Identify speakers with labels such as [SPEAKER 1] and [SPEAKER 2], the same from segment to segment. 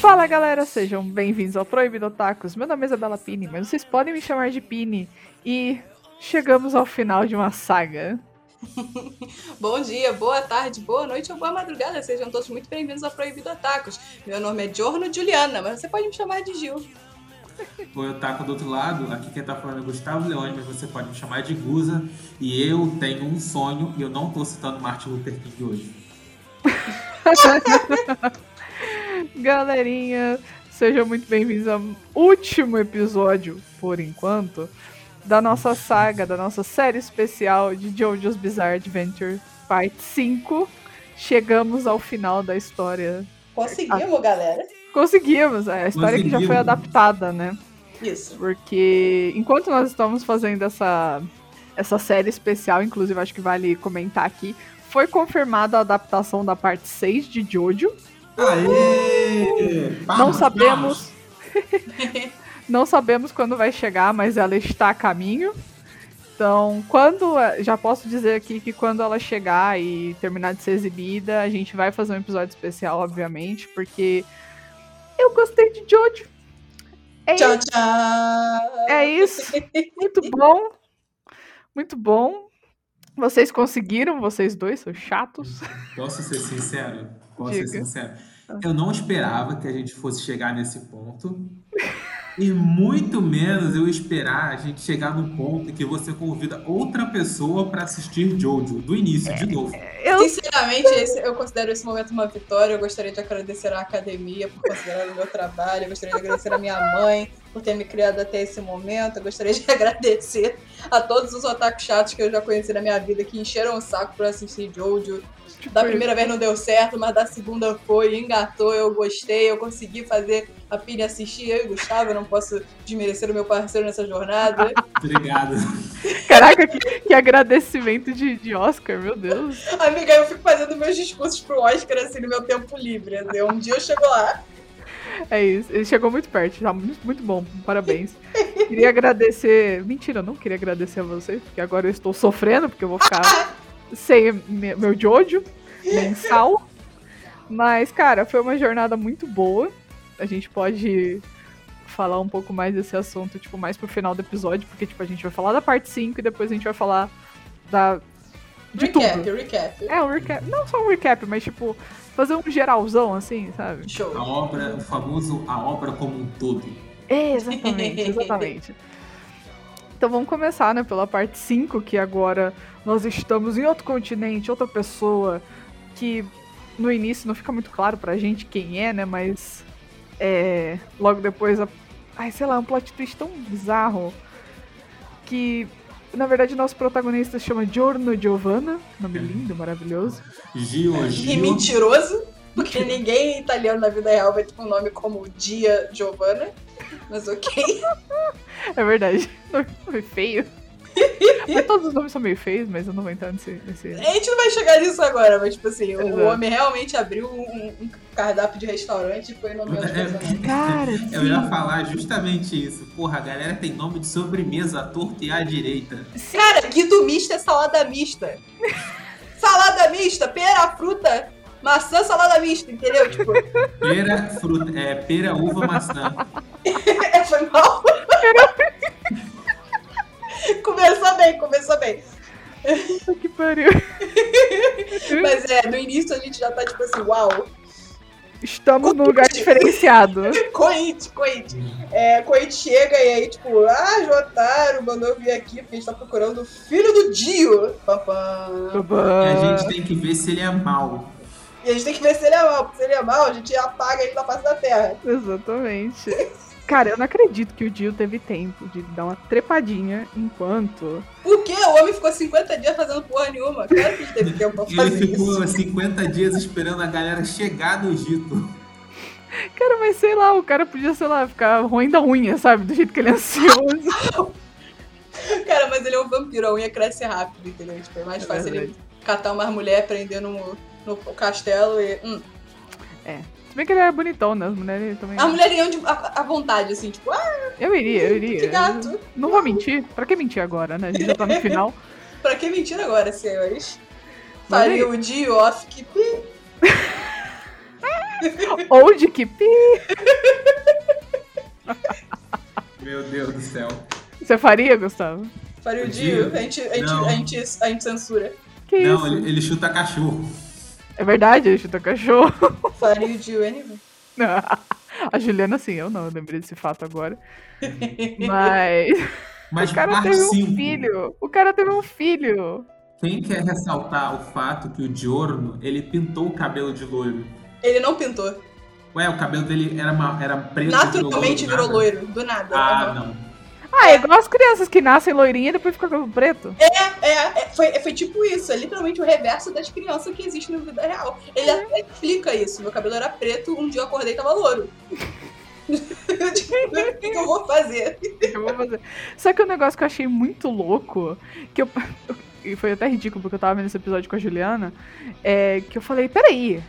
[SPEAKER 1] Fala galera, sejam bem-vindos ao Proibido Otakus. Meu nome é Isabela Pini, mas vocês podem me chamar de Pini. E chegamos ao final de uma saga.
[SPEAKER 2] Bom dia, boa tarde, boa noite ou boa madrugada. Sejam todos muito bem-vindos ao Proibido Atacos. Meu nome é Giorno Juliana, mas você pode me chamar de Gil.
[SPEAKER 3] Oi, Otaku do outro lado, aqui quem tá falando é Gustavo Leone, mas você pode me chamar de Guza. E eu tenho um sonho e eu não tô citando Martin Luther King hoje.
[SPEAKER 1] Galerinha, sejam muito bem-vindos ao último episódio, por enquanto, da nossa saga, da nossa série especial de JoJo's Bizarre Adventure Part 5. Chegamos ao final da história.
[SPEAKER 2] Conseguimos, galera.
[SPEAKER 1] Conseguimos, é, a história que já foi
[SPEAKER 3] Conseguimos.
[SPEAKER 1] adaptada, né?
[SPEAKER 2] Isso.
[SPEAKER 1] Porque enquanto nós estamos fazendo essa, essa série especial, inclusive acho que vale comentar aqui, foi confirmada a adaptação da parte 6 de Jojo.
[SPEAKER 3] Aê!
[SPEAKER 1] Não
[SPEAKER 3] Palmas,
[SPEAKER 1] sabemos. Não sabemos quando vai chegar, mas ela está a caminho. Então, quando. Já posso dizer aqui que quando ela chegar e terminar de ser exibida, a gente vai fazer um episódio especial, obviamente, porque eu gostei de Jojo. É isso.
[SPEAKER 2] Tchau, tchau.
[SPEAKER 1] É isso. Muito bom. Muito bom. Vocês conseguiram, vocês dois, seus chatos.
[SPEAKER 3] Posso ser sincero? Posso ser
[SPEAKER 1] Diga. Ah.
[SPEAKER 3] sincero? Eu não esperava que a gente fosse chegar nesse ponto. E muito menos eu esperar a gente chegar no ponto que você convida outra pessoa pra assistir Jojo, do início,
[SPEAKER 1] É.
[SPEAKER 3] de novo.
[SPEAKER 1] Eu,
[SPEAKER 2] Sinceramente, esse- eu considero esse momento uma vitória. Eu gostaria de agradecer à academia por considerar o meu trabalho. Eu gostaria de agradecer à minha mãe por ter me criado até esse momento. Eu gostaria de agradecer a todos os otakus chatos que eu já conheci na minha vida, que encheram o saco pra assistir Jojo.
[SPEAKER 1] tipo,
[SPEAKER 2] Da primeira vez não deu certo, mas da segunda foi, engatou, eu gostei, eu consegui fazer a pilha assistir, eu e o Gustavo, eu não posso desmerecer o meu parceiro nessa jornada.
[SPEAKER 3] Obrigado.
[SPEAKER 1] Caraca, que, que agradecimento de, de Oscar, meu Deus.
[SPEAKER 2] Amiga, eu fico fazendo meus discursos pro Oscar, assim, no meu tempo livre. né? Um dia eu chego lá.
[SPEAKER 1] É isso. Ele chegou muito perto, tá muito, muito bom. Parabéns. Queria agradecer. Mentira, eu não queria agradecer a vocês, porque agora eu estou sofrendo, porque eu vou ficar sem me- meu Jojo mensal. Mas, cara, foi uma jornada muito boa. A gente pode falar um pouco mais desse assunto, tipo, mais pro final do episódio, porque, tipo, a gente vai falar da parte 5 e depois a gente vai falar da. De
[SPEAKER 2] recap,
[SPEAKER 1] tudo.
[SPEAKER 2] recap.
[SPEAKER 1] É, um recap. Não só um recap, mas, tipo, fazer um geralzão, assim, sabe?
[SPEAKER 3] A
[SPEAKER 2] Show.
[SPEAKER 3] obra, o famoso a obra como um todo.
[SPEAKER 1] É, exatamente, exatamente. Então vamos começar, né, pela parte 5, que agora nós estamos em outro continente, outra pessoa que no início não fica muito claro pra gente quem é, né, mas é, logo depois, a- ai, sei lá, um plot twist tão bizarro que na verdade nosso protagonista se chama Giorno Giovanna, nome lindo, maravilhoso.
[SPEAKER 3] Gio,
[SPEAKER 2] E
[SPEAKER 3] Gio.
[SPEAKER 2] mentiroso, porque ninguém italiano na vida real vai ter um nome como Dia Giovanna. Mas ok.
[SPEAKER 1] É verdade, nome feio. Mas todos os nomes são meio feios, mas eu não vou entrar nesse- nesse...
[SPEAKER 2] A gente não vai chegar nisso agora, mas tipo assim, o
[SPEAKER 1] Exato.
[SPEAKER 2] homem realmente abriu um, um cardápio de restaurante e foi nomeando os personagens.
[SPEAKER 1] Cara,
[SPEAKER 3] Eu ia
[SPEAKER 1] sim.
[SPEAKER 3] falar justamente isso. Porra, a galera tem nome de sobremesa à torta e à direita.
[SPEAKER 2] Cara, guido mista é salada mista. salada mista, pera, fruta, maçã, salada mista, entendeu? Tipo,
[SPEAKER 3] Pera, fruta, é, pera, uva, maçã.
[SPEAKER 2] é, foi mal. começou bem, começou bem.
[SPEAKER 1] Puta que pariu.
[SPEAKER 2] Mas é, no início a gente já tá tipo assim, uau,
[SPEAKER 1] Estamos num lugar diferenciado.
[SPEAKER 2] Coit, Coit. É, Coit chega e aí, tipo, ah, Jotaro mandou eu vir aqui porque a gente tá procurando o filho do Dio. Pam, pam.
[SPEAKER 3] E a gente tem que ver se ele é mal.
[SPEAKER 2] E a gente tem que ver se ele é mal, porque se ele é mal, a gente apaga ele da face da terra.
[SPEAKER 1] Exatamente. Cara, eu não acredito que o Dio teve tempo de dar uma trepadinha enquanto.
[SPEAKER 2] Por que o homem ficou 50 dias fazendo porra nenhuma? Claro que ele teve tempo pra
[SPEAKER 3] Ele
[SPEAKER 2] fazer isso.
[SPEAKER 3] ficou 50 dias esperando a galera chegar no Egito.
[SPEAKER 1] Cara, mas sei lá, o cara podia, sei lá, ficar ruim da unha, sabe? Do jeito que ele é ansioso.
[SPEAKER 2] Cara, mas ele é um vampiro, a unha cresce rápido, entendeu? Tipo, é mais
[SPEAKER 1] É
[SPEAKER 2] fácil ele
[SPEAKER 1] verdade.
[SPEAKER 2] catar uma mulher, prender no, no castelo e. hum.
[SPEAKER 1] Se bem que ele era bonitão, né? As mulheres também.
[SPEAKER 2] A mulher iam de- à à vontade, assim, tipo, ah,
[SPEAKER 1] Eu iria, eu
[SPEAKER 2] que
[SPEAKER 1] iria.
[SPEAKER 2] gato.
[SPEAKER 1] Não vou mentir. Pra que mentir agora, né? A gente já tá no final.
[SPEAKER 2] Pra que mentir agora, senhores?
[SPEAKER 1] Mas é
[SPEAKER 2] Faria o Dio off que. pi.
[SPEAKER 1] Onde que pi?
[SPEAKER 3] Meu Deus do céu.
[SPEAKER 1] Você faria, Gustavo?
[SPEAKER 2] Faria o
[SPEAKER 3] O
[SPEAKER 2] Dio,
[SPEAKER 3] Dio?
[SPEAKER 2] a gente, a, gente,
[SPEAKER 3] Não.
[SPEAKER 2] a, gente, a gente censura.
[SPEAKER 1] Que
[SPEAKER 3] Não,
[SPEAKER 1] isso?
[SPEAKER 3] ele, ele chuta cachorro.
[SPEAKER 1] É verdade, ele chuta cachorro.
[SPEAKER 2] Faria o Dio anyway.
[SPEAKER 1] A Juliana, sim, eu não, eu lembrei desse fato agora. Mas
[SPEAKER 3] Mas
[SPEAKER 1] o cara
[SPEAKER 3] parte
[SPEAKER 1] teve um
[SPEAKER 3] 5.
[SPEAKER 1] filho. O cara teve um filho.
[SPEAKER 3] Quem quer ressaltar o fato que o Diorno, ele pintou o cabelo de loiro?
[SPEAKER 2] Ele não pintou.
[SPEAKER 3] Ué, o cabelo dele era, ma- era preto.
[SPEAKER 2] Naturalmente
[SPEAKER 3] do
[SPEAKER 2] virou
[SPEAKER 3] nada.
[SPEAKER 2] loiro, do nada.
[SPEAKER 3] Ah,
[SPEAKER 2] Aham.
[SPEAKER 3] não.
[SPEAKER 1] Ah, é igual as crianças que nascem loirinha e depois ficam com o preto.
[SPEAKER 2] É, é, foi, foi tipo isso, é literalmente o reverso das crianças que existem na vida real. Ele até explica isso. Meu cabelo era preto, um dia eu acordei e tava louro. Tipo, o que que eu vou fazer?
[SPEAKER 1] Eu vou fazer. Só que o negócio que eu achei muito louco, que eu. E foi até ridículo, porque eu tava vendo esse episódio com a Juliana, é que eu falei, peraí,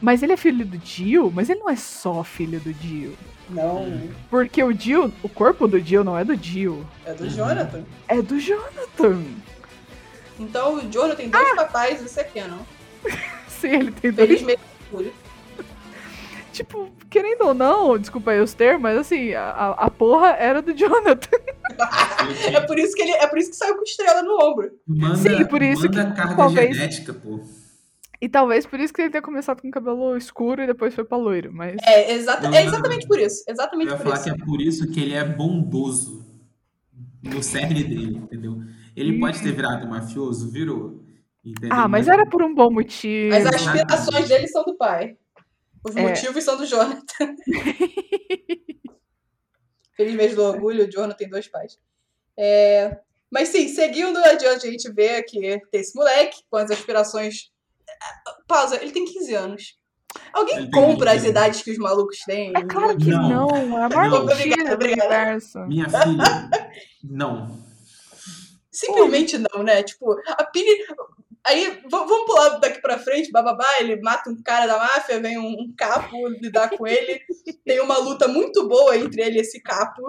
[SPEAKER 1] mas ele é filho do Dio? Mas ele não é só filho do Dio.
[SPEAKER 2] Não,
[SPEAKER 1] Porque o Dio, o corpo do Dio não é do Dio,
[SPEAKER 2] é do Jonathan.
[SPEAKER 1] é do Jonathan.
[SPEAKER 2] Então o Jonathan tem dois papais, isso aqui, não.
[SPEAKER 1] Sim, ele tem dois.
[SPEAKER 2] Felizmente. orgulho.
[SPEAKER 1] Tipo, querendo ou não, desculpa aí os termos, mas assim, a, a porra era do Jonathan.
[SPEAKER 2] É por isso que ele é por isso que saiu com estrela no ombro.
[SPEAKER 3] Manda,
[SPEAKER 1] Sim, por isso
[SPEAKER 3] manda carga
[SPEAKER 1] talvez-
[SPEAKER 3] genética, pô.
[SPEAKER 1] E talvez por isso que ele tenha começado com cabelo escuro e depois foi pra loiro, mas.
[SPEAKER 2] É, exata, é
[SPEAKER 3] Eu-
[SPEAKER 2] exatamente por isso.
[SPEAKER 3] Uhum. Eu
[SPEAKER 2] Exatamente
[SPEAKER 3] ia
[SPEAKER 2] por
[SPEAKER 3] falar
[SPEAKER 2] isso.
[SPEAKER 3] que é por isso que ele é bondoso no cerne dele, entendeu?
[SPEAKER 2] Uhum.
[SPEAKER 3] Ele pode ter virado mafioso, virou. entendeu?
[SPEAKER 1] Ah, mas era por um bom motivo.
[SPEAKER 2] As
[SPEAKER 3] Exatamente.
[SPEAKER 2] aspirações dele são do pai. Os
[SPEAKER 1] É.
[SPEAKER 2] motivos são do Jonathan. Felizmente do orgulho, o Jonathan tem dois pais. É, Mas sim, seguindo adiante, a gente vê que tem esse moleque com as aspirações. é, Pausa, ele tem 15 anos. Alguém
[SPEAKER 3] Ele tem
[SPEAKER 2] compra
[SPEAKER 3] 15
[SPEAKER 2] as
[SPEAKER 3] anos.
[SPEAKER 2] idades que os malucos têm?
[SPEAKER 1] É claro que
[SPEAKER 3] Não.
[SPEAKER 1] não, é a maior mentira
[SPEAKER 3] Não.
[SPEAKER 2] Obrigada,
[SPEAKER 1] do
[SPEAKER 2] obrigada.
[SPEAKER 1] universo.
[SPEAKER 3] Minha filha, não.
[SPEAKER 2] Simplesmente não, né? Tipo, a Pini. Aí, v- vamos pular daqui pra frente, bababá, ele mata um cara da máfia, vem um, um capo lidar com ele. Tem uma luta muito boa entre ele e esse capo,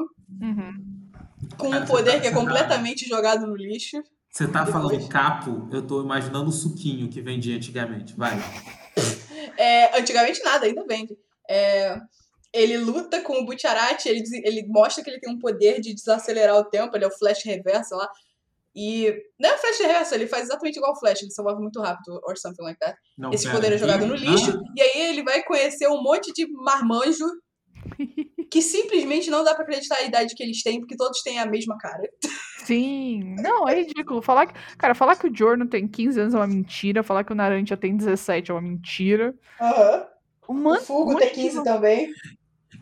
[SPEAKER 1] Uhum.
[SPEAKER 2] com
[SPEAKER 3] Cara,
[SPEAKER 2] um
[SPEAKER 3] você
[SPEAKER 2] poder
[SPEAKER 3] tá-
[SPEAKER 2] que é
[SPEAKER 3] você tá-
[SPEAKER 2] completamente jogado no lixo.
[SPEAKER 3] Você tá falando capo, eu tô imaginando o suquinho que vendia antigamente. Vai.
[SPEAKER 2] É, antigamente nada, ainda vende. É, ele luta com o Butcharati, ele, des- ele mostra que ele tem um poder de desacelerar o tempo, ele é o Flash Reverso lá. E não é o Flash Reverso, ele faz exatamente igual o Flash, ele se move muito rápido, or something like that.
[SPEAKER 3] Não,
[SPEAKER 2] Esse
[SPEAKER 3] pera.
[SPEAKER 2] poder é jogado
[SPEAKER 3] Ih,
[SPEAKER 2] no
[SPEAKER 3] ah,
[SPEAKER 2] lixo, e aí ele vai conhecer um monte de marmanjo que simplesmente não dá pra acreditar a idade que eles têm, porque todos têm a mesma cara.
[SPEAKER 1] Sim, não, é ridículo. Falar que, cara, falar que o Jorno tem 15 anos é uma mentira, falar que o Naranja tem 17 é uma mentira. O Man- um monte de man-
[SPEAKER 2] também.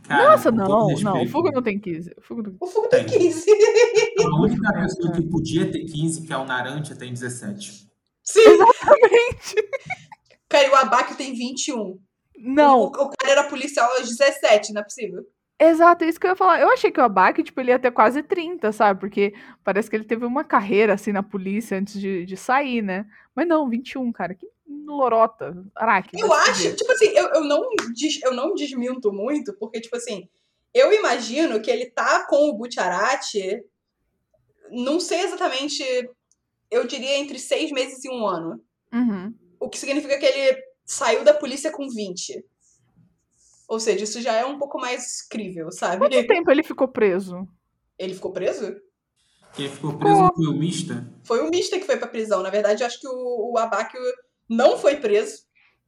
[SPEAKER 3] cara,
[SPEAKER 1] Nossa,
[SPEAKER 3] com todo
[SPEAKER 1] não, não, o
[SPEAKER 3] respeito,
[SPEAKER 1] Fugo não tem 15. O Fugo não...
[SPEAKER 2] O Fugo
[SPEAKER 3] tem
[SPEAKER 2] 15.
[SPEAKER 3] A única pessoa que podia ter 15, que é o Naranja, tem 17.
[SPEAKER 2] Sim. Cara, e o Abaque tem 21. O,
[SPEAKER 1] Não,
[SPEAKER 2] o cara era policial aos 17, não é possível?
[SPEAKER 1] exato, é isso que eu ia falar. Eu achei que o Abac, tipo, ele ia ter quase 30, sabe? Porque parece que ele teve uma carreira, assim, na polícia antes de, de sair, né? Mas não, 21, cara, que lorota. Araque.
[SPEAKER 2] Eu acho, tipo assim, eu, eu, não des- eu não desminto muito, porque, tipo assim, eu imagino que ele tá com o Butcharati, não sei exatamente, eu diria entre seis meses e um ano.
[SPEAKER 1] Uhum.
[SPEAKER 2] O que significa que ele saiu da polícia com 20. Ou seja, isso já é um pouco mais crível, sabe?
[SPEAKER 1] Quanto tempo ele ficou preso?
[SPEAKER 2] Ele ficou preso?
[SPEAKER 3] Quem ficou preso foi o Mista.
[SPEAKER 2] Foi o Mista que foi pra prisão. Na verdade, eu acho que o, o Abaque não foi preso.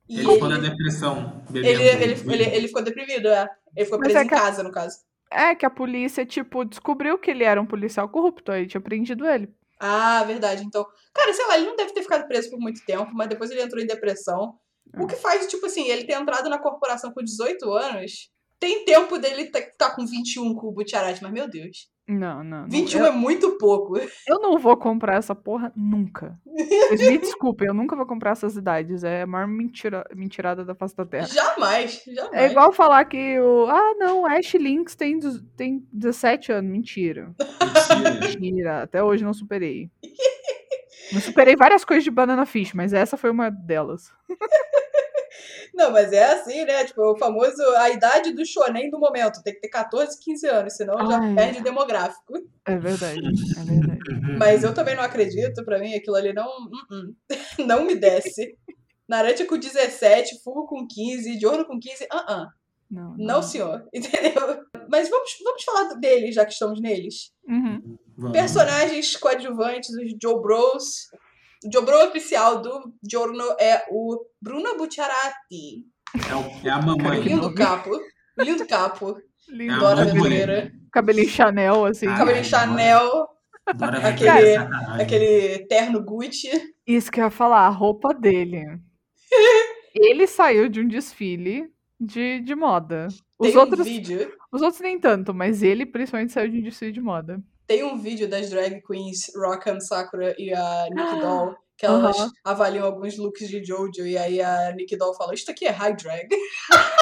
[SPEAKER 2] E
[SPEAKER 3] Ele
[SPEAKER 2] ele,
[SPEAKER 3] ficou na depressão. bebendo.
[SPEAKER 2] ele, ele, ele, ele ficou deprimido, é. Ele ficou
[SPEAKER 1] Mas
[SPEAKER 2] preso
[SPEAKER 1] é
[SPEAKER 2] em
[SPEAKER 1] que a-
[SPEAKER 2] casa, no caso.
[SPEAKER 1] É, que a polícia, tipo, descobriu que ele era um policial corrupto, aí tinha prendido ele.
[SPEAKER 2] Ah, verdade. Então, cara, sei lá, ele não deve ter ficado preso por muito tempo, mas depois ele entrou em depressão.
[SPEAKER 1] É.
[SPEAKER 2] O que faz, tipo assim, ele ter entrado na corporação com 18 anos. Tem tempo dele tá, tá com 21 com o Butcharati, mas meu Deus.
[SPEAKER 1] Não, não. não.
[SPEAKER 2] 21
[SPEAKER 1] Eu,
[SPEAKER 2] é muito pouco.
[SPEAKER 1] eu não vou comprar essa porra nunca. Vocês me desculpem, eu nunca vou comprar essas idades. É a maior mentira, mentirada da face da Terra.
[SPEAKER 2] Jamais, jamais.
[SPEAKER 1] É igual falar que o. Ah, não, o Ash Lynx tem, des- tem 17 anos. Mentira.
[SPEAKER 3] Mentira.
[SPEAKER 1] Mentira. Até hoje não superei. Não superei várias coisas de Banana Fish, mas essa foi uma delas.
[SPEAKER 2] Não, mas é assim, né? Tipo, o famoso, a idade do shonen do momento. Tem que ter 14, 15 anos, senão já
[SPEAKER 1] Ai.
[SPEAKER 2] perde o demográfico.
[SPEAKER 1] É verdade. É verdade.
[SPEAKER 2] Mas eu também não acredito, pra mim aquilo ali não. uh-uh. Não me desce. Naranjo com 17, Fugo com 15, Jorno com 15. Ah, ah.
[SPEAKER 1] Não.
[SPEAKER 2] Não, senhor. Entendeu? Mas vamos, vamos falar deles, já que estamos neles.
[SPEAKER 1] Uhum.
[SPEAKER 3] Vamos.
[SPEAKER 2] Personagens coadjuvantes, os Joe Bros. O Joe Bro oficial do Giorno é o Bruno Bucciarati.
[SPEAKER 3] É, o- é a mamãe.
[SPEAKER 1] Carinho.
[SPEAKER 2] Lindo
[SPEAKER 1] nome. Ah,
[SPEAKER 2] capo. Lindo capo.
[SPEAKER 1] Lindo.
[SPEAKER 3] É
[SPEAKER 2] Dora
[SPEAKER 3] a mamãe.
[SPEAKER 2] Aventureira.
[SPEAKER 1] Cabelinho Chanel, assim.
[SPEAKER 3] Ah,
[SPEAKER 2] Cabelo
[SPEAKER 3] é,
[SPEAKER 2] Chanel,
[SPEAKER 3] Dora
[SPEAKER 2] Aquele-
[SPEAKER 3] Aventureira é sacanagem.
[SPEAKER 2] aquele terno Gucci.
[SPEAKER 1] Isso que eu ia falar, a roupa dele. Ele saiu de um desfile de, de moda. Os
[SPEAKER 2] Tem um
[SPEAKER 1] outros,
[SPEAKER 2] vídeo.
[SPEAKER 1] os outros nem tanto, mas ele principalmente saiu de um desfile de moda.
[SPEAKER 2] Tem um vídeo das drag queens Rockham Sakura e a Nick Doll. Que elas
[SPEAKER 1] Aham.
[SPEAKER 2] avaliam alguns looks de Jojo e aí a Nick Doll fala, isso aqui é high drag.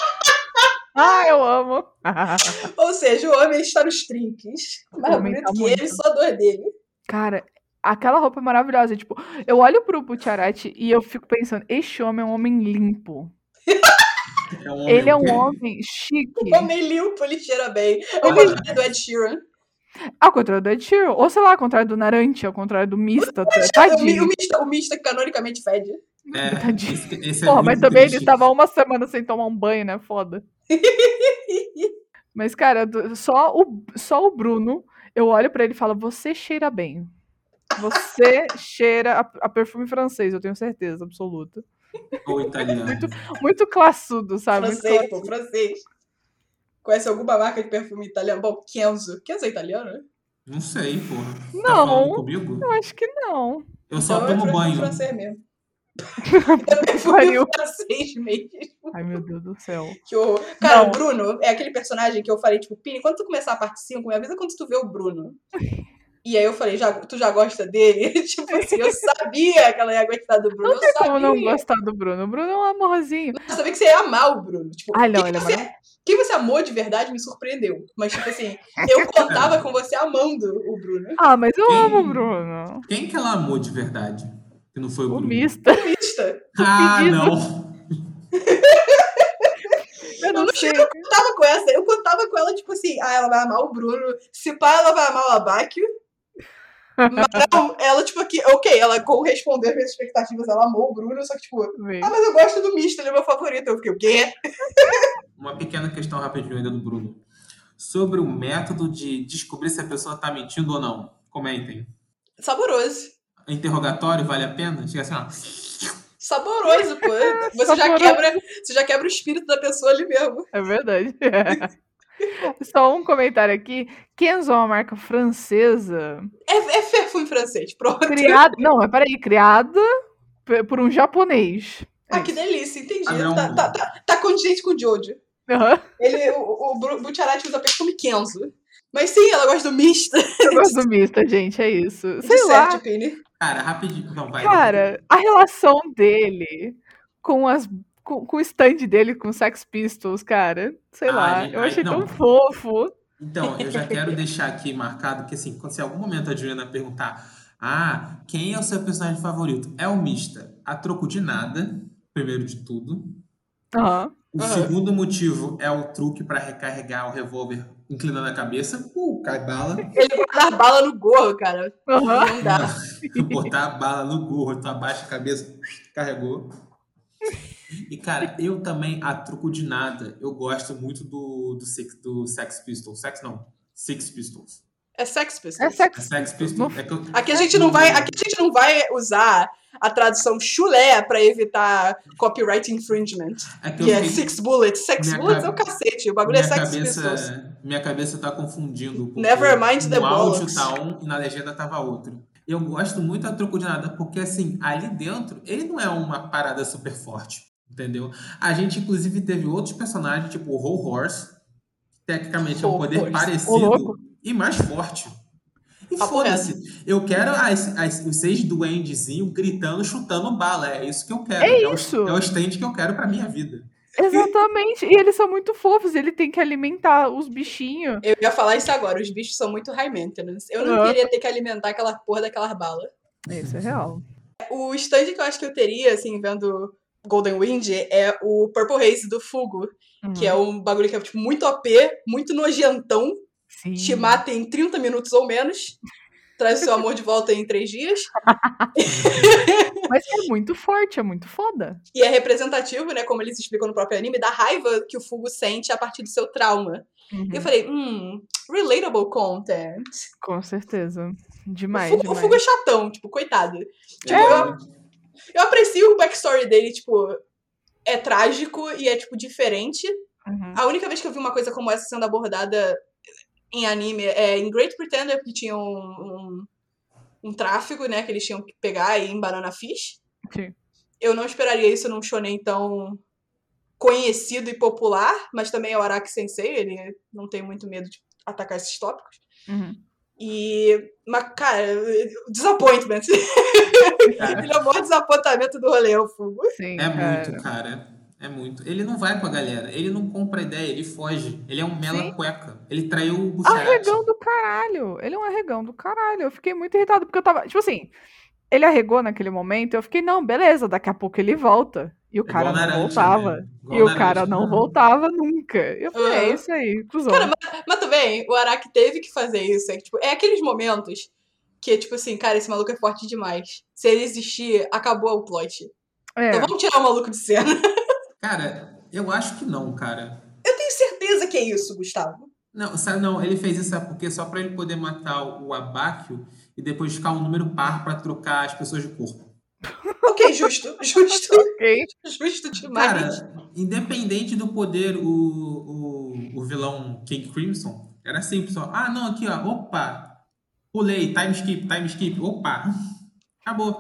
[SPEAKER 1] Ah, eu amo!
[SPEAKER 2] Ou seja, o homem está nos trinques. Mais
[SPEAKER 1] homem
[SPEAKER 2] bonito
[SPEAKER 1] tá
[SPEAKER 2] que
[SPEAKER 1] muito.
[SPEAKER 2] ele, só dois dele.
[SPEAKER 1] Cara, aquela roupa é maravilhosa. Tipo, eu olho pro Butcharati e eu fico pensando, este homem é um homem limpo.
[SPEAKER 3] É Então um homem
[SPEAKER 1] Ele é um
[SPEAKER 3] que-
[SPEAKER 1] homem chique.
[SPEAKER 2] O homem limpo, ele cheira bem. É o
[SPEAKER 1] Ele-
[SPEAKER 2] contrário do Ed Sheeran.
[SPEAKER 1] Ao contrário do Ed Sheeran. Ou sei lá, ao contrário do Narante, ao contrário do Mista. tá
[SPEAKER 2] O, mi- o
[SPEAKER 1] Tadinho. Tá
[SPEAKER 2] mista, o mista que canonicamente fede.
[SPEAKER 3] É,
[SPEAKER 1] Tadinho.
[SPEAKER 3] esse, esse é
[SPEAKER 1] Porra, mas
[SPEAKER 3] muito
[SPEAKER 1] também ele
[SPEAKER 3] triste.
[SPEAKER 1] estava uma semana sem tomar um banho, né? Foda. Mas, cara, do- só o, só o Bruno, eu olho pra ele e falo: Você cheira bem. Você cheira a, a perfume francês, eu tenho certeza absoluta.
[SPEAKER 3] Ou italiano.
[SPEAKER 1] Muito, muito classudo, sabe? Tá Muito
[SPEAKER 2] francês, pô,
[SPEAKER 1] classudo.
[SPEAKER 2] francês. Conhece alguma marca de perfume italiano? Bom, Kenzo. Kenzo é italiano? né?
[SPEAKER 3] Não sei, porra. Tá
[SPEAKER 1] Não.
[SPEAKER 3] falando comigo?
[SPEAKER 1] Eu acho que não.
[SPEAKER 3] Eu só
[SPEAKER 2] Então é
[SPEAKER 3] tomo
[SPEAKER 2] perfume
[SPEAKER 3] banho.
[SPEAKER 2] francês mesmo. é perfume
[SPEAKER 1] Pariu.
[SPEAKER 2] francês mesmo.
[SPEAKER 1] Ai, meu Deus do céu.
[SPEAKER 2] Que horror. Cara,
[SPEAKER 1] Não.
[SPEAKER 2] o Bruno é aquele personagem que eu falei, tipo, Pini, quando tu começar a parte 5, me avisa quando tu vê o Bruno. E aí eu falei, já, tu já gosta dele? tipo assim, eu sabia que ela ia gostar do Bruno.
[SPEAKER 1] Não tem
[SPEAKER 2] eu sabia.
[SPEAKER 1] como não gostar do Bruno. O Bruno é um amorzinho.
[SPEAKER 2] Eu sabia que você ia amar o Bruno. Tipo,
[SPEAKER 1] Ai, não,
[SPEAKER 2] quem,
[SPEAKER 1] ele é
[SPEAKER 2] você,
[SPEAKER 1] maravilhoso.
[SPEAKER 2] quem você amou de verdade me surpreendeu. Mas, tipo assim, eu contava com você amando o Bruno.
[SPEAKER 1] Ah, mas eu amo o
[SPEAKER 3] Quem?
[SPEAKER 1] Bruno.
[SPEAKER 3] Quem que ela amou de verdade? Que não foi o
[SPEAKER 1] O
[SPEAKER 3] Bruno.
[SPEAKER 1] Mista.
[SPEAKER 2] é Mista.
[SPEAKER 3] Ah,
[SPEAKER 1] pedido.
[SPEAKER 3] não.
[SPEAKER 1] Eu não
[SPEAKER 2] não
[SPEAKER 1] sei.
[SPEAKER 2] contava com essa. Eu contava com ela, tipo assim, ah, ela vai amar o Bruno. Se pá, ela vai amar o Abáquio. Mas não, ela, tipo, aqui, ok, ela correspondeu às minhas expectativas, ela amou o Bruno, só que, tipo, ah,
[SPEAKER 1] Vem.
[SPEAKER 2] mas eu gosto do Mista, ele é meu favorito. Eu fiquei, o quê?
[SPEAKER 3] Uma pequena questão rapidinho ainda do Bruno. Sobre o método de descobrir se a pessoa tá mentindo ou não. Comentem.
[SPEAKER 2] Saboroso.
[SPEAKER 3] Interrogatório vale a pena? Chega assim, ó.
[SPEAKER 2] Saboroso, pô. Você já
[SPEAKER 1] Saboroso.
[SPEAKER 2] quebra, você já quebra o espírito da pessoa ali mesmo.
[SPEAKER 1] É verdade. Só um comentário aqui. Kenzo é uma marca francesa
[SPEAKER 2] É, é perfume francês, pronto.
[SPEAKER 1] criada. Não, mas peraí, criada pe- por um japonês.
[SPEAKER 2] Ah, que delícia, entendi.
[SPEAKER 3] Ah, não.
[SPEAKER 2] tá, tá, tá, tá condizente com o Jojo.
[SPEAKER 1] Aham,
[SPEAKER 2] Ele, o, o Bru- Bucciarati usa perfume Kenzo. Mas sim, ela gosta do Mista.
[SPEAKER 1] Eu gosto do mista, gente, é isso.
[SPEAKER 2] De
[SPEAKER 1] Sei lá,
[SPEAKER 2] certo, Pini.
[SPEAKER 3] Cara, rapidinho. Não, vai.
[SPEAKER 1] cara, a relação dele com as. Com, com o stand dele com Sex Pistols, cara. Sei
[SPEAKER 3] Ah,
[SPEAKER 1] lá,
[SPEAKER 3] gente,
[SPEAKER 1] eu
[SPEAKER 3] ai,
[SPEAKER 1] achei
[SPEAKER 3] não.
[SPEAKER 1] tão fofo.
[SPEAKER 3] Então, eu já quero deixar aqui marcado que, assim, quando se em algum momento a Juliana perguntar, ah, quem é o seu personagem favorito? É o Mista. A troco de nada, primeiro de tudo.
[SPEAKER 1] Aham.
[SPEAKER 3] O
[SPEAKER 2] Aham.
[SPEAKER 3] segundo motivo é o truque para recarregar o revólver inclinando a cabeça. Uh, cai bala.
[SPEAKER 2] Ele guarda a bala no gorro, cara.
[SPEAKER 1] aham.
[SPEAKER 2] Não dá.
[SPEAKER 3] Botar a bala no gorro, tu abaixa a cabeça, carregou. E, cara, eu também, a truco de nada, eu gosto muito do, do, Six, do Sex Pistols. Sex não, Six Pistols.
[SPEAKER 2] É Sex
[SPEAKER 1] É
[SPEAKER 2] Pistols.
[SPEAKER 1] Sex
[SPEAKER 3] Sex
[SPEAKER 1] Não-
[SPEAKER 3] Pistols. É que eu-
[SPEAKER 2] Aqui a gente não vai, aqui a gente não vai usar a tradução chulé pra evitar copyright infringement.
[SPEAKER 3] é que eu
[SPEAKER 2] Que é
[SPEAKER 3] fiquei-
[SPEAKER 2] Six Bullets. Sex
[SPEAKER 3] Minha
[SPEAKER 2] Bullets é o
[SPEAKER 3] cabe-
[SPEAKER 2] cacete. O bagulho é
[SPEAKER 3] Minha
[SPEAKER 2] Sex Pistols.
[SPEAKER 3] cabeça, minha cabeça tá confundindo. porque
[SPEAKER 2] Never mind the
[SPEAKER 3] no áudio
[SPEAKER 2] bollocks.
[SPEAKER 3] tá um e na legenda tava outro. Eu gosto muito a troco de nada, porque assim, ali dentro, ele não é uma parada super forte, entendeu? A gente, inclusive, teve outros personagens, tipo o Whole Horse, que tecnicamente é um
[SPEAKER 2] Whole
[SPEAKER 3] poder
[SPEAKER 2] Horse.
[SPEAKER 1] Ô,
[SPEAKER 3] parecido
[SPEAKER 1] louco.
[SPEAKER 3] e mais forte. E
[SPEAKER 2] Papo
[SPEAKER 3] foda-se, eu quero as- as- os seis duendezinhos gritando, chutando bala. É isso que eu quero.
[SPEAKER 1] É
[SPEAKER 3] o-
[SPEAKER 1] isso.
[SPEAKER 3] é o stand que eu quero pra minha vida.
[SPEAKER 1] Exatamente. E eles são muito fofos. Ele tem que alimentar os bichinhos.
[SPEAKER 3] é
[SPEAKER 2] Eu ia falar isso agora. Os bichos são muito high maintenance. Eu não
[SPEAKER 1] Aham.
[SPEAKER 2] queria ter que alimentar aquela porra daquelas balas.
[SPEAKER 1] Isso é real.
[SPEAKER 2] O stand que eu acho que eu teria, assim, vendo Golden Wind, é o Purple Haze do Fugo.
[SPEAKER 1] Hum,
[SPEAKER 2] Que é um bagulho que é tipo, muito OP, muito nojentão.
[SPEAKER 1] Sim.
[SPEAKER 2] te mata em 30 minutos ou menos. Traz seu amor de volta em três dias.
[SPEAKER 1] Mas é muito forte, é muito foda.
[SPEAKER 2] E é representativo, né? Como eles explicam no próprio anime, da raiva que o Fugo sente a partir do seu trauma.
[SPEAKER 1] Uhum,
[SPEAKER 2] E eu falei, hum, relatable content.
[SPEAKER 1] Com certeza. Demais.
[SPEAKER 2] o, Fugo, o
[SPEAKER 1] demais.
[SPEAKER 2] Fugo é chatão, tipo, coitado. Tipo,
[SPEAKER 1] É.
[SPEAKER 2] eu, eu aprecio o backstory dele, tipo, é trágico e é, tipo, diferente.
[SPEAKER 1] Uhum.
[SPEAKER 2] A única vez que eu vi uma coisa como essa sendo abordada em anime é em Great Pretender, porque tinha um, um, um tráfico, né, que eles tinham que pegar e em Banana Fish.
[SPEAKER 1] Sim.
[SPEAKER 2] Eu não esperaria isso num shonen tão conhecido e popular, mas também é o Araki Sensei, ele não tem muito medo de atacar esses tópicos.
[SPEAKER 1] Uhum.
[SPEAKER 2] E, mas, cara, disappointment.
[SPEAKER 3] Cara,
[SPEAKER 2] Ele é o maior desapontamento do rolê, o Fugo.
[SPEAKER 1] Sim,
[SPEAKER 3] é
[SPEAKER 1] cara.
[SPEAKER 3] muito, cara. É muito. Ele não vai com a galera. Ele não compra ideia, ele foge. Ele é um mela
[SPEAKER 1] Sim. Ah,
[SPEAKER 3] cueca. Ele traiu o Bucharati.
[SPEAKER 1] Arregão do caralho. Ele é um arregão do caralho. Eu fiquei muito irritada, porque eu tava. Tipo assim, ele arregou naquele momento, eu fiquei, não, beleza, daqui a pouco ele volta. E o cara não voltava.
[SPEAKER 3] né?
[SPEAKER 1] E o cara não voltava nunca. Eu falei, é
[SPEAKER 2] Aham.
[SPEAKER 1] isso aí, cuzão.
[SPEAKER 2] Cara, Mas também, o Araki teve que fazer isso. É, que, tipo, é aqueles momentos que, tipo assim, cara, esse maluco é forte demais. Se ele existir, acabou o plot.
[SPEAKER 1] É,
[SPEAKER 2] Então vamos tirar o maluco de cena.
[SPEAKER 3] Cara, eu acho que não, cara.
[SPEAKER 2] Eu tenho certeza que é isso, Gustavo.
[SPEAKER 3] Não, sabe, não, ele fez isso sabe por quê? Só pra ele poder matar o Abáquio e depois ficar um número par pra trocar as pessoas de corpo.
[SPEAKER 2] Ok, justo, justo,
[SPEAKER 1] ok.
[SPEAKER 2] justo demais.
[SPEAKER 3] Cara, independente do poder, o, o, o vilão King Crimson era simples, ó. Ah, não, aqui, ó. Opa! Pulei, time skip, time skip, opa! Acabou.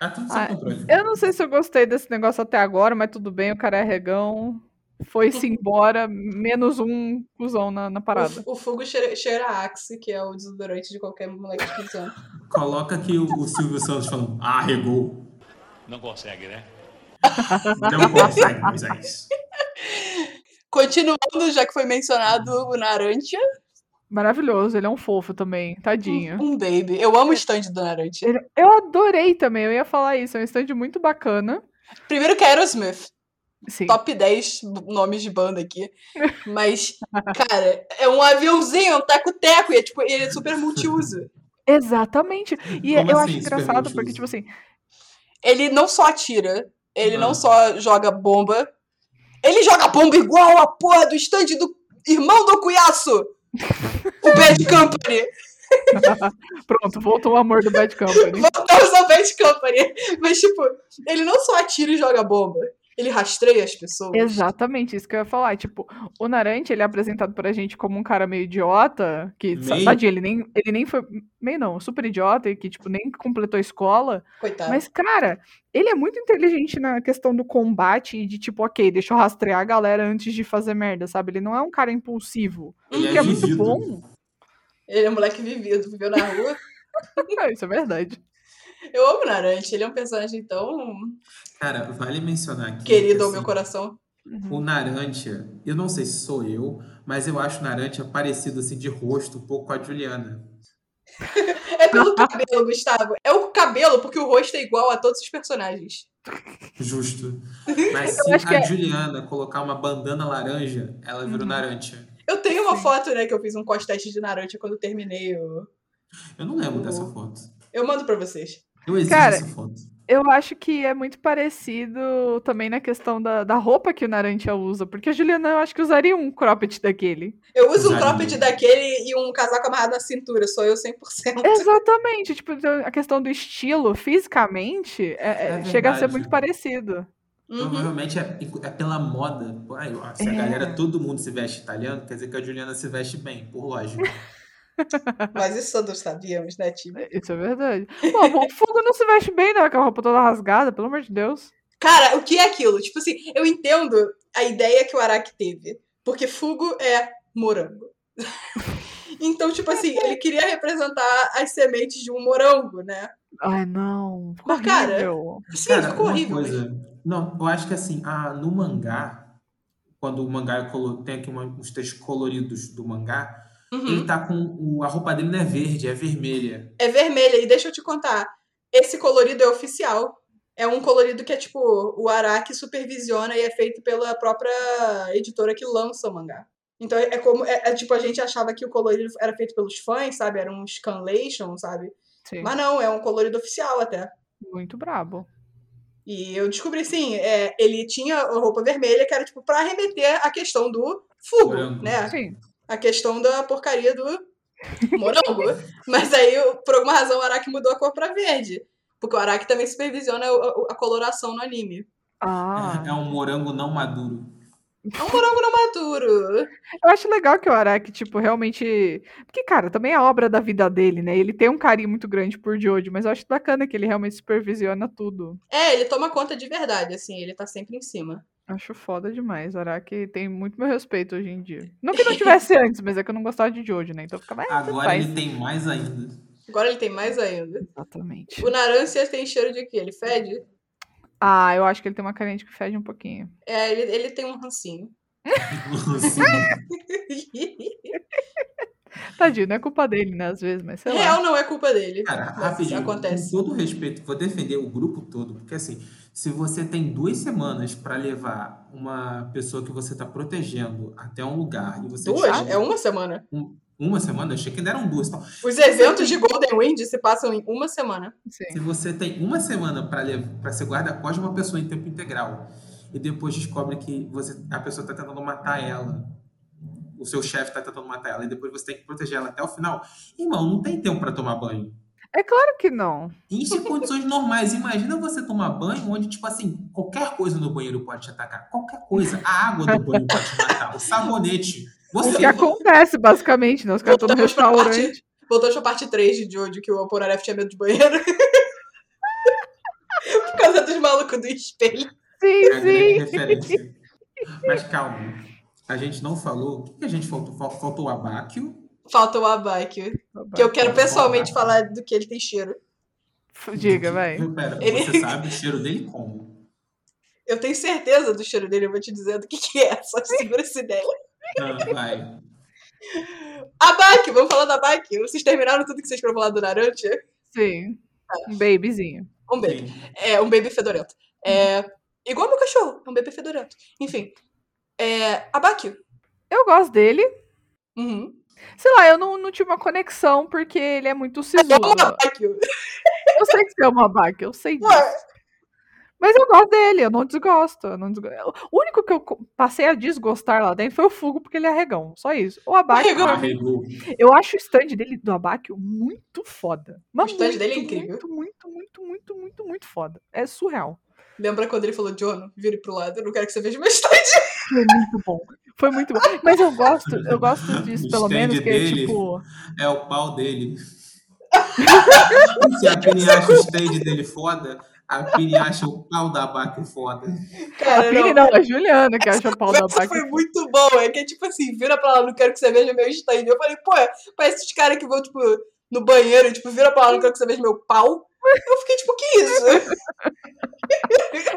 [SPEAKER 3] Tá tudo sob
[SPEAKER 1] Ah,
[SPEAKER 3] controle.
[SPEAKER 1] Eu não sei se eu gostei desse negócio até agora, mas tudo bem, o cara é arregão. Foi-se embora, menos um cuzão na, na parada.
[SPEAKER 2] O, o Fugo cheira, cheira a Axe, que é o desodorante de qualquer moleque que funciona.
[SPEAKER 3] Coloca aqui o, o Silvio Santos falando, ah, regou.
[SPEAKER 4] Não consegue, né?
[SPEAKER 3] Não consegue, é Moisés.
[SPEAKER 2] Continuando, já que foi mencionado o Narantia,
[SPEAKER 1] Maravilhoso, ele é um fofo também, tadinho.
[SPEAKER 2] um baby. Eu amo o stand do Narantia.
[SPEAKER 1] Ele- Eu adorei também, eu ia falar isso, é um stand muito bacana.
[SPEAKER 2] Primeiro que é Aerosmith.
[SPEAKER 1] Sim.
[SPEAKER 2] top 10 nomes de banda aqui. Mas, cara, é um aviãozinho, é um teco-teco, e é, tipo, ele é super multiuso.
[SPEAKER 1] Exatamente. E é,
[SPEAKER 3] Como
[SPEAKER 1] eu
[SPEAKER 3] assim,
[SPEAKER 1] acho
[SPEAKER 3] super
[SPEAKER 1] engraçado, porque,
[SPEAKER 3] multiuso?
[SPEAKER 1] tipo assim,
[SPEAKER 2] Ele não só atira, ele
[SPEAKER 3] Ah.
[SPEAKER 2] não só joga bomba, ele joga bomba igual a porra do stand do irmão do Cuiaço! O Bad Company!
[SPEAKER 1] tipo assim, pronto, voltou o amor do Bad Company.
[SPEAKER 2] Voltamos ao Bad Company! Mas, tipo, ele não só atira e joga bomba, ele rastreia as pessoas.
[SPEAKER 1] Exatamente, isso que eu ia falar. Tipo, o Narante, ele é apresentado pra gente como um cara meio idiota, que, sa-
[SPEAKER 3] Meio?
[SPEAKER 1] tadinho, ele nem, ele nem foi, meio não, super idiota, e que, tipo, nem completou a escola.
[SPEAKER 3] É.
[SPEAKER 2] Coitado.
[SPEAKER 1] Mas, cara, ele é muito inteligente na questão do combate e de, tipo, ok, deixa eu rastrear a galera antes de fazer merda, sabe? Ele não é um cara impulsivo,
[SPEAKER 3] Ele
[SPEAKER 1] que é muito
[SPEAKER 3] vivido.
[SPEAKER 1] bom.
[SPEAKER 2] Ele é um moleque vivido, viveu na rua.
[SPEAKER 1] É, isso é verdade.
[SPEAKER 2] Eu amo o Narante, ele é um personagem tão
[SPEAKER 3] Cara, vale mencionar aqui.
[SPEAKER 2] querido ao
[SPEAKER 3] assim,
[SPEAKER 2] meu coração.
[SPEAKER 3] O Narantia, eu não sei se sou eu, mas eu acho o Narantia parecido assim de rosto um pouco com a Juliana.
[SPEAKER 2] É pelo cabelo, Gustavo. É o cabelo, porque o rosto é igual a todos os personagens.
[SPEAKER 3] Justo. Mas
[SPEAKER 1] Eu
[SPEAKER 3] se
[SPEAKER 1] acho que
[SPEAKER 3] a
[SPEAKER 1] é-
[SPEAKER 3] Juliana colocar uma bandana laranja, ela vira o
[SPEAKER 1] Uhum.
[SPEAKER 3] Narantia.
[SPEAKER 2] Eu tenho uma
[SPEAKER 1] Sim.
[SPEAKER 2] foto, né, que eu fiz um cos-teste de Naruto quando eu terminei o...
[SPEAKER 3] Eu não lembro
[SPEAKER 2] Uhum.
[SPEAKER 3] dessa foto.
[SPEAKER 2] Eu mando pra vocês.
[SPEAKER 3] Eu exijo
[SPEAKER 1] Cara,
[SPEAKER 3] essa foto.
[SPEAKER 1] Eu acho que é muito parecido também na questão da, da roupa que o Narantia usa, porque a Juliana eu acho que usaria um cropped daquele.
[SPEAKER 2] Eu uso um
[SPEAKER 3] Usaria.
[SPEAKER 2] cropped daquele e um casaco amarrado na cintura, sou eu 100%.
[SPEAKER 1] Exatamente, tipo, então, a questão do estilo fisicamente é- é-
[SPEAKER 3] É
[SPEAKER 1] chega a ser
[SPEAKER 3] verdade.
[SPEAKER 1] muito parecido.
[SPEAKER 2] Uhum.
[SPEAKER 3] Provavelmente é, é pela moda. Pô, aí, ó, se a
[SPEAKER 1] É.
[SPEAKER 3] galera, todo mundo se veste italiano, quer dizer que a Juliana se veste bem, por lógica.
[SPEAKER 2] Mas isso todos sabíamos, né, time?
[SPEAKER 1] Isso é verdade. Pô, bom, o Fugo não se veste bem, né? Com a roupa toda rasgada, pelo amor de Deus.
[SPEAKER 2] Cara, o que é aquilo? Tipo assim, eu entendo a ideia que o Araki teve. Porque Fugo é morango. então, tipo assim, ele queria representar as sementes de um morango, né?
[SPEAKER 1] Ai, não. Ficou
[SPEAKER 2] Mas, cara,
[SPEAKER 1] horrível.
[SPEAKER 2] Sim,
[SPEAKER 3] Cara,
[SPEAKER 2] ficou
[SPEAKER 3] uma
[SPEAKER 2] horrível. mas-
[SPEAKER 3] coisa- Não, eu acho que assim, ah, no mangá, quando o mangá é colo- tem aqui uma- uns textos coloridos do mangá,
[SPEAKER 2] Uhum.
[SPEAKER 3] ele tá com. o- a roupa dele não é verde, é vermelha.
[SPEAKER 2] É vermelha. E deixa eu te contar, esse colorido é oficial. É um colorido que é tipo o Araki supervisiona e é feito pela própria editora que lança o mangá. Então é como. É, é tipo, a gente achava que o colorido era feito pelos fãs, sabe? Era um scanlation, sabe?
[SPEAKER 1] Sim.
[SPEAKER 2] Mas não, é um colorido oficial até.
[SPEAKER 1] Muito brabo.
[SPEAKER 2] E eu descobri, sim, é, ele tinha roupa vermelha, que era, tipo, pra remeter à questão do fugo,
[SPEAKER 3] Morango.
[SPEAKER 2] né?
[SPEAKER 1] Sim.
[SPEAKER 2] A questão da porcaria do morango. Mas aí, por alguma razão, o Araki mudou a cor pra verde. Porque o Araki também supervisiona o- o- a coloração no anime.
[SPEAKER 1] Ah.
[SPEAKER 3] É um morango não maduro.
[SPEAKER 2] É um morango não maduro.
[SPEAKER 1] Eu acho legal que o Araki, tipo, realmente. Porque, cara, também é obra da vida dele, né? Ele tem um carinho muito grande por Jojo, mas eu acho bacana que ele realmente supervisiona tudo.
[SPEAKER 2] É, ele toma conta de verdade, assim, ele tá sempre em cima.
[SPEAKER 1] Acho foda demais. Araki tem muito meu respeito hoje em dia. Não que não tivesse antes, mas é que eu não gostava de Jojo, né? Então ficava. Ah, tanto
[SPEAKER 3] Agora
[SPEAKER 1] faz.
[SPEAKER 3] ele tem mais ainda.
[SPEAKER 2] Agora ele tem mais ainda.
[SPEAKER 1] Exatamente.
[SPEAKER 2] O Narancia tem cheiro de quê? Ele fede?
[SPEAKER 1] Ah, eu acho que ele tem uma carente que fede um pouquinho.
[SPEAKER 2] É, ele, ele tem um rancinho.
[SPEAKER 3] Assim,
[SPEAKER 2] Ah,
[SPEAKER 1] Tadinho, não é culpa dele, né? Às vezes, mas sei lá.
[SPEAKER 2] Real não é culpa dele.
[SPEAKER 3] Cara,
[SPEAKER 2] Mas
[SPEAKER 3] rapidinho,
[SPEAKER 2] acontece.
[SPEAKER 3] com todo respeito, vou defender o grupo todo, porque assim, se você tem duas semanas pra levar uma pessoa que você tá protegendo até um lugar e você
[SPEAKER 2] Duas?
[SPEAKER 3] chega-
[SPEAKER 2] É uma semana.
[SPEAKER 3] uma semana, eu achei que ainda eram duas. Então,
[SPEAKER 2] Os eventos de Golden Wind se passam em uma semana.
[SPEAKER 1] Sim.
[SPEAKER 3] se você tem uma semana pra levar para ser guarda-costas de uma pessoa em tempo integral e depois descobre que você a pessoa tá tentando matar ela, o seu chefe tá tentando matar ela e depois você tem que proteger ela até o final, irmão, não tem tempo pra tomar banho.
[SPEAKER 1] É claro que não.
[SPEAKER 3] Isso em condições normais. Imagina você tomar banho onde, tipo assim, qualquer coisa no banheiro pode te atacar. Qualquer coisa. A água do banho pode te matar. O sabonete.
[SPEAKER 1] O
[SPEAKER 3] Você
[SPEAKER 1] que acontece, basicamente, né? Os caras estão no
[SPEAKER 2] Voltamos pra parte-
[SPEAKER 1] restaurante.
[SPEAKER 2] Voltando pra parte 3 de Jojo, que o Oponaref tinha medo de banheiro. Por causa dos malucos do espelho.
[SPEAKER 1] Sim,
[SPEAKER 3] É a grande
[SPEAKER 1] sim.
[SPEAKER 3] referência. Mas calma. A gente não falou. O que que a gente faltou? Fal- Faltou o abáquio.
[SPEAKER 2] Falta o Abakio. Que eu quero pessoalmente falar do que ele tem cheiro.
[SPEAKER 1] Diga, vai.
[SPEAKER 3] Pera,
[SPEAKER 2] Ele-
[SPEAKER 3] você sabe o cheiro dele como?
[SPEAKER 2] Eu tenho certeza do cheiro dele, eu vou te dizer do que, que é. Só segura essa ideia.
[SPEAKER 3] Ah, vai.
[SPEAKER 2] Abak, vamos falar da Abak. Vocês terminaram tudo que vocês queriam falar do Narantia?
[SPEAKER 1] Sim.
[SPEAKER 2] É.
[SPEAKER 1] Um babyzinho.
[SPEAKER 2] Um baby.
[SPEAKER 3] Sim.
[SPEAKER 2] É, um baby fedorento. É, igual meu cachorro, é um baby fedorento. Enfim. É, Abak.
[SPEAKER 1] Eu gosto dele.
[SPEAKER 2] Uhum.
[SPEAKER 1] Sei lá, eu não, não tinha uma conexão porque ele é muito
[SPEAKER 2] Eu
[SPEAKER 1] sisudo.
[SPEAKER 2] amo Abak.
[SPEAKER 1] Eu sei que você é uma vaca, eu sei disso.
[SPEAKER 2] Ué.
[SPEAKER 1] Mas eu gosto dele, eu não desgosto. eu não desgo- é, O único que eu co- passei a desgostar lá dentro foi o Fugo, porque ele é regão. Só isso. O Abaque,
[SPEAKER 3] Ah,
[SPEAKER 2] Arregou.
[SPEAKER 3] Arregou.
[SPEAKER 1] eu acho o stand dele do Abaque muito foda. Mas
[SPEAKER 2] O stand
[SPEAKER 1] muito,
[SPEAKER 2] dele é incrível.
[SPEAKER 1] Muito, muito, muito, muito, muito, muito foda. É surreal.
[SPEAKER 2] Lembra quando ele falou, John, vire pro lado, eu não quero que você veja meu stand.
[SPEAKER 1] Foi muito bom. Foi muito bom. Mas eu gosto, eu gosto disso,
[SPEAKER 3] O
[SPEAKER 1] pelo
[SPEAKER 3] stand
[SPEAKER 1] menos, que é
[SPEAKER 3] dele.
[SPEAKER 1] tipo.
[SPEAKER 3] É o pau dele. Se a Pini acha o stand dele foda, a Pini acha o pau da abáquio foda.
[SPEAKER 1] A
[SPEAKER 2] Cara,
[SPEAKER 1] Pini
[SPEAKER 2] não.
[SPEAKER 1] não, a Juliana que acha o pau do
[SPEAKER 2] Essa
[SPEAKER 1] Abaque.
[SPEAKER 2] foi muito bom, é que é tipo assim, vira pra lá, não quero que você veja meu stand. Eu falei, pô, parece os caras que vão, tipo, no banheiro, tipo, vira pra lá, não quero que você veja meu pau. Eu fiquei tipo, que isso?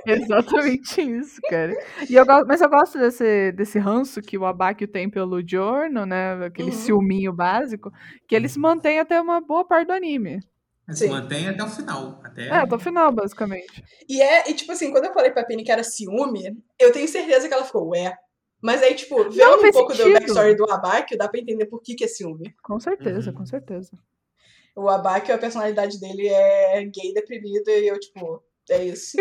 [SPEAKER 1] é Exatamente isso, cara. E eu gosto, mas eu gosto desse, desse ranço que o Abacchio tem pelo Giorno, né? Aquele
[SPEAKER 2] Uhum.
[SPEAKER 1] ciúminho básico, que ele se
[SPEAKER 3] Uhum.
[SPEAKER 1] mantém até uma boa parte do anime.
[SPEAKER 3] Mas
[SPEAKER 2] Sim.
[SPEAKER 3] mantém até o final. Até...
[SPEAKER 1] É, até o final, basicamente.
[SPEAKER 2] E é, e tipo assim, quando eu falei pra Penny que era ciúme, eu tenho certeza que ela ficou, ué. Mas aí, tipo, vendo um
[SPEAKER 1] fez
[SPEAKER 2] pouco do
[SPEAKER 1] sentido.
[SPEAKER 2] backstory do Abakio, dá pra entender por que, que é ciúme.
[SPEAKER 1] Com certeza,
[SPEAKER 3] Uhum.
[SPEAKER 1] com certeza.
[SPEAKER 2] O Abakio, a personalidade dele é gay, deprimido, e eu, tipo, é isso.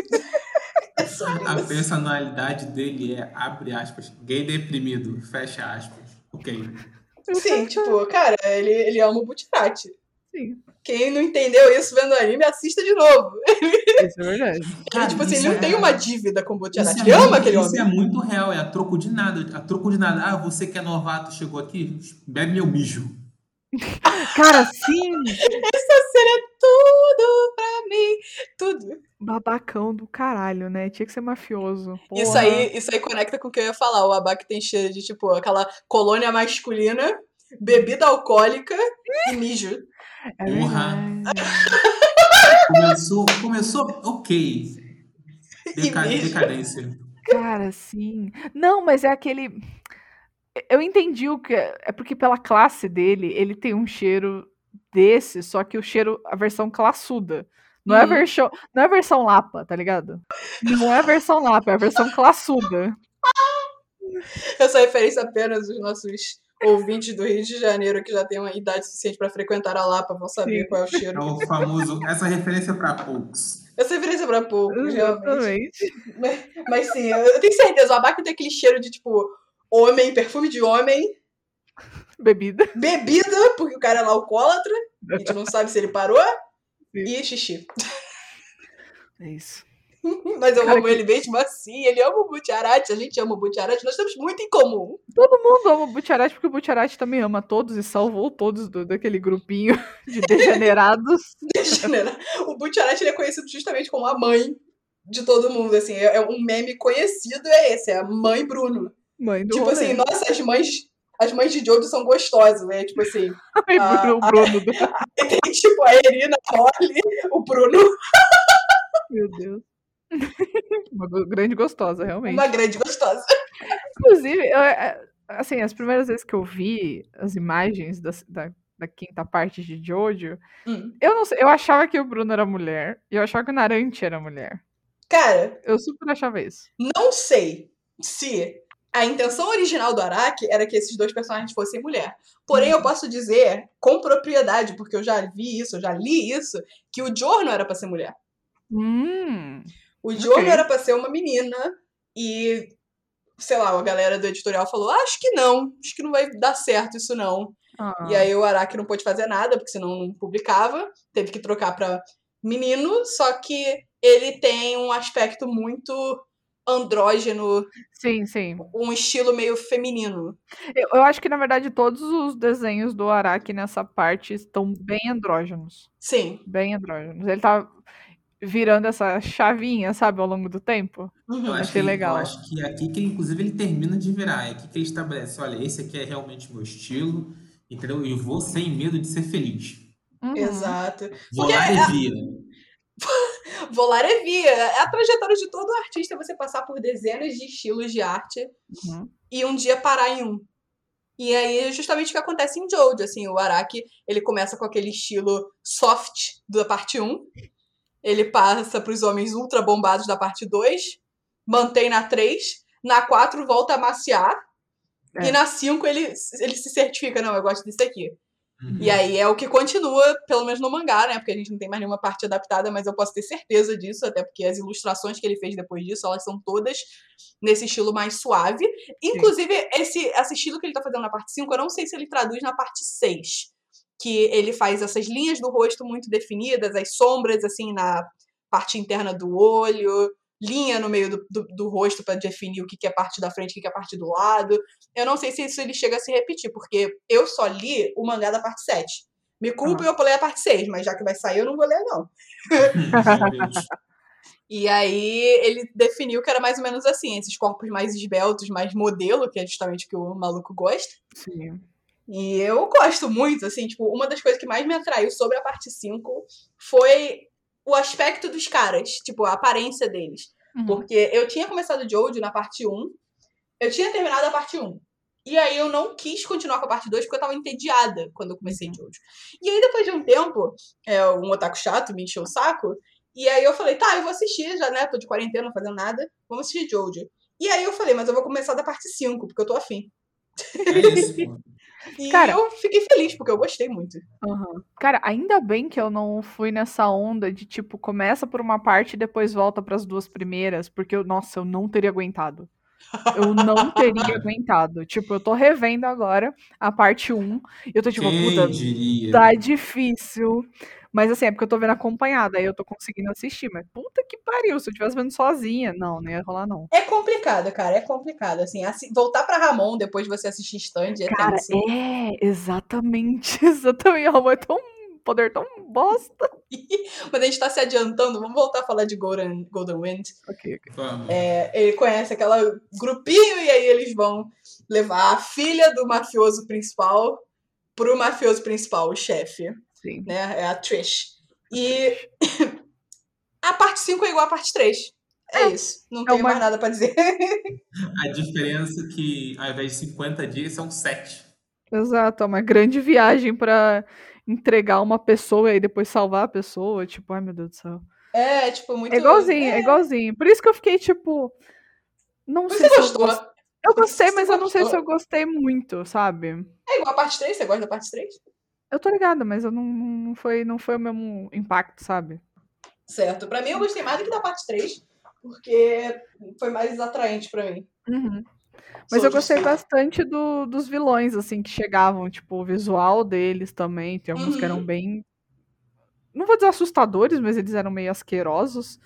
[SPEAKER 2] é sobre
[SPEAKER 3] A
[SPEAKER 2] isso.
[SPEAKER 3] personalidade dele é, abre aspas, gay deprimido, fecha aspas. Ok.
[SPEAKER 2] Sim,
[SPEAKER 1] é
[SPEAKER 2] tipo, cara, ele, ele ama o Butirati.
[SPEAKER 1] Sim,
[SPEAKER 2] Quem não entendeu isso vendo o anime, assista de novo.
[SPEAKER 1] isso é verdade.
[SPEAKER 2] Ele, tipo assim,
[SPEAKER 3] isso
[SPEAKER 2] ele não
[SPEAKER 3] é-
[SPEAKER 2] tem uma dívida com o Butirati.
[SPEAKER 3] isso
[SPEAKER 2] Ele
[SPEAKER 3] é
[SPEAKER 2] ama
[SPEAKER 3] muito-
[SPEAKER 2] aquele
[SPEAKER 3] isso
[SPEAKER 2] homem.
[SPEAKER 3] é muito real, é a troco de nada. A troco de nada. Ah, você que é novato, chegou aqui, bebe meu mijo.
[SPEAKER 1] Cara, assim, sim,
[SPEAKER 2] Essa cena é tudo pra mim. Tudo.
[SPEAKER 1] babacão do caralho, né? Tinha que ser mafioso. porra.
[SPEAKER 2] Isso aí, isso aí conecta com o que eu ia falar. O abac tem cheiro de, tipo, aquela colônia masculina, bebida alcoólica e mijo.
[SPEAKER 1] É
[SPEAKER 3] Porra.
[SPEAKER 1] verdade.
[SPEAKER 3] Começou, começou, ok. Deca-
[SPEAKER 2] E mijo.
[SPEAKER 3] decadência.
[SPEAKER 1] Cara, sim. Não, mas é aquele. Eu entendi o que. É porque pela classe dele, ele tem um cheiro desse, só que o cheiro, a versão classuda. Não é a
[SPEAKER 2] Uhum.
[SPEAKER 1] versão, não é a versão lapa, tá ligado? Não é a versão lapa, é a versão classuda.
[SPEAKER 2] Essa referência apenas os nossos ouvintes do Rio de Janeiro que já têm uma idade suficiente para frequentar a Lapa vão saber
[SPEAKER 1] Sim.
[SPEAKER 2] qual é o cheiro.
[SPEAKER 3] É o famoso. Essa referência é para poucos.
[SPEAKER 2] Essa referência é pra poucos, realmente.
[SPEAKER 1] Exatamente.
[SPEAKER 2] Mas sim, eu eu tenho certeza, o abaco tem aquele cheiro de tipo homem, perfume de homem,
[SPEAKER 1] Bebida.
[SPEAKER 2] bebida, porque o cara é lá alcoólatra, a gente não sabe se ele parou,
[SPEAKER 1] Sim.
[SPEAKER 2] e xixi.
[SPEAKER 1] É isso.
[SPEAKER 2] Mas eu
[SPEAKER 1] Cara,
[SPEAKER 2] amo
[SPEAKER 1] que-
[SPEAKER 2] ele mesmo assim, ele ama o Butiarati, a gente ama o Butiarati, nós temos muito em comum.
[SPEAKER 1] Todo mundo ama o Butcharat, porque o Butcharat também ama todos e salvou todos do, daquele grupinho de degenerados.
[SPEAKER 2] Degenera- o Butiarati ele é conhecido justamente como a mãe de todo mundo, assim, é é um meme conhecido é esse, é a mãe Bruno.
[SPEAKER 1] Mãe do
[SPEAKER 2] tipo
[SPEAKER 1] rolê.
[SPEAKER 2] assim, nossa, as mães, as mães de Jojo são gostosas, né? Tipo assim,
[SPEAKER 1] Ai,
[SPEAKER 2] ah,
[SPEAKER 1] Bruno, o Bruno do...
[SPEAKER 2] tem tipo a Irina, a Holly, o Bruno
[SPEAKER 1] Meu Deus. Uma go- grande gostosa, realmente.
[SPEAKER 2] Uma grande gostosa.
[SPEAKER 1] Inclusive, eu, é, assim, as primeiras vezes que eu vi as imagens das- da, da quinta parte de Jojo,
[SPEAKER 2] Hum.
[SPEAKER 1] eu não sei, eu achava que o Bruno era mulher e eu achava que o Narante era mulher.
[SPEAKER 2] Cara,
[SPEAKER 1] Eu super achava isso.
[SPEAKER 2] não sei se a intenção original do Araki era que esses dois personagens fossem mulher. Porém,
[SPEAKER 1] Uhum.
[SPEAKER 2] eu posso dizer com propriedade, porque eu já vi isso, eu já li isso, que o Jor não era pra ser mulher.
[SPEAKER 1] Hum,
[SPEAKER 2] O Jor
[SPEAKER 1] Ok.
[SPEAKER 2] não era pra ser uma menina e. Sei lá, a galera do editorial falou: "Ah, acho que não, acho que não vai dar certo isso não.
[SPEAKER 1] ah,
[SPEAKER 2] E aí o Araki não pôde fazer nada, porque senão não publicava. Teve que trocar pra menino, só que ele tem um aspecto muito andrógeno,
[SPEAKER 1] sim, sim.
[SPEAKER 2] um estilo meio feminino.
[SPEAKER 1] Eu, eu acho que, na verdade, todos os desenhos do Araki nessa parte estão bem andrógenos.
[SPEAKER 2] Sim.
[SPEAKER 1] Bem andrógenos. Ele tá virando essa chavinha, sabe, ao longo do tempo.
[SPEAKER 3] Eu Uhum, acho,
[SPEAKER 1] Achei
[SPEAKER 3] que,
[SPEAKER 1] legal.
[SPEAKER 3] eu acho que aqui que inclusive ele termina de virar, é aqui que ele estabelece, olha, esse aqui é realmente o meu estilo, entendeu? E vou sem medo de ser feliz.
[SPEAKER 1] Uhum.
[SPEAKER 2] Exato.
[SPEAKER 3] Vou
[SPEAKER 2] Porque
[SPEAKER 3] lá
[SPEAKER 2] é-
[SPEAKER 3] e vira.
[SPEAKER 2] Volar é via. É a trajetória de todo artista você passar por dezenas de estilos de arte
[SPEAKER 1] Uhum.
[SPEAKER 2] e um dia parar em um. E aí é justamente o que acontece em Jojo, assim, o Araki, ele começa com aquele estilo soft da parte 1, ele passa pros homens ultra bombados da parte 2, mantém na 3, na 4 volta a maciar,
[SPEAKER 1] É.
[SPEAKER 2] e na 5 ele, ele se certifica, não, eu gosto desse aqui.
[SPEAKER 3] Uhum.
[SPEAKER 2] E aí é o que continua, pelo menos no mangá, né? Porque a gente não tem mais nenhuma parte adaptada, mas eu posso ter certeza disso, até porque as ilustrações que ele fez depois disso, elas são todas nesse estilo mais suave. Inclusive, esse, esse estilo que ele tá fazendo na parte 5, eu não sei se ele traduz na parte 6. Que ele faz essas linhas do rosto muito definidas, as sombras, assim, na parte interna do olho, linha no meio do, do, do rosto para definir o que, que é parte da frente, o que, que é parte do lado. Eu não sei se isso ele chega a se repetir, porque eu só li o mangá da parte 7. Me culpa eu ler a parte 6, mas já que vai sair, eu não vou ler, não.
[SPEAKER 3] Meu Deus.
[SPEAKER 2] E aí ele definiu que era mais ou menos assim, esses corpos mais esbeltos, mais modelo, que é justamente o que o maluco gosta.
[SPEAKER 1] Sim.
[SPEAKER 2] E eu gosto muito, assim, tipo, uma das coisas que mais me atraiu sobre a parte 5 foi o aspecto dos caras, tipo, a aparência deles.
[SPEAKER 1] Uhum.
[SPEAKER 2] Porque eu tinha começado Jojo na parte 1. Eu tinha terminado a parte 1. E aí eu não quis continuar com a parte 2 porque eu tava entediada quando eu comecei Jojo. E aí depois de um tempo, é, um otaku chato me encheu o saco. E aí eu falei, tá, eu vou assistir já, né? Tô de quarentena, não fazendo nada. Vamos assistir Jojo. E aí eu falei, mas eu vou começar da parte 5, porque eu tô afim.
[SPEAKER 3] É isso, pô.
[SPEAKER 2] E
[SPEAKER 1] Cara-
[SPEAKER 2] eu fiquei feliz, porque eu gostei muito.
[SPEAKER 1] Aham. Cara, ainda bem que eu não fui nessa onda de tipo, começa por uma parte e depois volta pras duas primeiras, porque eu, nossa, eu não teria aguentado. Eu não teria aguentado. Tipo, eu tô revendo agora a parte 1. E eu tô tipo,
[SPEAKER 3] Quem
[SPEAKER 1] puta,
[SPEAKER 3] diria?
[SPEAKER 1] tá difícil. Mas assim, é porque eu tô vendo acompanhada, aí eu tô conseguindo assistir. Mas puta que pariu, se eu tivesse vendo sozinha, não, não ia rolar, não.
[SPEAKER 2] É complicado, cara, é complicado. Assim, assi- voltar pra Ramon depois de você assistir Stand é
[SPEAKER 1] Cara,
[SPEAKER 2] tenso.
[SPEAKER 1] é, exatamente, exatamente. O amor é tão poder tão bosta. é
[SPEAKER 2] Mas a gente tá se adiantando, vamos voltar a falar de Golden, Golden Wind.
[SPEAKER 1] Ok, ok.
[SPEAKER 3] Vamos.
[SPEAKER 2] É, ele conhece aquele grupinho e aí eles vão levar a filha do mafioso principal pro mafioso principal, o chefe,
[SPEAKER 1] sim.
[SPEAKER 2] né? É a Trish. E a parte 5 é igual à parte 3. É isso. Não tenho
[SPEAKER 1] uma-
[SPEAKER 2] mais nada pra dizer.
[SPEAKER 3] A diferença é que ao invés de 50 dias são 7.
[SPEAKER 1] Exato, é uma grande viagem pra entregar uma pessoa e aí depois salvar a pessoa. Tipo, ai meu Deus do céu.
[SPEAKER 2] É, tipo, muito.
[SPEAKER 1] É igualzinho, é igualzinho. Por isso que eu fiquei tipo. Não
[SPEAKER 2] Mas
[SPEAKER 1] sei se
[SPEAKER 2] você
[SPEAKER 1] eu
[SPEAKER 2] gostou?
[SPEAKER 1] gosto- Eu gostei, mas eu não sei se eu gostei muito, sabe?
[SPEAKER 2] É igual a parte 3, você gosta da parte 3?
[SPEAKER 1] Eu tô ligada, mas eu não, não, foi, não foi o mesmo impacto, sabe?
[SPEAKER 2] Certo. Pra mim, eu gostei mais do que da parte 3, porque foi mais atraente pra mim.
[SPEAKER 1] Uhum. Mas
[SPEAKER 2] Sou
[SPEAKER 1] eu gostei
[SPEAKER 2] justiça.
[SPEAKER 1] bastante do- dos vilões, assim, que chegavam, tipo, o visual deles também, tem alguns que eram
[SPEAKER 2] Uhum.
[SPEAKER 1] bem... Não vou dizer assustadores, mas eles eram meio asquerosos.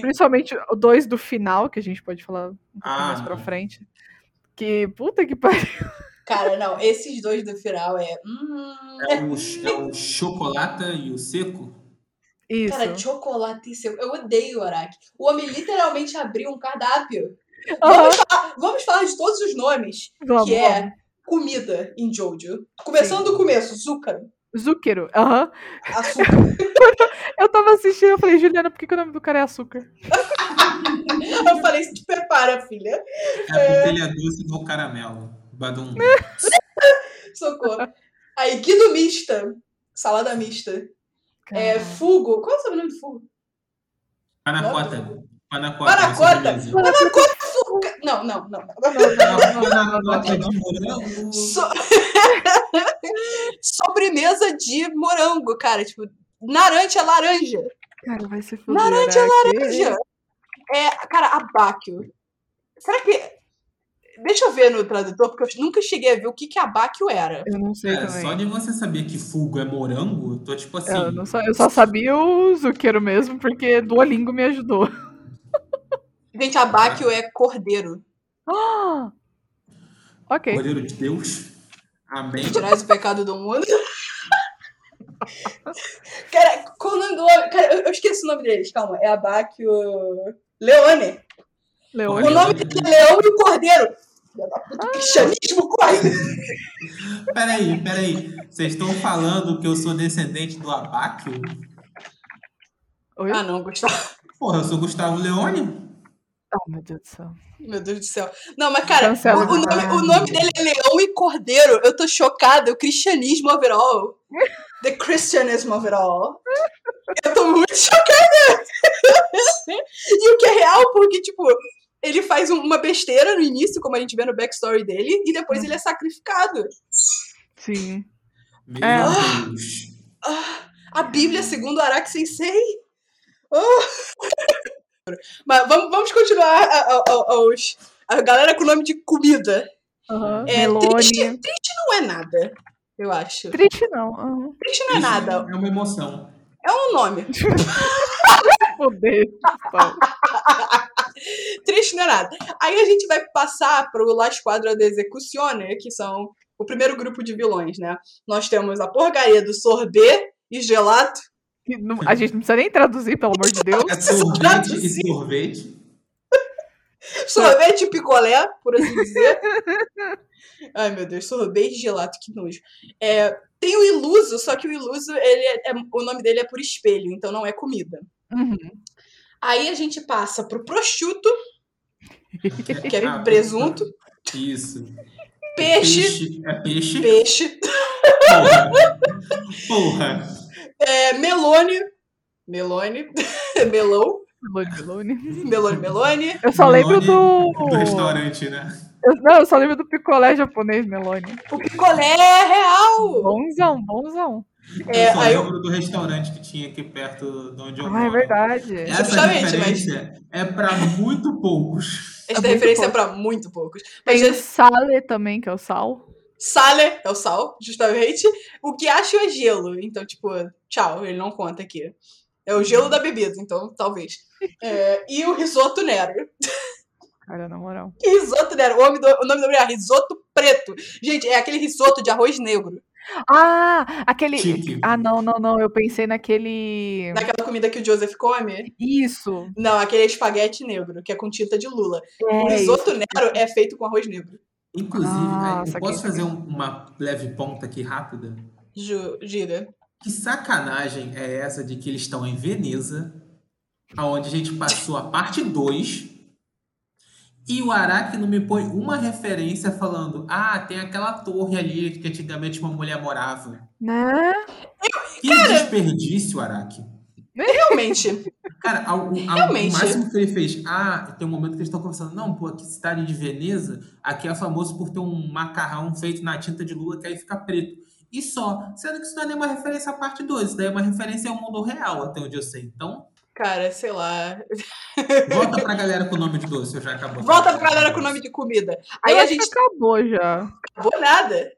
[SPEAKER 1] Principalmente o dois do final, que a gente pode falar um pouco
[SPEAKER 3] Ah,
[SPEAKER 1] mais pra
[SPEAKER 3] não.
[SPEAKER 1] frente. Que puta que pariu.
[SPEAKER 2] Cara, não, esses dois do final é. hum,
[SPEAKER 3] É o, é o chocolate e o seco?
[SPEAKER 1] Isso.
[SPEAKER 2] cara, chocolate e seu. Eu odeio o Araki. O homem literalmente abriu um cardápio.
[SPEAKER 1] Aham,
[SPEAKER 2] Ah, vamos falar de todos os nomes,
[SPEAKER 1] vamos,
[SPEAKER 2] que é
[SPEAKER 1] vamos.
[SPEAKER 2] comida em Jojo. Começando do começo, Zucca.
[SPEAKER 1] Zúquero. Aham.
[SPEAKER 2] Açúcar.
[SPEAKER 1] Eu tava assistindo, eu falei, Juliana, por que, que o nome do cara é açúcar?
[SPEAKER 2] Eu falei, se prepara, filha.
[SPEAKER 3] É porque ele é doce no caramelo. Badum.
[SPEAKER 2] Socorro. Aí, Guido Mista. Salada mista. É,
[SPEAKER 1] Caralho.
[SPEAKER 2] Fugo. Qual é o sobrenome do Fugo?
[SPEAKER 3] Panacota. Panacota.
[SPEAKER 2] Panacota.
[SPEAKER 3] esse é o Brasil.
[SPEAKER 2] Panacota Fugo. ca- Não, não, não. não.
[SPEAKER 3] Panacota de morango.
[SPEAKER 2] So- Sobremesa de morango, cara. Tipo, naranja é laranja.
[SPEAKER 1] Cara, vai se fuder. né?
[SPEAKER 2] Laranja,
[SPEAKER 1] aqui.
[SPEAKER 2] Laranja. É, cara, abáquio. Será que... Deixa eu ver no tradutor, porque eu nunca cheguei a ver o que que abáquio era.
[SPEAKER 1] Eu não sei
[SPEAKER 3] É,
[SPEAKER 1] também.
[SPEAKER 3] só de você saber que fugo é morango, eu tô tipo assim.
[SPEAKER 1] É, Eu, não só, eu só sabia o Zuqueiro mesmo, porque Duolingo me ajudou.
[SPEAKER 2] Gente, abáquio é cordeiro.
[SPEAKER 1] Ah! ok.
[SPEAKER 3] Cordeiro de Deus. Amém.
[SPEAKER 2] que Traz o pecado do mundo. cara, qual o nome do homem? Cara, eu, eu esqueci o nome deles, calma. É abáquio... Leone.
[SPEAKER 1] Leone.
[SPEAKER 2] O nome dele é Leão e o Cordeiro. Filha da puta, Cristianismo, corre!
[SPEAKER 3] Peraí, peraí. Vocês estão falando que eu sou descendente do Abáquio?
[SPEAKER 1] Oi?
[SPEAKER 2] Ah, não, Gustavo.
[SPEAKER 3] Porra, eu sou Gustavo Leone?
[SPEAKER 1] Ah, meu Deus do céu.
[SPEAKER 2] Meu Deus do céu. Não, mas cara,
[SPEAKER 1] Cancela.
[SPEAKER 2] o, o nome, o nome dele é Leão e Cordeiro. Eu tô chocada. é O cristianismo overall. The Christianism overall. Eu tô muito chocada. E o que é real, porque, tipo, ele faz um- uma besteira no início, como a gente vê no backstory dele, e depois ele é sacrificado.
[SPEAKER 1] Sim.
[SPEAKER 3] Meu
[SPEAKER 1] É.
[SPEAKER 3] Deus.
[SPEAKER 2] Ah, a Bíblia, segundo Araki Sensei. Oh. Mas vamos, vamos continuar a, a, a- aos- a galera com o nome de comida.
[SPEAKER 1] Aham.
[SPEAKER 2] É,
[SPEAKER 1] Melone.
[SPEAKER 2] triste, triste não é nada, eu acho.
[SPEAKER 1] Triste não. Uhum.
[SPEAKER 2] Triste não é
[SPEAKER 3] Isso
[SPEAKER 2] nada,
[SPEAKER 3] É uma emoção.
[SPEAKER 2] é um nome.
[SPEAKER 1] Fudeu. Paulo.
[SPEAKER 2] Triste não é nada. Aí a gente vai passar pro La Esquadra de Execucione, que são o primeiro grupo de vilões, né? Nós temos a porcaria do sorbet e gelato.
[SPEAKER 1] Que não- A gente não precisa nem traduzir, pelo amor de Deus.
[SPEAKER 3] É
[SPEAKER 2] Isso
[SPEAKER 3] sorvete
[SPEAKER 2] traduzir.
[SPEAKER 3] e sorvete.
[SPEAKER 2] Sorvete e picolé, por assim dizer. Ai, meu Deus, sorvete e gelato, que nojo. É, tem o iluso, só que o iluso, ele é- é- o nome dele é por espelho, então não é comida.
[SPEAKER 1] Uhum.
[SPEAKER 2] Aí a gente passa pro prosciutto, que
[SPEAKER 3] Ah,
[SPEAKER 2] é presunto,
[SPEAKER 3] Isso.
[SPEAKER 2] peixe,
[SPEAKER 3] É peixe.
[SPEAKER 2] peixe,
[SPEAKER 3] Porra. Porra.
[SPEAKER 2] é, melone, melone, melão,
[SPEAKER 1] Melone, Melone.
[SPEAKER 2] melone, melone,
[SPEAKER 1] Eu só lembro
[SPEAKER 3] Melone
[SPEAKER 1] do.
[SPEAKER 3] Do restaurante, né?
[SPEAKER 1] Eu- não, eu só lembro do picolé japonês, Melone.
[SPEAKER 2] o picolé é real.
[SPEAKER 1] Bonzão, bonzão.
[SPEAKER 2] É,
[SPEAKER 3] eu só
[SPEAKER 2] aí eu-
[SPEAKER 3] lembro do restaurante que tinha aqui perto de onde eu moro.
[SPEAKER 1] Ah, é verdade.
[SPEAKER 3] Essa
[SPEAKER 2] Justamente, mas-
[SPEAKER 3] referência é pra muito poucos.
[SPEAKER 2] Esta
[SPEAKER 1] É muito
[SPEAKER 2] referência
[SPEAKER 1] pouco.
[SPEAKER 2] é pra muito poucos. Mas
[SPEAKER 1] Tem o
[SPEAKER 2] é,
[SPEAKER 1] Sale também, que é o sal.
[SPEAKER 2] sale é o sal, justamente. O que acho é gelo. Então, tipo, tchau, ele não conta aqui. É o gelo da bebida, então talvez. É, e o risoto Nero.
[SPEAKER 1] Cara, na moral.
[SPEAKER 2] Que risoto Nero? O nome do, o nome do é risoto preto. Gente, é aquele risoto de arroz negro.
[SPEAKER 1] Ah, aquele.
[SPEAKER 3] Chique.
[SPEAKER 1] Ah, não, não, não. Eu pensei naquele.
[SPEAKER 2] Daquela comida que o Joseph come.
[SPEAKER 1] Isso.
[SPEAKER 2] Não, aquele é espaguete negro, que é com tinta de lula. o
[SPEAKER 1] É,
[SPEAKER 2] um risoto nero é feito com arroz negro.
[SPEAKER 3] Inclusive, é,
[SPEAKER 1] Ah,
[SPEAKER 3] eu
[SPEAKER 1] saquei,
[SPEAKER 3] posso fazer um- uma leve ponta aqui rápida?
[SPEAKER 2] Ju, gira.
[SPEAKER 3] Que sacanagem é essa de que eles estão em Veneza, aonde a gente passou a parte 2, e o Araki não me põe uma referência falando: ah, tem aquela torre ali que antigamente uma mulher morava.
[SPEAKER 1] Né?
[SPEAKER 3] Que desperdício, Araki.
[SPEAKER 2] Realmente,
[SPEAKER 3] Cara, ao, ao-
[SPEAKER 2] Realmente.
[SPEAKER 3] o máximo que ele fez. Ah, tem um momento que eles estão conversando. Não, pô, aqui cidade de Veneza, aqui é famoso por ter um macarrão feito na tinta de lula que aí fica preto. E só. Sendo que isso não é nenhuma referência à parte 2. Isso daí é uma referência ao mundo real, até onde eu sei. Então,
[SPEAKER 2] Cara, sei lá.
[SPEAKER 3] volta pra galera com o nome de doce, eu já acabou.
[SPEAKER 2] Volta pra galera com o nome de comida. Aí
[SPEAKER 1] Eu
[SPEAKER 2] a
[SPEAKER 1] acho que
[SPEAKER 2] gente
[SPEAKER 1] acabou já.
[SPEAKER 2] acabou nada.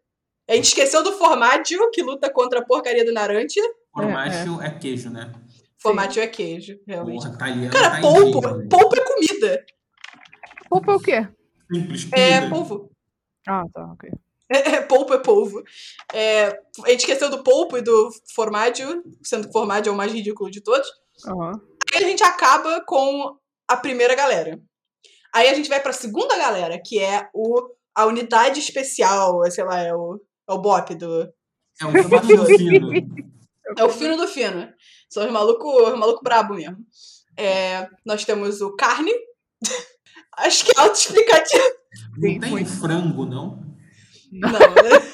[SPEAKER 2] A gente esqueceu do formaggio, que luta contra a porcaria do Narante.
[SPEAKER 3] Formaggio é. queijo, né?
[SPEAKER 2] Formaggio é queijo, realmente.
[SPEAKER 3] Porra, italiano tá
[SPEAKER 2] Cara,
[SPEAKER 3] em
[SPEAKER 2] polvo.
[SPEAKER 3] nível, né?
[SPEAKER 2] Polvo é comida.
[SPEAKER 1] Poupa é o quê?
[SPEAKER 3] Simples, comida.
[SPEAKER 2] É polvo.
[SPEAKER 1] Ah, tá, ok.
[SPEAKER 2] É, polvo é polvo. É, a gente esqueceu do polvo e do formaggio, sendo que formaggio é o mais ridículo de todos.
[SPEAKER 1] Aham.
[SPEAKER 2] Aí a gente acaba com a primeira galera. Aí a gente vai pra segunda galera, que é o, a unidade especial, é, sei lá, é o, é o BOP do.
[SPEAKER 3] É um fino.
[SPEAKER 2] É o fino do fino. São os malucos os maluco brabo mesmo. É, nós temos o carne. Acho que é auto-explicativo.
[SPEAKER 3] Não
[SPEAKER 1] Sim,
[SPEAKER 3] tem
[SPEAKER 1] muito.
[SPEAKER 3] frango, não?
[SPEAKER 2] Não, né?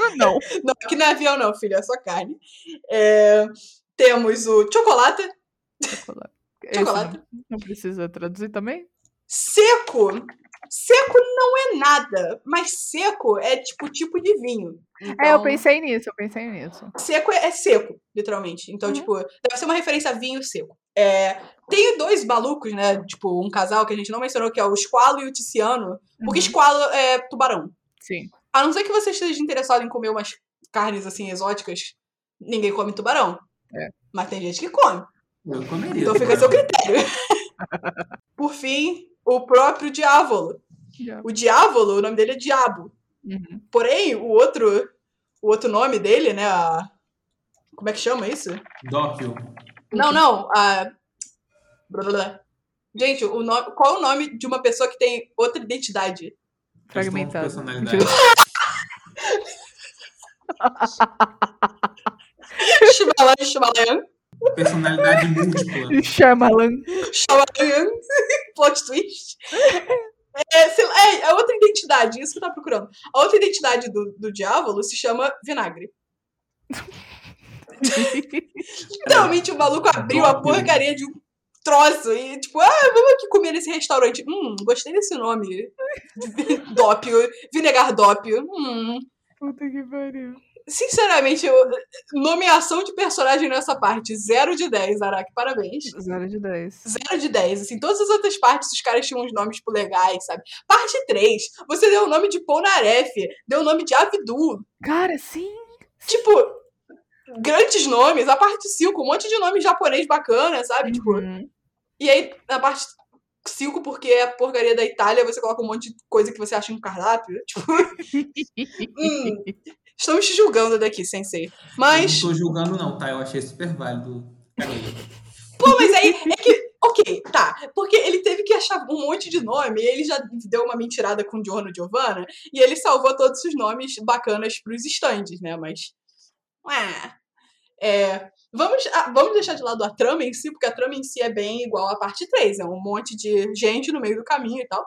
[SPEAKER 1] Ah, Não.
[SPEAKER 2] não, aqui não é avião, não, filho, é só carne. É, temos o chocolate.
[SPEAKER 1] Esse
[SPEAKER 2] Chocolate.
[SPEAKER 1] Não, não precisa traduzir também?
[SPEAKER 2] Seco. Seco não é nada, mas seco é tipo tipo de vinho.
[SPEAKER 1] É, eu
[SPEAKER 2] Então-
[SPEAKER 1] pensei nisso, eu pensei nisso.
[SPEAKER 2] Seco é, é seco, literalmente. Então,
[SPEAKER 1] Uhum.
[SPEAKER 2] tipo, deve ser uma referência a vinho seco. É, tem dois malucos, né? Tipo, um casal que a gente não mencionou, que é o Esqualo e o Ticiano. Porque
[SPEAKER 1] Uhum.
[SPEAKER 2] Esqualo é tubarão.
[SPEAKER 1] Sim.
[SPEAKER 2] A não ser que você esteja interessado em comer umas carnes, assim, exóticas, ninguém come tubarão.
[SPEAKER 1] É.
[SPEAKER 2] Mas tem gente que come.
[SPEAKER 3] Eu comeria.
[SPEAKER 2] Então fica a seu critério. Por fim, o próprio Diávolo.
[SPEAKER 1] Já.
[SPEAKER 2] O Diávolo, o nome dele é Diabo.
[SPEAKER 1] Uhum.
[SPEAKER 2] Porém, o outro, o outro nome dele, né? a- Como é que chama isso?
[SPEAKER 3] Dóquio.
[SPEAKER 2] Não, não. A... blá, blá, blá. Gente, o nome... qual é o nome de uma pessoa que tem outra identidade?
[SPEAKER 1] Fragmentado.
[SPEAKER 3] Questão de personalidade.
[SPEAKER 2] Shmalan, Shmalayan.
[SPEAKER 3] Personalidade múltipla.
[SPEAKER 1] Shyamalan.
[SPEAKER 2] Shmalayan. Plot twist. É, sei lá, é, a outra identidade, isso que eu tava procurando. A outra identidade do, do diávolo se chama vinagre. Literalmente o maluco abriu a porcaria de um troço e tipo, ah, vamos aqui comer nesse restaurante. Hum, gostei desse nome. Dópio, vinegar dópio. Hum,
[SPEAKER 1] Puta que pariu.
[SPEAKER 2] Sinceramente, eu- nomeação de personagem nessa parte, 0 de 10, Araki, parabéns.
[SPEAKER 1] Zero de 10.
[SPEAKER 2] 0 de 10, assim, todas as outras partes os caras tinham uns nomes, tipo, legais, sabe? Parte 3, você deu o nome de Polnareff, deu o nome de Avidu,
[SPEAKER 1] Cara, sim.
[SPEAKER 2] tipo, grandes nomes, a parte 5, um monte de nome japonês bacana, sabe? Tipo,
[SPEAKER 1] Uhum.
[SPEAKER 2] e aí, na parte 5, porque é a porcaria da Itália, você coloca um monte de coisa que você acha no cardápio, tipo, hum, estamos te julgando daqui, sensei. Mas...
[SPEAKER 3] Eu não tô julgando, não, tá? Eu achei super válido. Peraí.
[SPEAKER 2] Pô, mas aí é que. Ok, tá. Porque ele teve que achar um monte de nome, e ele já deu uma mentirada com o Giorno Giovanna, e ele salvou todos os nomes bacanas pros estandes, né? Mas. Ué. É, vamos, ah, vamos deixar de lado a trama em si, porque a trama em si é bem igual à parte 3. É um monte de gente no meio do caminho e tal.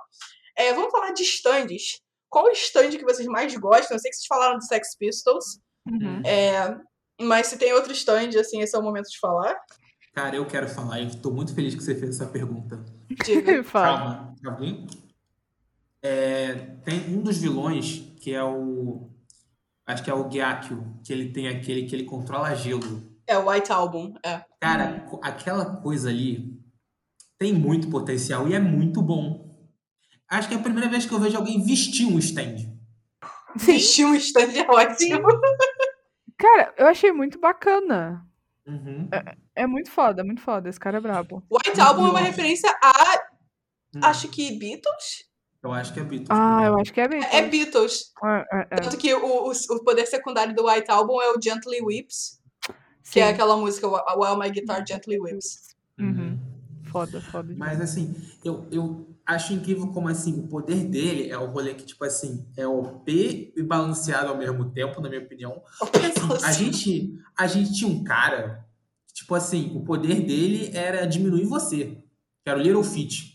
[SPEAKER 2] É, vamos falar de estandes. Qual stand que vocês mais gostam? Eu sei que vocês falaram do Sex Pistols,
[SPEAKER 1] Uhum.
[SPEAKER 2] mas se tem outro stand, assim, esse é o momento de falar.
[SPEAKER 3] Cara, eu quero falar. Eu tô muito feliz que você fez essa pergunta.
[SPEAKER 2] Diga.
[SPEAKER 1] Fala.
[SPEAKER 3] Calma, tá bem? É, tem um dos vilões que é o. Acho que é o Gyakyo, que ele tem aquele que ele controla gelo.
[SPEAKER 2] É o White Album, é.
[SPEAKER 3] Cara, co- aquela coisa ali tem muito potencial e é muito bom. Acho que é a primeira vez que eu vejo alguém vestir um stand.
[SPEAKER 1] Sim.
[SPEAKER 2] Vestir um stand é ótimo.
[SPEAKER 1] Cara, eu achei muito bacana.
[SPEAKER 3] Uhum.
[SPEAKER 1] É muito foda, muito foda. Esse cara é brabo.
[SPEAKER 2] White Album é uma
[SPEAKER 3] Nossa.
[SPEAKER 2] referência a,
[SPEAKER 3] Hum,
[SPEAKER 2] acho que Beatles?
[SPEAKER 3] Eu acho que é Beatles.
[SPEAKER 1] Ah, eu acho que é bem.
[SPEAKER 2] É Beatles.
[SPEAKER 1] É, é, é.
[SPEAKER 2] Tanto que o, o, o poder secundário do White Album é o Gently Whips, que
[SPEAKER 1] Sim.
[SPEAKER 2] é aquela música Wh- While My Guitar Gently Whips.
[SPEAKER 1] Uhum. Foda, foda.
[SPEAKER 3] Mas assim, eu, eu acho incrível como assim, o poder dele é o rolê que, tipo assim, é OP e balanceado ao mesmo tempo, na minha opinião. A
[SPEAKER 2] assim,
[SPEAKER 3] gente, a gente tinha um cara, que, tipo assim, o poder dele era diminuir você. Que era o Little Fit.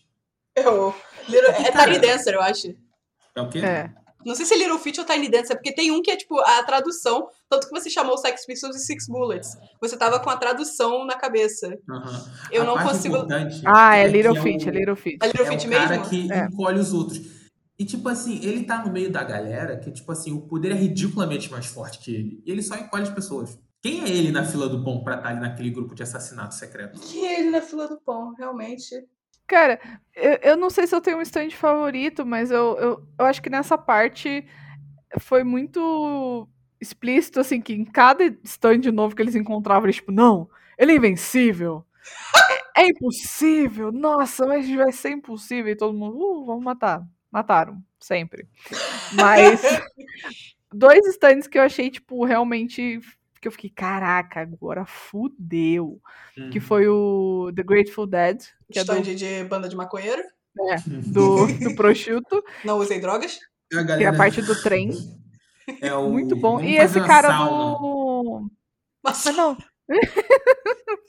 [SPEAKER 2] Eu, Little- é
[SPEAKER 3] Cara.
[SPEAKER 2] Tiny Dancer, eu acho.
[SPEAKER 3] É o quê?
[SPEAKER 1] É.
[SPEAKER 2] Não sei se é Little Feat ou Tiny Dancer, porque tem um que é tipo a tradução, tanto que você chamou Sex Pistols de Six Bullets. Você tava com a tradução na cabeça.
[SPEAKER 3] Aham.
[SPEAKER 2] Eu
[SPEAKER 3] A
[SPEAKER 2] não
[SPEAKER 3] parte
[SPEAKER 2] consigo.
[SPEAKER 3] importante
[SPEAKER 1] Ah, é
[SPEAKER 3] que
[SPEAKER 1] Little
[SPEAKER 3] o-
[SPEAKER 1] Feat, é Little Feat.
[SPEAKER 2] A Little
[SPEAKER 3] é
[SPEAKER 2] Feat
[SPEAKER 3] o cara
[SPEAKER 2] mesmo?
[SPEAKER 3] que
[SPEAKER 1] É.
[SPEAKER 3] encolhe os outros. E, tipo assim, ele tá no meio da galera que, tipo assim, o poder é ridiculamente mais forte que ele. E ele só encolhe as pessoas. Quem é ele na fila do bom pra estar ali naquele grupo de assassinato secreto?
[SPEAKER 2] Que ele na fila do pão, realmente.
[SPEAKER 1] Cara, eu, eu não sei se eu tenho um stand favorito, mas eu, eu, eu acho que nessa parte foi muito explícito, assim, que em cada stand novo que eles encontravam, eles, tipo, não, ele é invencível. É, é impossível, nossa, mas vai ser impossível. E todo mundo, uh, vamos matar. Mataram, sempre. Mas dois stands que eu achei, tipo, realmente. Que eu fiquei, caraca, agora fudeu. Que
[SPEAKER 3] Uhum.
[SPEAKER 1] foi o The Grateful Dead, que é do
[SPEAKER 2] Stand de banda de maconheiro.
[SPEAKER 1] do, do prosciutto,
[SPEAKER 2] Não usei drogas.
[SPEAKER 3] E a
[SPEAKER 1] que é
[SPEAKER 3] galera
[SPEAKER 1] a parte do trem.
[SPEAKER 3] é o-
[SPEAKER 1] Muito bom.
[SPEAKER 3] vamos
[SPEAKER 1] E
[SPEAKER 3] fazer
[SPEAKER 1] esse
[SPEAKER 3] uma
[SPEAKER 1] cara
[SPEAKER 3] sauna.
[SPEAKER 1] do.
[SPEAKER 2] Mas
[SPEAKER 1] Mas Ah, não.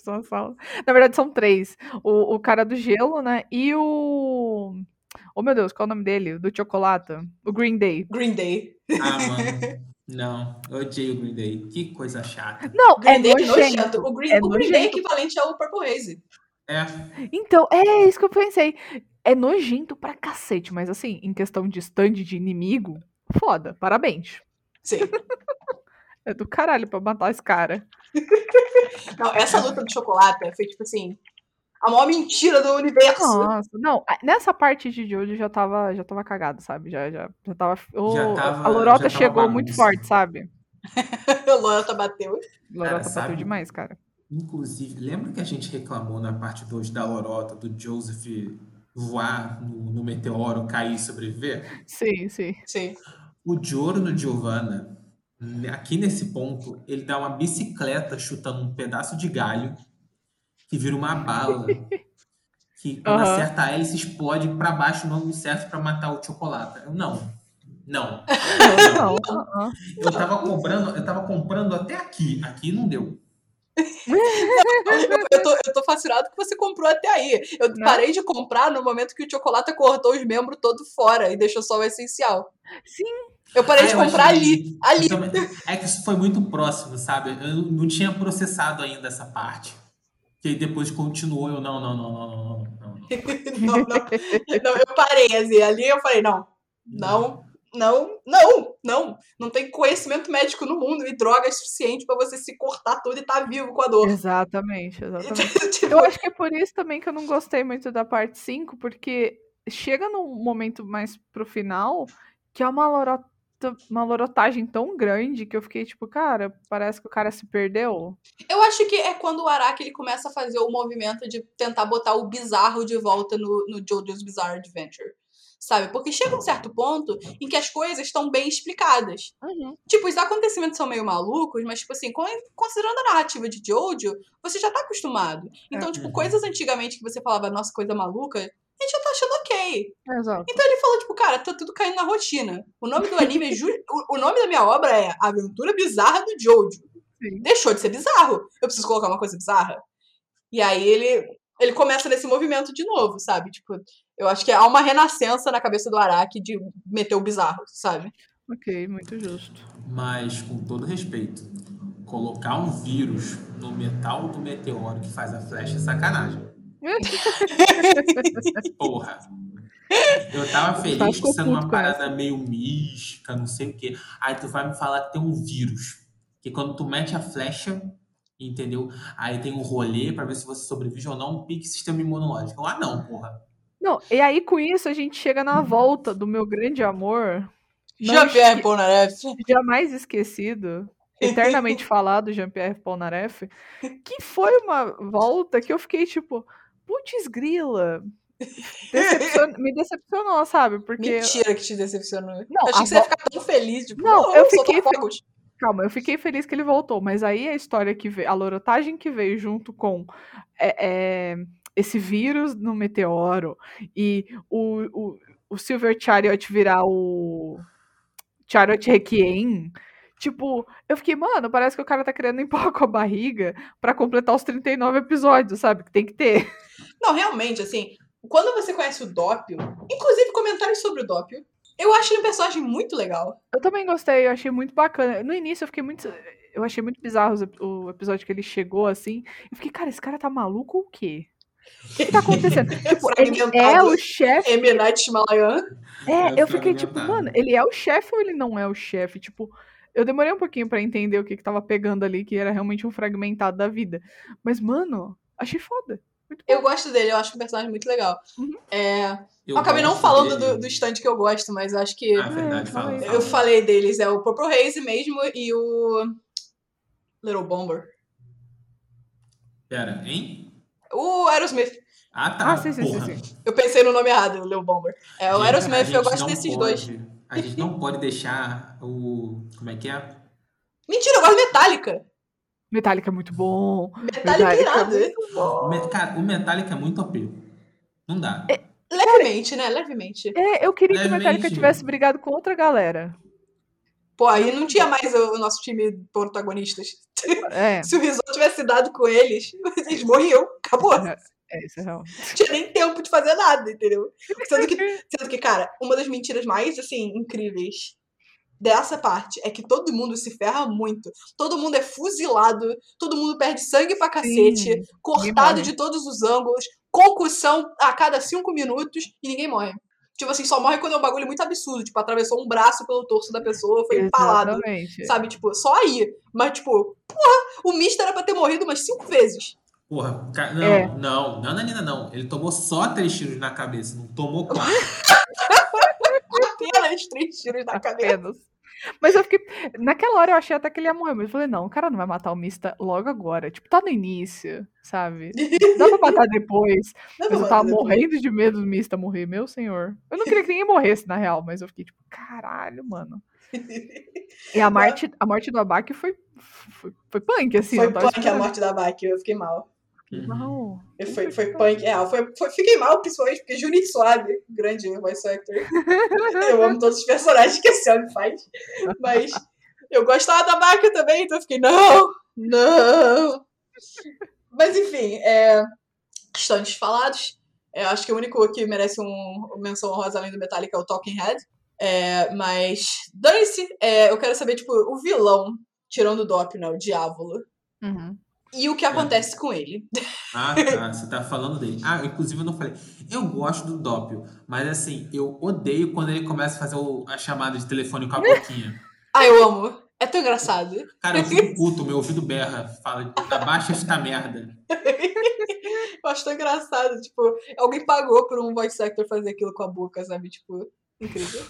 [SPEAKER 1] Só uma sala. Na verdade, são três. O, o cara do gelo, né? E o. Oh meu Deus, qual é o nome dele? Do chocolate. O Green Day.
[SPEAKER 2] Green Day.
[SPEAKER 3] Ah, mano. Não, eu odeio o Green Day. Que coisa chata.
[SPEAKER 1] Não,
[SPEAKER 2] Green
[SPEAKER 1] é
[SPEAKER 2] Day é
[SPEAKER 1] nojento.
[SPEAKER 2] nojento. O Green,
[SPEAKER 1] É
[SPEAKER 2] o Green Day é
[SPEAKER 1] nojento.
[SPEAKER 2] equivalente ao Purple Haze.
[SPEAKER 3] É,
[SPEAKER 1] Então, é isso que eu pensei. É nojento pra cacete, mas assim, em questão de stand de inimigo, foda, parabéns.
[SPEAKER 2] Sim.
[SPEAKER 1] É do caralho pra matar esse cara.
[SPEAKER 2] Não, Então, essa luta do chocolate foi tipo assim. A maior mentira do universo.
[SPEAKER 1] Nossa, não, a- nessa parte de Jojo já tava, já tava cagado, sabe? Já, já, já tava. o-
[SPEAKER 3] Já tava-
[SPEAKER 1] a Lorota
[SPEAKER 3] já tava
[SPEAKER 1] chegou muito
[SPEAKER 3] bagunça.
[SPEAKER 1] forte, sabe?
[SPEAKER 2] A Lorota bateu.
[SPEAKER 1] Lorota bateu
[SPEAKER 3] sabe?
[SPEAKER 1] demais, cara.
[SPEAKER 3] inclusive, lembra que a gente reclamou na parte 2 da Lorota, do Joseph voar no, no meteoro, cair e sobreviver?
[SPEAKER 1] Sim, sim.
[SPEAKER 2] Sim.
[SPEAKER 3] O Giorno Giovanna, né, aqui nesse ponto, ele dá uma bicicleta chutando um pedaço de galho que vira uma bala. Que quando
[SPEAKER 1] Aham.
[SPEAKER 3] acerta a hélice explode pra baixo no ângulo certo pra matar o chocolate. Eu, não. Não.
[SPEAKER 1] Não, não, não.
[SPEAKER 3] Eu tava comprando, eu tava comprando até aqui. Aqui não deu.
[SPEAKER 2] Eu, Então, tipo, eu tô, eu tô fascinado que você comprou até aí. Eu
[SPEAKER 1] Não.
[SPEAKER 2] parei de comprar no momento que o chocolate cortou os membros todo fora e deixou só o essencial.
[SPEAKER 1] Sim.
[SPEAKER 2] Eu parei
[SPEAKER 3] Ah,
[SPEAKER 2] de
[SPEAKER 3] eu
[SPEAKER 2] comprar
[SPEAKER 3] achei-
[SPEAKER 2] ali. Ali.
[SPEAKER 3] eu também- É que isso foi muito próximo, sabe? Eu não tinha processado ainda essa parte. Que aí depois continuou, eu não, não, não, não, não, não, não, não.
[SPEAKER 2] Não, não, não, eu parei, assim, ali eu falei, não, não, não, não, não. Não tem conhecimento médico no mundo e droga é suficiente pra você se cortar todo e tá vivo com a dor.
[SPEAKER 1] Exatamente, exatamente.
[SPEAKER 2] Tipo,
[SPEAKER 1] Eu acho que é por isso também que eu não gostei muito da parte 5, porque chega num momento mais pro final que é uma lorota. Uma lorotagem tão grande que eu fiquei tipo, cara, parece que o cara se perdeu.
[SPEAKER 2] eu acho que é quando o Araki ele começa a fazer o movimento de tentar botar o bizarro de volta no, no JoJo's Bizarre Adventure. Sabe? Porque chega um certo ponto em que as coisas estão bem explicadas. Tipo, os acontecimentos são meio malucos, mas, tipo assim, con- considerando a narrativa de Jojo, você já tá acostumado. Então, tipo,
[SPEAKER 3] Uhum.
[SPEAKER 2] coisas antigamente que você falava, nossa, coisa maluca, a gente já tá achando ok.
[SPEAKER 1] Exato.
[SPEAKER 2] Então ele falou, tipo, cara, tá tudo caindo na rotina. O nome do anime é. Ju- o, o nome da minha obra é A Aventura Bizarra do Jojo.
[SPEAKER 1] Sim.
[SPEAKER 2] Deixou de ser bizarro. Eu preciso colocar uma coisa bizarra. E aí ele. Ele começa nesse movimento de novo, sabe? Tipo, eu acho que há uma renascença na cabeça do Araki de meter o bizarro, sabe?
[SPEAKER 1] Ok, muito justo.
[SPEAKER 3] Mas, com todo respeito, colocar um vírus no metal do meteoro que faz a flecha é sacanagem. Porra. Eu tava
[SPEAKER 1] Gustavo
[SPEAKER 3] feliz que
[SPEAKER 1] ficou
[SPEAKER 3] sendo uma
[SPEAKER 1] puto com
[SPEAKER 3] parada meio mística, não sei o quê. Aí tu vai me falar que tem um vírus. Que quando tu mete a flecha, entendeu? Aí tem um rolê pra ver se você sobrevive ou não, um pique sistema imunológico. Ah, não, porra.
[SPEAKER 1] Não, e aí com isso a gente chega
[SPEAKER 2] Uhum.
[SPEAKER 1] na volta do meu grande amor, Não
[SPEAKER 2] Jean-Pierre
[SPEAKER 1] esque-
[SPEAKER 2] Polnareff.
[SPEAKER 1] jamais esquecido, eternamente falado, Jean-Pierre Polnareff, que foi uma volta que eu fiquei tipo, putz grila, decepcion- me decepcionou, sabe? Porque,
[SPEAKER 2] Mentira que te decepcionou.
[SPEAKER 1] Não,
[SPEAKER 2] Eu achei
[SPEAKER 1] a
[SPEAKER 2] que você ia ficar tão feliz. Tipo,
[SPEAKER 1] Não,
[SPEAKER 2] "Oh,
[SPEAKER 1] eu
[SPEAKER 2] soltar
[SPEAKER 1] fiquei fe-
[SPEAKER 2] fogos."
[SPEAKER 1] calma, eu fiquei feliz que ele voltou, mas aí a história que veio, a lorotagem que veio junto com é, é, esse vírus no meteoro e o, o, o Silver Chariot virar o Chariot Requiem. Tipo, eu fiquei, mano, parece que o cara tá querendo empurrar com a barriga pra completar os 39 episódios, sabe? Que tem que ter.
[SPEAKER 2] Não, realmente, assim, quando você conhece o Dópio, inclusive comentários sobre o Dópio, Eu acho ele um personagem muito legal.
[SPEAKER 1] Eu também gostei, eu achei muito bacana. No início eu fiquei muito. Eu achei muito bizarro os ep- o episódio que ele chegou assim. Eu fiquei, cara, esse cara tá maluco ou o quê? O que, que tá acontecendo? tipo, ele é
[SPEAKER 2] Fragmentado.
[SPEAKER 1] o chefe.
[SPEAKER 2] M. Night É Shyamalan.
[SPEAKER 1] É,
[SPEAKER 3] É
[SPEAKER 1] eu fiquei tipo,
[SPEAKER 3] fragmentado.
[SPEAKER 1] mano, ele é o chefe ou ele não é o chefe? Tipo, eu demorei um pouquinho pra entender o que que tava pegando ali, que era realmente um fragmentado da vida. Mas, mano, achei foda. Muito bom.
[SPEAKER 2] Eu gosto dele, eu acho um personagem muito legal.
[SPEAKER 1] Uhum.
[SPEAKER 2] É,
[SPEAKER 3] Eu
[SPEAKER 2] eu acabei não
[SPEAKER 3] gosto
[SPEAKER 2] falando
[SPEAKER 3] dele.
[SPEAKER 2] do, do stand que eu gosto, mas acho que
[SPEAKER 3] Ah, verdade,
[SPEAKER 1] É,
[SPEAKER 3] fala,
[SPEAKER 1] fala aí.
[SPEAKER 3] fala.
[SPEAKER 2] eu falei deles. É o Purple Haze mesmo e o Little Bomber.
[SPEAKER 3] Pera, hein?
[SPEAKER 2] O Aerosmith.
[SPEAKER 3] Ah, tá.
[SPEAKER 1] Ah, sim, sim,
[SPEAKER 3] porra.
[SPEAKER 1] sim,
[SPEAKER 2] Eu pensei no nome errado, o Little Bomber. É o
[SPEAKER 3] Gente, a
[SPEAKER 2] Aerosmith,
[SPEAKER 3] gente
[SPEAKER 2] eu gosto
[SPEAKER 3] não
[SPEAKER 2] desses
[SPEAKER 3] pode-
[SPEAKER 2] dois.
[SPEAKER 3] A gente não pode deixar o. Como é que é?
[SPEAKER 2] Mentira, eu gosto de Metallica.
[SPEAKER 1] Metallica é muito bom.
[SPEAKER 2] Metallica
[SPEAKER 1] Metallica
[SPEAKER 2] é
[SPEAKER 1] é
[SPEAKER 2] irado.
[SPEAKER 1] muito
[SPEAKER 3] O
[SPEAKER 1] bom.
[SPEAKER 3] Me- Cara, o Metallica é muito OP. Não dá.
[SPEAKER 2] Levemente, né? Levemente.
[SPEAKER 1] É, eu queria que o Metallica
[SPEAKER 3] Levemente.
[SPEAKER 1] tivesse brigado com outra galera.
[SPEAKER 2] Pô, aí não tinha mais o o nosso time de protagonistas.
[SPEAKER 1] É,
[SPEAKER 2] Se o Rizzo tivesse dado com eles, eles morriam. Acabou.
[SPEAKER 1] É. é isso é real.
[SPEAKER 2] Não tinha nem tempo de fazer nada, entendeu? Sendo que, sendo que, cara, uma das mentiras mais, assim, incríveis dessa parte é que todo mundo se ferra muito. Todo mundo é fuzilado, todo mundo perde sangue pra cacete,
[SPEAKER 1] Sim,
[SPEAKER 2] cortado
[SPEAKER 1] morre.
[SPEAKER 2] de todos os ângulos, concussão a cada cinco minutos e ninguém morre. Tipo assim, só morre quando é um bagulho muito absurdo. Tipo, atravessou um braço pelo torso da pessoa, foi empalado.
[SPEAKER 1] Exatamente.
[SPEAKER 2] Sabe, tipo, só aí. Mas, tipo, porra, o Mister era pra ter morrido umas cinco vezes.
[SPEAKER 3] Porra, ca- não,
[SPEAKER 1] É.
[SPEAKER 3] não, não, Nanina, não. Ele tomou só três tiros na cabeça, não tomou quatro.
[SPEAKER 2] Apenas três tiros na cabeça.
[SPEAKER 1] Apenas. Mas eu fiquei. Naquela hora eu achei até que ele ia morrer, mas eu falei, não, o cara não vai matar o Mista logo agora. Tipo, tá no início, sabe? Dá pra matar depois.
[SPEAKER 2] Não,
[SPEAKER 1] Mas eu
[SPEAKER 2] mano,
[SPEAKER 1] tava
[SPEAKER 2] depois-
[SPEAKER 1] morrendo de medo do Mista morrer, meu senhor. Eu não queria que ninguém morresse, na real, mas eu fiquei tipo, caralho, mano. E a morte, a morte do Abac foi, foi, foi punk, assim.
[SPEAKER 2] Foi
[SPEAKER 1] eu tava
[SPEAKER 2] punk a
[SPEAKER 1] esperando.
[SPEAKER 2] morte da Bike, eu fiquei mal.
[SPEAKER 3] Uhum.
[SPEAKER 1] Não.
[SPEAKER 2] Eu fui, foi punk, é, foi, foi- fiquei mal, principalmente porque Juninho Suave, grande voice actor. eu amo todos os personagens que esse homem faz. Mas eu gostava da Bike também, então eu fiquei, não, não. Mas enfim, é, estão desfalados. É, acho que o único que merece um, uma menção honrosa além do Metallica é o Talking Head. É, mas, dane-se, é, eu quero saber, tipo, o vilão, tirando o Dop, né, o Diávolo.
[SPEAKER 1] Uhum.
[SPEAKER 2] E o que acontece com ele?
[SPEAKER 3] Ah, tá. Você tá falando dele. Ah, inclusive eu não falei. Eu gosto do Doppio, mas assim, eu odeio quando ele começa a fazer o- a chamada de telefone com a boquinha.
[SPEAKER 2] Ah, eu amo. É tão engraçado.
[SPEAKER 3] Cara, eu fico puto, meu ouvido berra. Fala, abaixa esta merda.
[SPEAKER 2] Eu acho tão engraçado. Tipo, alguém pagou por um voice actor fazer aquilo com a boca, sabe? Tipo, incrível.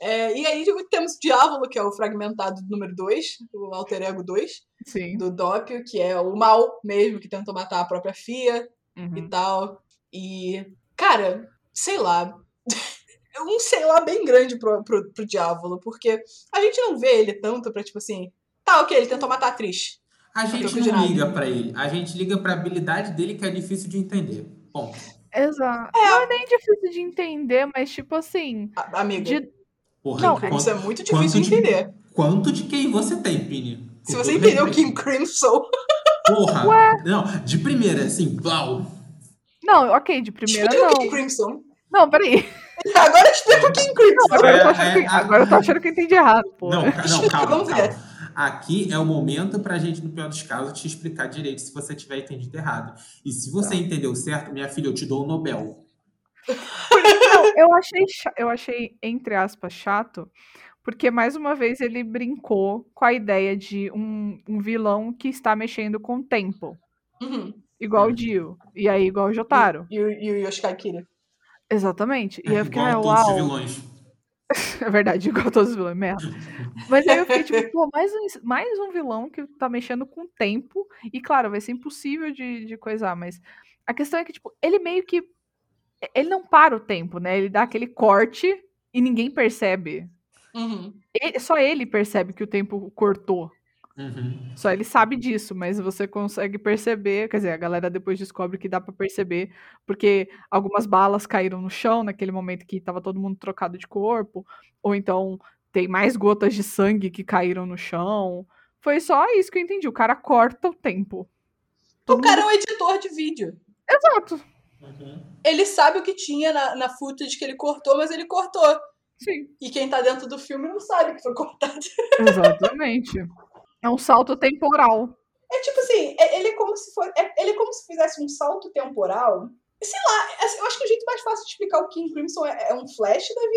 [SPEAKER 2] É, e aí tipo, temos o Diávolo, que é o fragmentado número 2, o alter ego 2,
[SPEAKER 1] Sim.
[SPEAKER 2] do Dópio, que é o mal mesmo, que tentou matar a própria Fia. e
[SPEAKER 1] Uhum.
[SPEAKER 2] tal. E, cara, sei lá. É um sei lá bem grande pro, pro, pro Diávolo, porque a gente não vê ele tanto pra, tipo assim. Tá, ok, ele tentou matar a atriz.
[SPEAKER 3] A gente
[SPEAKER 2] troco de
[SPEAKER 3] não
[SPEAKER 2] nada.
[SPEAKER 3] liga pra ele, a gente liga pra habilidade dele que é difícil de entender. Bom,
[SPEAKER 1] Exato. Não é nem difícil de entender, mas tipo assim.
[SPEAKER 2] A, amiga.
[SPEAKER 1] de-
[SPEAKER 3] porra,
[SPEAKER 1] Não,
[SPEAKER 3] quanto,
[SPEAKER 2] Isso é muito
[SPEAKER 3] quanto
[SPEAKER 2] difícil de
[SPEAKER 3] de-
[SPEAKER 2] entender.
[SPEAKER 3] quanto de quem você tem, Pini?
[SPEAKER 2] Se
[SPEAKER 3] Com
[SPEAKER 2] você
[SPEAKER 3] todo
[SPEAKER 2] entendeu
[SPEAKER 3] respeito.
[SPEAKER 2] Kim Crimson,
[SPEAKER 3] Porra! Não, de primeira, assim, blau.
[SPEAKER 1] Não, ok, de primeira
[SPEAKER 2] explica o Kim
[SPEAKER 1] não.
[SPEAKER 2] Crimson.
[SPEAKER 1] Não, peraí.
[SPEAKER 2] Agora explica o Kim Crimson.
[SPEAKER 1] Agora eu tô
[SPEAKER 3] É,
[SPEAKER 1] achando que,
[SPEAKER 3] é,
[SPEAKER 1] agora eu tô achando que eu entendi errado, pô.
[SPEAKER 3] Não, ca- não, calma,
[SPEAKER 2] Vamos ver.
[SPEAKER 3] calma. Aqui é o momento pra gente, no pior dos casos, te explicar direito se você tiver entendido errado. E se
[SPEAKER 2] Tá.
[SPEAKER 3] você entendeu certo, minha filha, eu te dou o Nobel.
[SPEAKER 1] Eu achei, cha- eu achei, entre aspas, chato, porque mais uma vez ele brincou com a ideia de um, um vilão que está mexendo com o tempo.
[SPEAKER 2] Uhum.
[SPEAKER 1] Igual o Dio. E aí, igual o Jotaro.
[SPEAKER 2] E, o- e o Yoshikar Kira.
[SPEAKER 1] Exatamente. E aí eu fiquei,
[SPEAKER 3] É, Igual
[SPEAKER 1] ah,
[SPEAKER 3] todos os
[SPEAKER 1] uau.
[SPEAKER 3] vilões.
[SPEAKER 1] É verdade, igual todos os vilões, merda. Mas aí eu fiquei tipo, pô, mais um, mais um vilão que tá mexendo com o tempo. E claro, vai ser impossível de, de coisar, mas a questão é que, tipo, ele meio que. Ele não para o tempo, né? Ele dá aquele corte e ninguém percebe.
[SPEAKER 2] Uhum.
[SPEAKER 1] Ele- só ele percebe que o tempo cortou.
[SPEAKER 3] Uhum.
[SPEAKER 1] Só ele sabe disso, mas você consegue perceber. Quer dizer, a galera depois descobre que dá pra perceber, porque algumas balas caíram no chão naquele momento que tava todo mundo trocado de corpo, ou então tem mais gotas de sangue que caíram no chão. Foi só isso que eu entendi. O cara corta o tempo.
[SPEAKER 2] O cara é um editor de vídeo.
[SPEAKER 1] Exato.
[SPEAKER 3] Uhum.
[SPEAKER 2] Ele sabe o que tinha na, na footage que ele cortou, mas ele cortou.
[SPEAKER 1] Sim.
[SPEAKER 2] E quem tá dentro do filme não sabe o que foi cortado.
[SPEAKER 1] Exatamente. É um salto temporal.
[SPEAKER 2] É tipo assim, é- ele é como se for, é- ele é como se fizesse um salto temporal. Sei lá, é assim, eu acho que o jeito mais fácil de explicar o King Crimson é, é um flash da vida.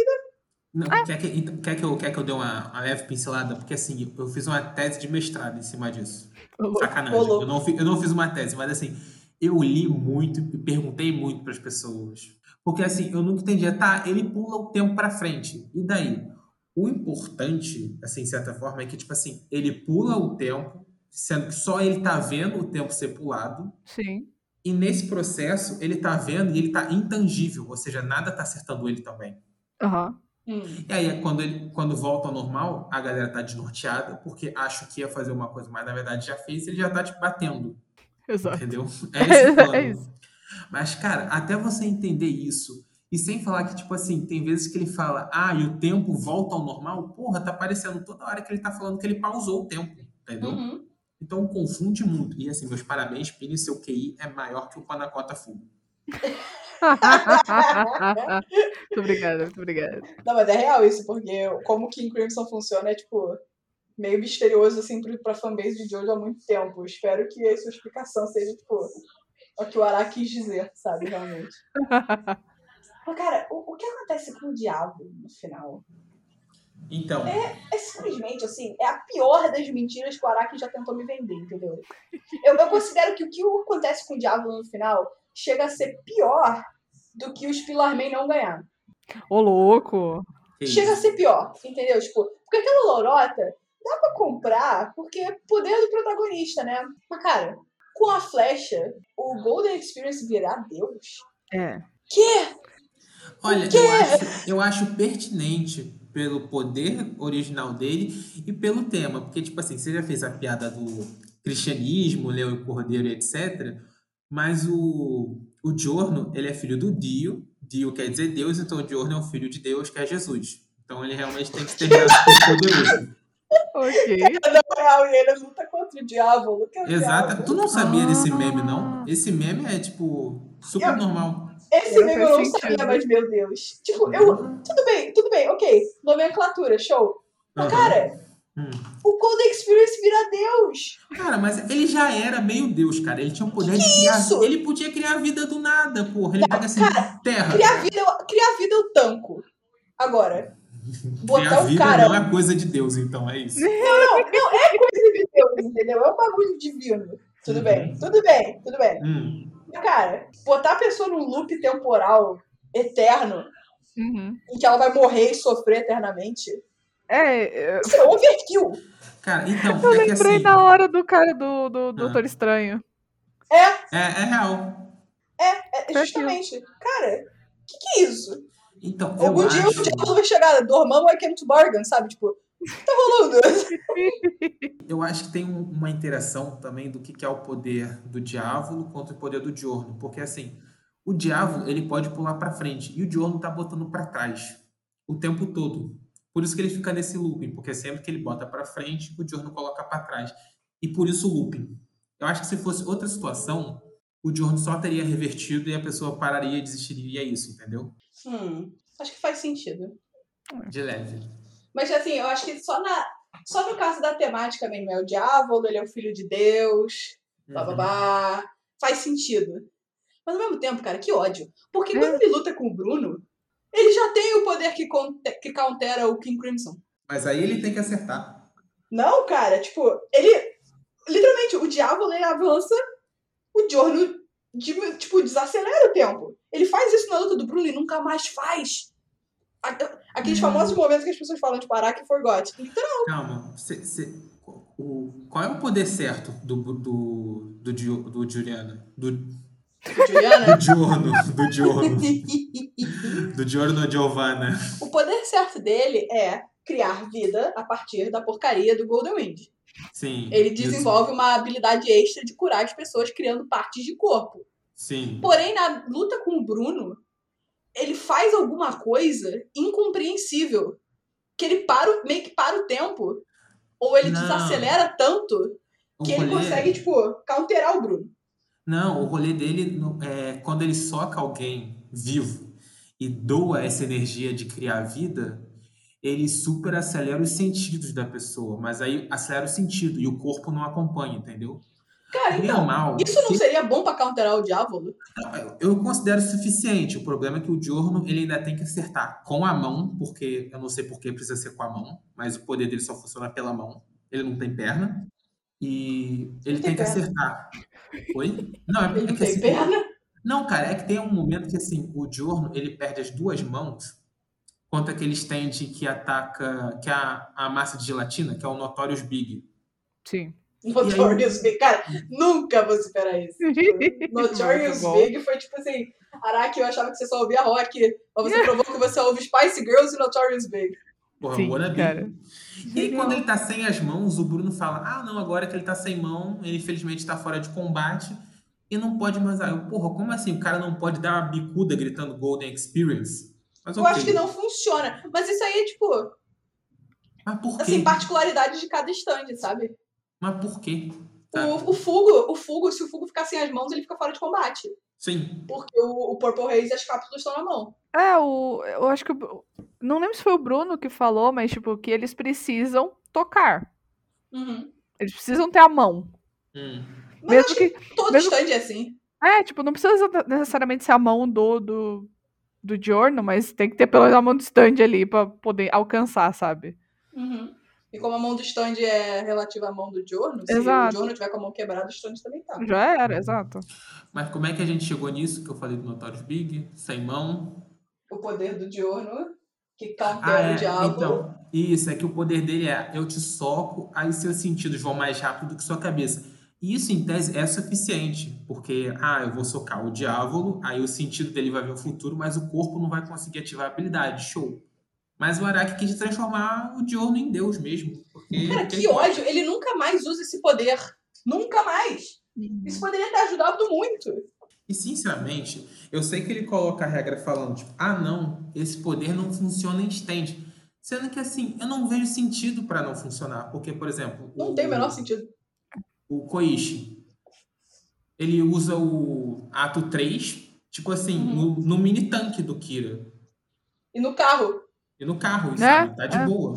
[SPEAKER 3] Não,
[SPEAKER 2] Ah.
[SPEAKER 3] quer, que, então, quer, que eu, quer que eu dê uma, uma leve pincelada? Porque assim, eu fiz uma tese de mestrado em cima disso. Sacanagem.
[SPEAKER 2] Ô, louco.
[SPEAKER 3] Eu não, fi- eu não fiz uma tese, mas assim, eu li muito e perguntei muito para as pessoas. Porque assim, eu nunca entendia, tá, ele pula o tempo para frente. E daí? O importante, assim, de certa forma, é que, tipo assim, ele pula o tempo, sendo que só ele tá vendo o tempo ser pulado.
[SPEAKER 1] Sim.
[SPEAKER 3] E nesse processo, ele tá vendo e ele tá intangível, ou seja, nada tá acertando ele também.
[SPEAKER 1] Aham.
[SPEAKER 2] Uhum.
[SPEAKER 3] E aí, quando, ele, quando volta ao normal, a galera tá desnorteada, porque acha que ia fazer uma coisa, mas na verdade já fez e ele já tá te batendo.
[SPEAKER 1] Exato.
[SPEAKER 3] Entendeu? É esse o plano.
[SPEAKER 1] É isso.
[SPEAKER 3] Mas, cara, até você entender isso, e sem falar que, tipo assim, tem vezes que ele fala, ah, e o tempo volta ao normal, porra, tá parecendo toda hora que ele tá falando que ele pausou o tempo, entendeu?
[SPEAKER 2] Uhum.
[SPEAKER 3] Então confunde muito. E assim, meus parabéns, Pini, seu QI é maior que o Panacota Full.
[SPEAKER 1] muito obrigada, muito obrigada.
[SPEAKER 2] Não, mas é real isso, porque como o King Crimson funciona é tipo meio misterioso assim pro- pra fanbase de Jojo há muito tempo. Eu espero que a sua explicação seja tipo o que o Ará quis dizer, sabe, realmente. Mas, cara, o, o que acontece com o diabo no final?
[SPEAKER 3] Então,
[SPEAKER 2] É simplesmente, assim, é a pior das mentiras que o Araki já tentou me vender, entendeu? Eu, eu considero que o que acontece com o diabo no final chega a ser pior do que os Pilar Man não ganhar.
[SPEAKER 1] Ô, louco.
[SPEAKER 3] que
[SPEAKER 2] chega a
[SPEAKER 3] isso?
[SPEAKER 2] ser pior, entendeu? Tipo, porque aquela lorota dá pra comprar porque é poder do protagonista, né? Mas, cara, com a flecha, o Golden Experience virar Deus?
[SPEAKER 1] É.
[SPEAKER 2] Que?
[SPEAKER 3] Olha,
[SPEAKER 2] quê?
[SPEAKER 3] eu acho, eu acho pertinente pelo poder original dele e pelo tema, porque, tipo assim, você já fez a piada do cristianismo, leão e cordeiro, e etc. Mas o, o Giorno, ele é filho do Dio. Dio quer dizer Deus, então o Giorno é o filho de Deus, que é Jesus. Então ele realmente tem que ser realmente poderoso.
[SPEAKER 1] Ok.
[SPEAKER 2] É a Helena luta contra o diabo. Que é o
[SPEAKER 3] Exato.
[SPEAKER 2] diabo.
[SPEAKER 3] Tu não sabia desse meme,
[SPEAKER 1] Ah.
[SPEAKER 3] não? Esse meme é, tipo, super
[SPEAKER 2] Eu-
[SPEAKER 3] normal.
[SPEAKER 2] Esse
[SPEAKER 1] Não
[SPEAKER 2] meme eu
[SPEAKER 1] faz
[SPEAKER 2] não
[SPEAKER 1] sentido.
[SPEAKER 2] sabia, mas meu Deus. Tipo, eu.
[SPEAKER 3] Uhum.
[SPEAKER 2] Tudo bem, tudo bem, ok. Nomenclatura, show. Mas,
[SPEAKER 3] Aham.
[SPEAKER 2] cara,
[SPEAKER 3] Ah. Hum.
[SPEAKER 2] o Golden Experience vira Deus.
[SPEAKER 3] Cara, mas ele já era meio Deus, cara. Ele tinha o poder de criar.
[SPEAKER 2] isso?
[SPEAKER 3] Ele podia criar a vida do nada, porra. Ele pega assim, terra.
[SPEAKER 2] Criar vida, eu- criar vida eu tanco. Agora,
[SPEAKER 3] Criar
[SPEAKER 2] botar o
[SPEAKER 3] vida
[SPEAKER 2] cara Né?
[SPEAKER 3] não é coisa de Deus, então, é isso.
[SPEAKER 2] coisa de Deus, entendeu? É um bagulho divino.
[SPEAKER 3] Uhum.
[SPEAKER 2] Tudo bem, tudo bem, tudo bem.
[SPEAKER 3] Hum.
[SPEAKER 2] Mas, Cara, botar a pessoa num loop temporal eterno,
[SPEAKER 1] Uhum.
[SPEAKER 2] em que ela vai morrer e sofrer eternamente,
[SPEAKER 1] É, eu
[SPEAKER 2] isso é overkill.
[SPEAKER 3] Cara, então,
[SPEAKER 1] eu
[SPEAKER 3] é que
[SPEAKER 1] lembrei
[SPEAKER 3] assim.
[SPEAKER 1] na hora do cara do, do Doutor
[SPEAKER 3] Ah.
[SPEAKER 1] Estranho.
[SPEAKER 3] É, é real.
[SPEAKER 2] É,
[SPEAKER 1] Overkill.
[SPEAKER 2] justamente. Cara, o que, que é isso?
[SPEAKER 3] Então, eu
[SPEAKER 2] Algum dia
[SPEAKER 3] acho,
[SPEAKER 2] o diabo vai chegar, Dormammu I came to bargain, sabe? Tipo, o que tá rolando?
[SPEAKER 3] eu acho que tem um- uma interação também do que que é o poder do diabo contra o poder do Diorno. Porque assim, o diabo ele pode pular pra frente e o Diorno tá botando pra trás o tempo todo. Por isso que ele fica nesse looping, porque sempre que ele bota pra frente, o Diorno coloca pra trás. E por isso o looping. Eu acho que se fosse outra situação, o Diorno só teria revertido e a pessoa pararia, desistiria, e é isso, entendeu?
[SPEAKER 2] Hum, acho que faz sentido.
[SPEAKER 3] De leve.
[SPEAKER 2] Mas assim, eu acho que só, na, só no caso da temática mesmo, é o diabo, ele é o filho de Deus, blá blá blá. Faz sentido. Mas ao mesmo tempo, cara, que ódio. Porque
[SPEAKER 1] É.
[SPEAKER 2] quando ele luta com o Bruno, ele já tem o poder que, conte- que countera o King Crimson.
[SPEAKER 3] Mas aí ele tem que acertar.
[SPEAKER 2] Não, cara, tipo, ele. Literalmente, o diabo ele avança, o Jorno de- tipo, desacelera o tempo. Ele faz isso na luta do Bruno e nunca mais faz. A- Aqueles famosos momentos que as pessoas falam tipo, de parar que forgot.
[SPEAKER 3] Calma. cê- cê- o, qual é o poder certo do do do, Dio- do Juliana? Do, do
[SPEAKER 2] Tipo, Juliana,
[SPEAKER 3] Diorno, do Diorno, do Diorno Giovanna.
[SPEAKER 2] o poder certo dele é criar vida a partir da porcaria do Golden Wind.
[SPEAKER 3] Sim.
[SPEAKER 2] Ele
[SPEAKER 3] isso.
[SPEAKER 2] desenvolve uma habilidade extra de curar as pessoas criando partes de corpo.
[SPEAKER 3] Sim.
[SPEAKER 2] Porém, na luta com o Bruno, ele faz alguma coisa incompreensível. Que ele para, o- meio que para o tempo. Ou ele
[SPEAKER 3] Não.
[SPEAKER 2] desacelera tanto
[SPEAKER 3] O
[SPEAKER 2] que ele
[SPEAKER 3] rolê- é
[SPEAKER 2] consegue, tipo, counterar o Bruno.
[SPEAKER 3] Não, o rolê dele no- é quando ele soca alguém vivo e doa essa energia de criar vida, ele super acelera os sentidos da pessoa, mas aí acelera o sentido e o corpo não acompanha, entendeu?
[SPEAKER 2] Cara,
[SPEAKER 3] Bem
[SPEAKER 2] então,
[SPEAKER 3] ou mal,
[SPEAKER 2] isso não
[SPEAKER 3] se-
[SPEAKER 2] seria bom pra counterar o diabo?
[SPEAKER 3] eu considero suficiente. O problema é que o Diorno ele ainda tem que acertar com a mão, porque eu não sei por que precisa ser com a mão, mas o poder dele só funciona pela mão. Ele não tem perna. E ele
[SPEAKER 2] tem
[SPEAKER 3] tem que
[SPEAKER 2] perna.
[SPEAKER 3] acertar. Oi? Não, é
[SPEAKER 2] Ele
[SPEAKER 3] é
[SPEAKER 2] não
[SPEAKER 3] que
[SPEAKER 2] tem
[SPEAKER 3] assim,
[SPEAKER 2] perna?
[SPEAKER 3] não, cara, é que tem um momento que assim, o Diorno ele perde as duas mãos contra aquele stand que ataca, que é a, a massa de gelatina, que é o Notorious Big.
[SPEAKER 1] Sim.
[SPEAKER 2] Notorious Big. Cara, nunca vou superar isso. Notorious
[SPEAKER 1] Muito bom.
[SPEAKER 2] Big foi tipo assim, Araki, eu achava que você só ouvia rock, mas você provou que você ouve Spice Girls e Notorious Big.
[SPEAKER 3] Porra,
[SPEAKER 1] Sim,
[SPEAKER 3] wannabe.
[SPEAKER 1] cara.
[SPEAKER 3] E aí, quando ele tá sem as mãos, o Bruno fala: Ah, não, agora que ele tá sem mão, ele infelizmente tá fora de combate e não pode mais. Ah, eu, porra, como assim? O cara não pode dar uma bicuda gritando Golden Experience? Mas
[SPEAKER 2] Eu
[SPEAKER 3] ok.
[SPEAKER 2] acho que não funciona. Mas isso aí é tipo,
[SPEAKER 3] Mas por quê?
[SPEAKER 2] assim, particularidade de cada stand, sabe?
[SPEAKER 3] Mas por quê? Sabe?
[SPEAKER 2] O, o Fugo, o Fugo, se o Fugo ficar sem as mãos, ele fica fora de combate.
[SPEAKER 3] Sim.
[SPEAKER 2] Porque o, o Purple Haze e as cápsulas estão na mão.
[SPEAKER 1] É, o, eu acho que. o- Não lembro se foi o Bruno que falou, mas, tipo, que eles precisam tocar.
[SPEAKER 2] Uhum.
[SPEAKER 1] Eles precisam ter a mão.
[SPEAKER 3] Hum.
[SPEAKER 2] Mas eu
[SPEAKER 1] Mesmo
[SPEAKER 2] acho
[SPEAKER 1] que.
[SPEAKER 2] que, todo
[SPEAKER 1] mesmo-
[SPEAKER 2] stand é assim.
[SPEAKER 1] É, tipo, não precisa necessariamente ser a mão do, do, do Giorno, mas tem que ter pelo menos a mão do stand ali pra poder alcançar, sabe?
[SPEAKER 2] Uhum. E como a mão do stand é relativa à mão do Jorno, se
[SPEAKER 1] Exato.
[SPEAKER 2] o Jorno tiver com a mão quebrada, o stand também tá.
[SPEAKER 1] Já era, exato.
[SPEAKER 3] Mas como é que a gente chegou nisso que eu falei do Notorious Big? Sem mão?
[SPEAKER 2] O poder do Jorno, que countera
[SPEAKER 3] Ah, é.
[SPEAKER 2] o diabo.
[SPEAKER 3] Então, isso é que o poder dele é: eu te soco, aí seus sentidos vão mais rápido que sua cabeça. E isso, em tese, é suficiente, porque, ah, eu vou socar o diabo, aí o sentido dele vai ver o futuro, mas o corpo não vai conseguir ativar a habilidade. Show. Mas o Araki quis transformar o Diorno em Deus mesmo. Porque
[SPEAKER 2] Cara, que ódio! Ele nunca mais usa esse poder. Nunca mais! Isso poderia ter ajudado muito.
[SPEAKER 3] E sinceramente, eu sei que ele coloca a regra falando, tipo, ah não, esse poder não funciona em stand. Sendo que assim, eu não vejo sentido pra não funcionar. Porque, por exemplo,
[SPEAKER 2] Não tem o
[SPEAKER 3] Uhum.
[SPEAKER 2] menor sentido.
[SPEAKER 3] o Koichi, ele usa o ato 3, tipo assim,
[SPEAKER 2] Uhum.
[SPEAKER 3] no, no mini tanque do Kira.
[SPEAKER 2] E no carro.
[SPEAKER 3] E no carro,
[SPEAKER 1] Né?
[SPEAKER 3] sabe? Tá de
[SPEAKER 1] É.
[SPEAKER 3] boa.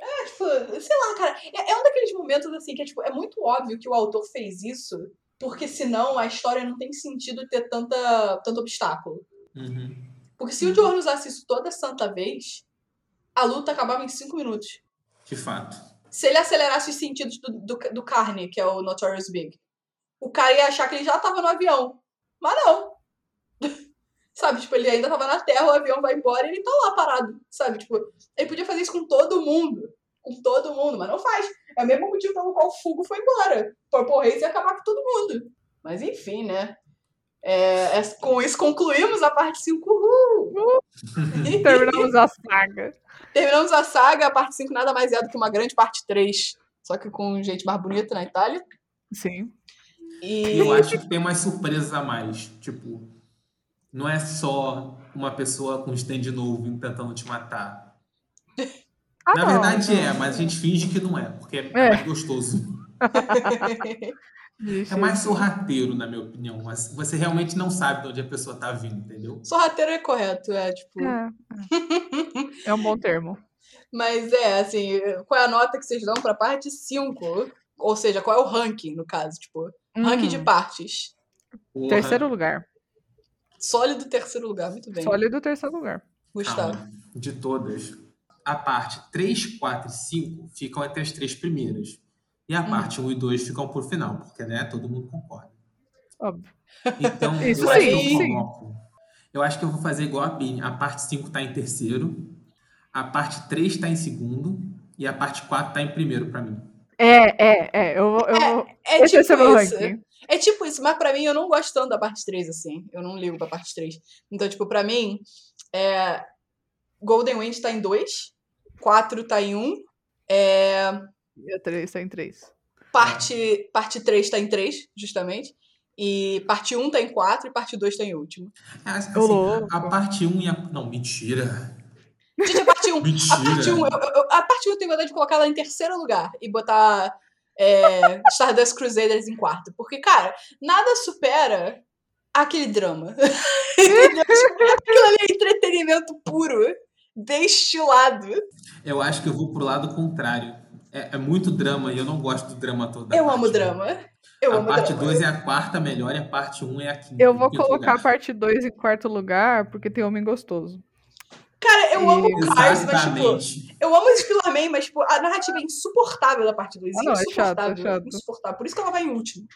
[SPEAKER 2] É, tipo, sei lá, cara. É, é um daqueles momentos assim que é, tipo, é muito óbvio que o autor fez isso, porque senão a história não tem sentido ter tanta, tanto obstáculo.
[SPEAKER 3] Uhum.
[SPEAKER 2] Porque se o Jorno usasse isso toda santa vez, a luta acabava em cinco minutos.
[SPEAKER 3] De fato.
[SPEAKER 2] Se ele acelerasse os sentidos do, do, do Carne, que é o Notorious Big, o cara ia achar que ele já tava no avião. Mas não. sabe, tipo, ele ainda tava na Terra, o avião vai embora e ele tá lá parado, sabe? Tipo, ele podia fazer isso com todo mundo. Com todo mundo, mas não faz. É o mesmo motivo pelo qual o Fugo foi embora. Purple Reis ia acabar com todo mundo. Mas enfim, né? É, é- com isso concluímos a parte 5. Uhul!
[SPEAKER 1] Então, Terminamos a saga.
[SPEAKER 2] Terminamos a saga, a parte 5 nada mais é do que uma grande parte 3. Só que com gente mais bonita na Itália.
[SPEAKER 1] Sim.
[SPEAKER 3] E é.
[SPEAKER 2] E
[SPEAKER 3] eu acho que tem mais surpresas a mais. Tipo, não é só uma pessoa com stand novo tentando te matar.
[SPEAKER 1] Ah,
[SPEAKER 3] Na
[SPEAKER 1] não.
[SPEAKER 3] verdade é, mas a gente finge que não é, porque é,
[SPEAKER 1] É.
[SPEAKER 3] mais gostoso.
[SPEAKER 1] Gente,
[SPEAKER 3] É mais sorrateiro, na minha opinião. Mas você realmente não sabe de onde a pessoa tá vindo, entendeu?
[SPEAKER 2] sorrateiro é correto, é tipo.
[SPEAKER 1] É, é. É um bom termo.
[SPEAKER 2] Mas é, assim, qual é a nota que vocês dão pra parte 5? Ou seja, qual é o ranking, no caso? Tipo, ranking de
[SPEAKER 1] Hum,
[SPEAKER 2] partes.
[SPEAKER 3] Porra,
[SPEAKER 1] terceiro lugar.
[SPEAKER 2] Sólido terceiro lugar, muito bem.
[SPEAKER 1] Sólido Ah. terceiro lugar.
[SPEAKER 2] Gustavo.
[SPEAKER 3] calma. Ah, De todas. A parte 3, 4 e 5 ficam entre as três primeiras. E a
[SPEAKER 2] Hum.
[SPEAKER 3] parte 1 e 2 ficam por final, porque né, todo mundo concorda.
[SPEAKER 1] Óbvio.
[SPEAKER 3] Então,
[SPEAKER 1] Isso
[SPEAKER 3] eu acho que
[SPEAKER 2] sim,
[SPEAKER 3] eu
[SPEAKER 1] sim.
[SPEAKER 3] coloco. Eu acho que eu vou fazer igual a Pini. A parte 5 tá em terceiro, a parte 3 tá em segundo e a parte 4 tá em primeiro pra mim.
[SPEAKER 1] É, é, é. Eu, vou- eu, vou-
[SPEAKER 2] É
[SPEAKER 1] esse
[SPEAKER 2] tipo
[SPEAKER 1] vai ser meu
[SPEAKER 2] isso.
[SPEAKER 1] ranking.
[SPEAKER 2] É tipo isso, mas pra mim eu não gosto tanto da parte 3, assim. Eu não ligo pra parte 3. Então, tipo, pra mim, é, Golden Wind tá em 2, 4 tá em 1, um, é,
[SPEAKER 1] E a três tá em três.
[SPEAKER 2] parte, parte 3 tá em 3, justamente. E parte 1 um tá em 4 e parte 2 tá em último.
[SPEAKER 3] É, assim,
[SPEAKER 1] Ô, louco.
[SPEAKER 3] a parte 1 e a. Não, mentira.
[SPEAKER 2] Gente, a parte é 1. Um,
[SPEAKER 3] Mentira.
[SPEAKER 2] a parte 1 um, eu, eu- eu- a parte um eu tenho vontade de colocar ela em terceiro lugar e botar é, Stardust Crusaders em quarto. Porque, cara, nada supera aquele drama. Entendeu? Aquilo ali é entretenimento puro, destilado.
[SPEAKER 3] Eu acho que eu vou pro lado contrário. É, é muito drama e eu não gosto do drama todo. da
[SPEAKER 2] Eu
[SPEAKER 3] parte
[SPEAKER 2] amo
[SPEAKER 3] um.
[SPEAKER 2] drama. Eu
[SPEAKER 3] a
[SPEAKER 2] amo
[SPEAKER 3] parte
[SPEAKER 2] drama.
[SPEAKER 3] 2 é a quarta melhor e a parte 1 um é a quinta.
[SPEAKER 1] Eu vou
[SPEAKER 3] em quinto
[SPEAKER 2] né?
[SPEAKER 1] colocar a
[SPEAKER 3] lugar.
[SPEAKER 1] parte 2 em quarto lugar, porque tem homem gostoso.
[SPEAKER 2] Cara, eu amo Cars, mas, tipo,
[SPEAKER 3] Exatamente.
[SPEAKER 2] eu amo Skiller Man, mas, tipo, a narrativa é insuportável da parte 2.
[SPEAKER 1] Ah, não, é chato, é
[SPEAKER 2] insuportável.
[SPEAKER 1] chato.
[SPEAKER 2] Insuportável. Por isso que ela vai em último.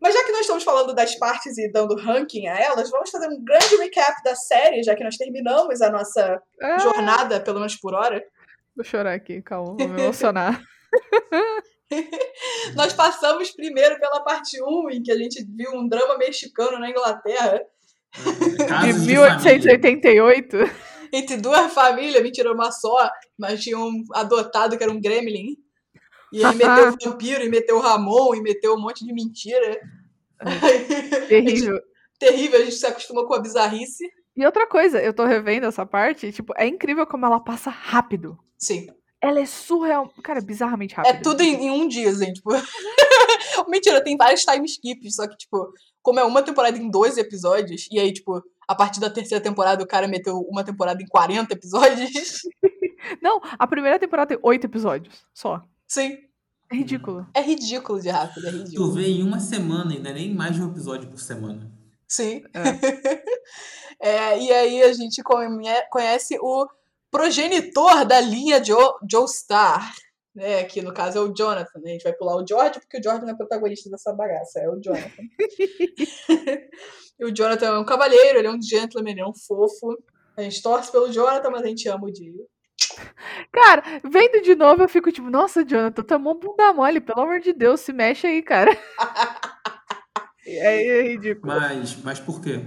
[SPEAKER 2] Mas já que nós estamos falando das partes e dando ranking a elas, vamos fazer um grande recap da série, já que nós terminamos a nossa
[SPEAKER 1] Ah,
[SPEAKER 2] jornada, pelo menos por hora.
[SPEAKER 1] vou chorar aqui, calma, vou me emocionar.
[SPEAKER 2] Nós passamos primeiro pela parte 1, em que a gente viu um drama mexicano na Inglaterra,
[SPEAKER 1] De
[SPEAKER 3] Casos de família.
[SPEAKER 1] 1888.
[SPEAKER 2] entre duas famílias, mentira, uma só, mas tinha um adotado que era um gremlin. E ele meteu o vampiro, e meteu o Ramon, e meteu um monte de mentira.
[SPEAKER 1] Terrível.
[SPEAKER 2] Terrível, a gente se acostuma com a bizarrice.
[SPEAKER 1] E outra coisa, eu tô revendo essa parte, tipo, é incrível como ela passa rápido.
[SPEAKER 2] Sim.
[SPEAKER 1] Ela é surreal, cara, bizarramente
[SPEAKER 2] É
[SPEAKER 1] rápido.
[SPEAKER 2] tudo em, em um dia, assim, tipo. Mentira, tem vários time skips, só que, tipo, como é uma temporada em 12 episódios, e aí, tipo, a partir da terceira temporada o cara meteu uma temporada em 40 episódios.
[SPEAKER 1] Não, a primeira temporada tem oito episódios só.
[SPEAKER 2] Sim.
[SPEAKER 1] É ridículo.
[SPEAKER 2] É ridículo de rápido, é ridículo.
[SPEAKER 3] Tu vê em uma semana, ainda nem mais de um episódio por semana.
[SPEAKER 2] Sim. É, e aí a gente come- conhece o progenitor da linha Joe, Joe Star, né? Que no caso é o Jonathan. né? A gente vai pular o George, porque o George não é protagonista dessa bagaça, é o Jonathan. e o Jonathan é um cavalheiro, ele é um gentleman, ele é um fofo. A gente torce pelo Jonathan, mas a gente ama o Dio.
[SPEAKER 1] Cara, vendo de novo, eu fico tipo, nossa, Jonathan, tu é mó bunda mole, pelo amor de Deus, se mexe aí, cara. é, é ridículo.
[SPEAKER 3] Mas, mas por quê?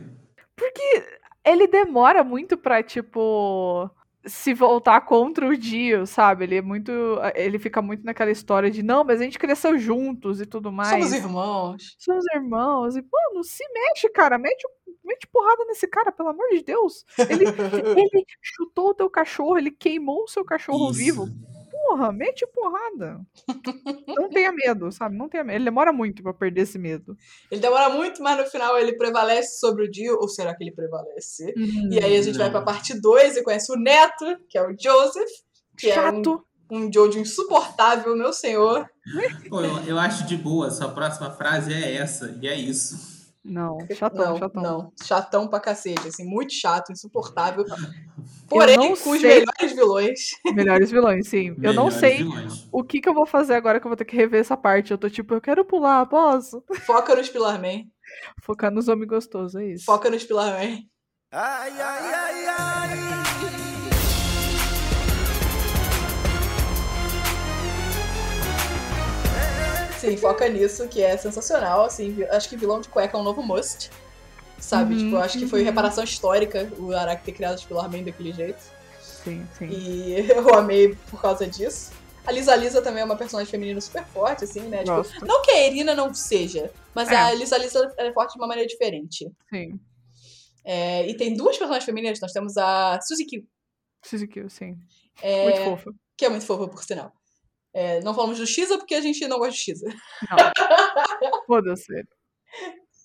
[SPEAKER 1] Ele demora muito pra, tipo, se voltar contra o Dio, sabe? Ele é muito. Ele fica muito naquela história de, não, mas a gente cresceu juntos e tudo mais.
[SPEAKER 2] Somos irmãos.
[SPEAKER 1] Somos irmãos. E, mano, se mexe, cara. Mete, mete porrada nesse cara, pelo amor de Deus. Ele, ele chutou o teu cachorro, ele queimou o seu cachorro
[SPEAKER 3] Isso.
[SPEAKER 1] um vivo. Porra, mete porrada. Não tenha medo, sabe? Não tenha medo. Ele demora muito pra perder esse medo.
[SPEAKER 2] Ele demora muito, mas no final ele prevalece sobre o Dio. Ou será que ele prevalece? E aí a gente vai
[SPEAKER 3] Não.
[SPEAKER 2] pra parte 2 e conhece o neto, que é o Joseph, que é um,
[SPEAKER 1] Chato.
[SPEAKER 2] um Jojo insuportável, meu senhor.
[SPEAKER 3] Pô, eu, eu acho de boa, sua próxima frase é essa, e é isso.
[SPEAKER 1] Não, chatão,
[SPEAKER 2] não,
[SPEAKER 1] chatão.
[SPEAKER 2] não, chatão pra cacete, assim, muito chato, insuportável. Porém,
[SPEAKER 1] não
[SPEAKER 2] com os
[SPEAKER 1] sei-
[SPEAKER 2] melhores vilões.
[SPEAKER 1] Melhores vilões, sim. eu não
[SPEAKER 3] Melhores
[SPEAKER 1] sei
[SPEAKER 3] vilões.
[SPEAKER 1] o que, que eu vou fazer agora que eu vou ter que rever essa parte. Eu tô tipo, eu quero pular, posso?
[SPEAKER 2] Foca nos Pilar Man.
[SPEAKER 1] Focar nos homens gostosos, é isso.
[SPEAKER 2] Foca nos Pilar Man.
[SPEAKER 4] Ai, ai, ai, ai.
[SPEAKER 2] Sim, foca nisso, que é sensacional, assim, vi- acho que vilão de cueca é um novo must. Sabe?
[SPEAKER 1] Uhum,
[SPEAKER 2] tipo, acho que foi
[SPEAKER 1] uhum.
[SPEAKER 2] reparação histórica o Araki ter criado os Pilar Man daquele jeito.
[SPEAKER 1] Sim, sim.
[SPEAKER 2] E eu amei por causa disso. A Lisa Lisa também é uma personagem feminina super forte, assim, né? Tipo,
[SPEAKER 1] Gosto,
[SPEAKER 2] não que a Irina não seja, mas
[SPEAKER 1] É.
[SPEAKER 2] a Lisa Lisa ela é forte de uma maneira diferente.
[SPEAKER 1] sim.
[SPEAKER 2] É, e tem duas personagens femininas, nós temos a Suzy Q,
[SPEAKER 1] Suzuki, sim.
[SPEAKER 2] é,
[SPEAKER 1] Muito fofa.
[SPEAKER 2] que é muito fofa, por sinal. É, não falamos do Shiza porque a gente não gosta de Shiza.
[SPEAKER 1] Foda-se.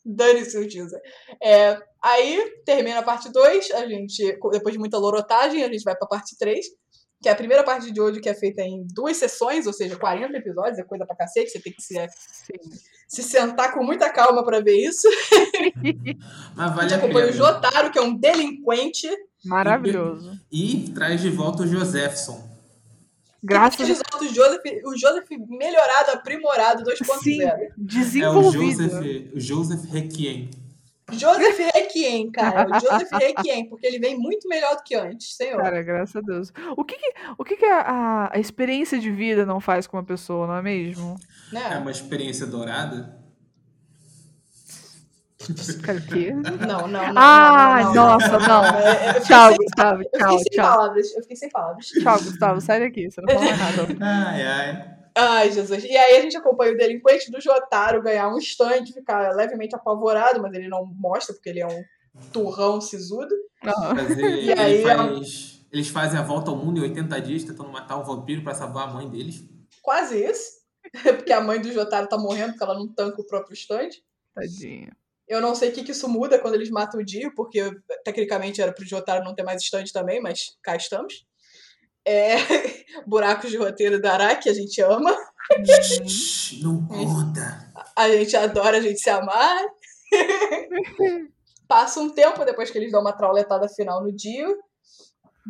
[SPEAKER 2] Dane-se o Tiza. É, aí termina a parte 2, a gente, co- depois de muita lorotagem, a gente vai pra parte 3, que é a primeira parte de hoje que é feita em duas sessões, ou seja, 40 episódios, é coisa pra cacete, você tem que se,
[SPEAKER 1] Sim.
[SPEAKER 2] se sentar com muita calma pra ver isso.
[SPEAKER 3] Mas
[SPEAKER 2] A
[SPEAKER 3] vale
[SPEAKER 2] gente
[SPEAKER 3] a
[SPEAKER 2] acompanha o
[SPEAKER 3] pena.
[SPEAKER 2] Jotaro, que é um delinquente.
[SPEAKER 1] Maravilhoso.
[SPEAKER 3] E traz de volta o Josephson.
[SPEAKER 1] Graças a
[SPEAKER 2] Eles voltam o Joseph, o Joseph melhorado, aprimorado, 2.0.
[SPEAKER 3] É o
[SPEAKER 1] desenvolvido.
[SPEAKER 3] Joseph, o Joseph Requiem.
[SPEAKER 2] Joseph Requiem, cara. O Joseph Requiem, porque ele vem muito melhor do que antes, senhor.
[SPEAKER 1] Cara, graças a Deus. O que, que- o que, que a, a- a experiência de vida não faz com uma pessoa, não é mesmo?
[SPEAKER 3] É
[SPEAKER 2] Né?
[SPEAKER 3] uma experiência dourada.
[SPEAKER 1] Cara, o quê?
[SPEAKER 2] Não, não, não. não,
[SPEAKER 1] Ai,
[SPEAKER 2] não, não,
[SPEAKER 1] Ah, nossa, não.
[SPEAKER 2] É, eu fiquei
[SPEAKER 1] Tchau,
[SPEAKER 2] sem-
[SPEAKER 1] Gustavo.
[SPEAKER 2] Eu
[SPEAKER 1] Tchau,
[SPEAKER 2] fiquei sem
[SPEAKER 1] tchau.
[SPEAKER 2] palavras, eu fiquei sem palavras.
[SPEAKER 1] Tchau, Gustavo. Sai daqui. Você não fala mais nada.
[SPEAKER 3] Ai, ai.
[SPEAKER 2] Ai, Jesus. E aí a gente acompanha o delinquente do Jotaro ganhar um estante, ficar levemente apavorado, mas ele não mostra, porque ele é um turrão sisudo.
[SPEAKER 1] Não.
[SPEAKER 3] Mas ele,
[SPEAKER 2] E aí,
[SPEAKER 3] ele faz- eles fazem a volta ao mundo em 80 dias, tentando matar um vampiro pra salvar a mãe deles.
[SPEAKER 2] Quase isso. Porque a mãe do Jotaro tá morrendo porque ela não tanca o próprio stand.
[SPEAKER 1] Tadinha.
[SPEAKER 2] Eu não sei o que, que isso muda quando eles matam o Dio, porque tecnicamente era pro Jotaro não ter mais stand também, mas cá estamos. É, Buracos de roteiro da Araki, a gente ama,
[SPEAKER 3] Shhh, Não conta.
[SPEAKER 2] a gente adora, a gente se amar. Passa um tempo depois que eles dão uma trauletada final no Dio.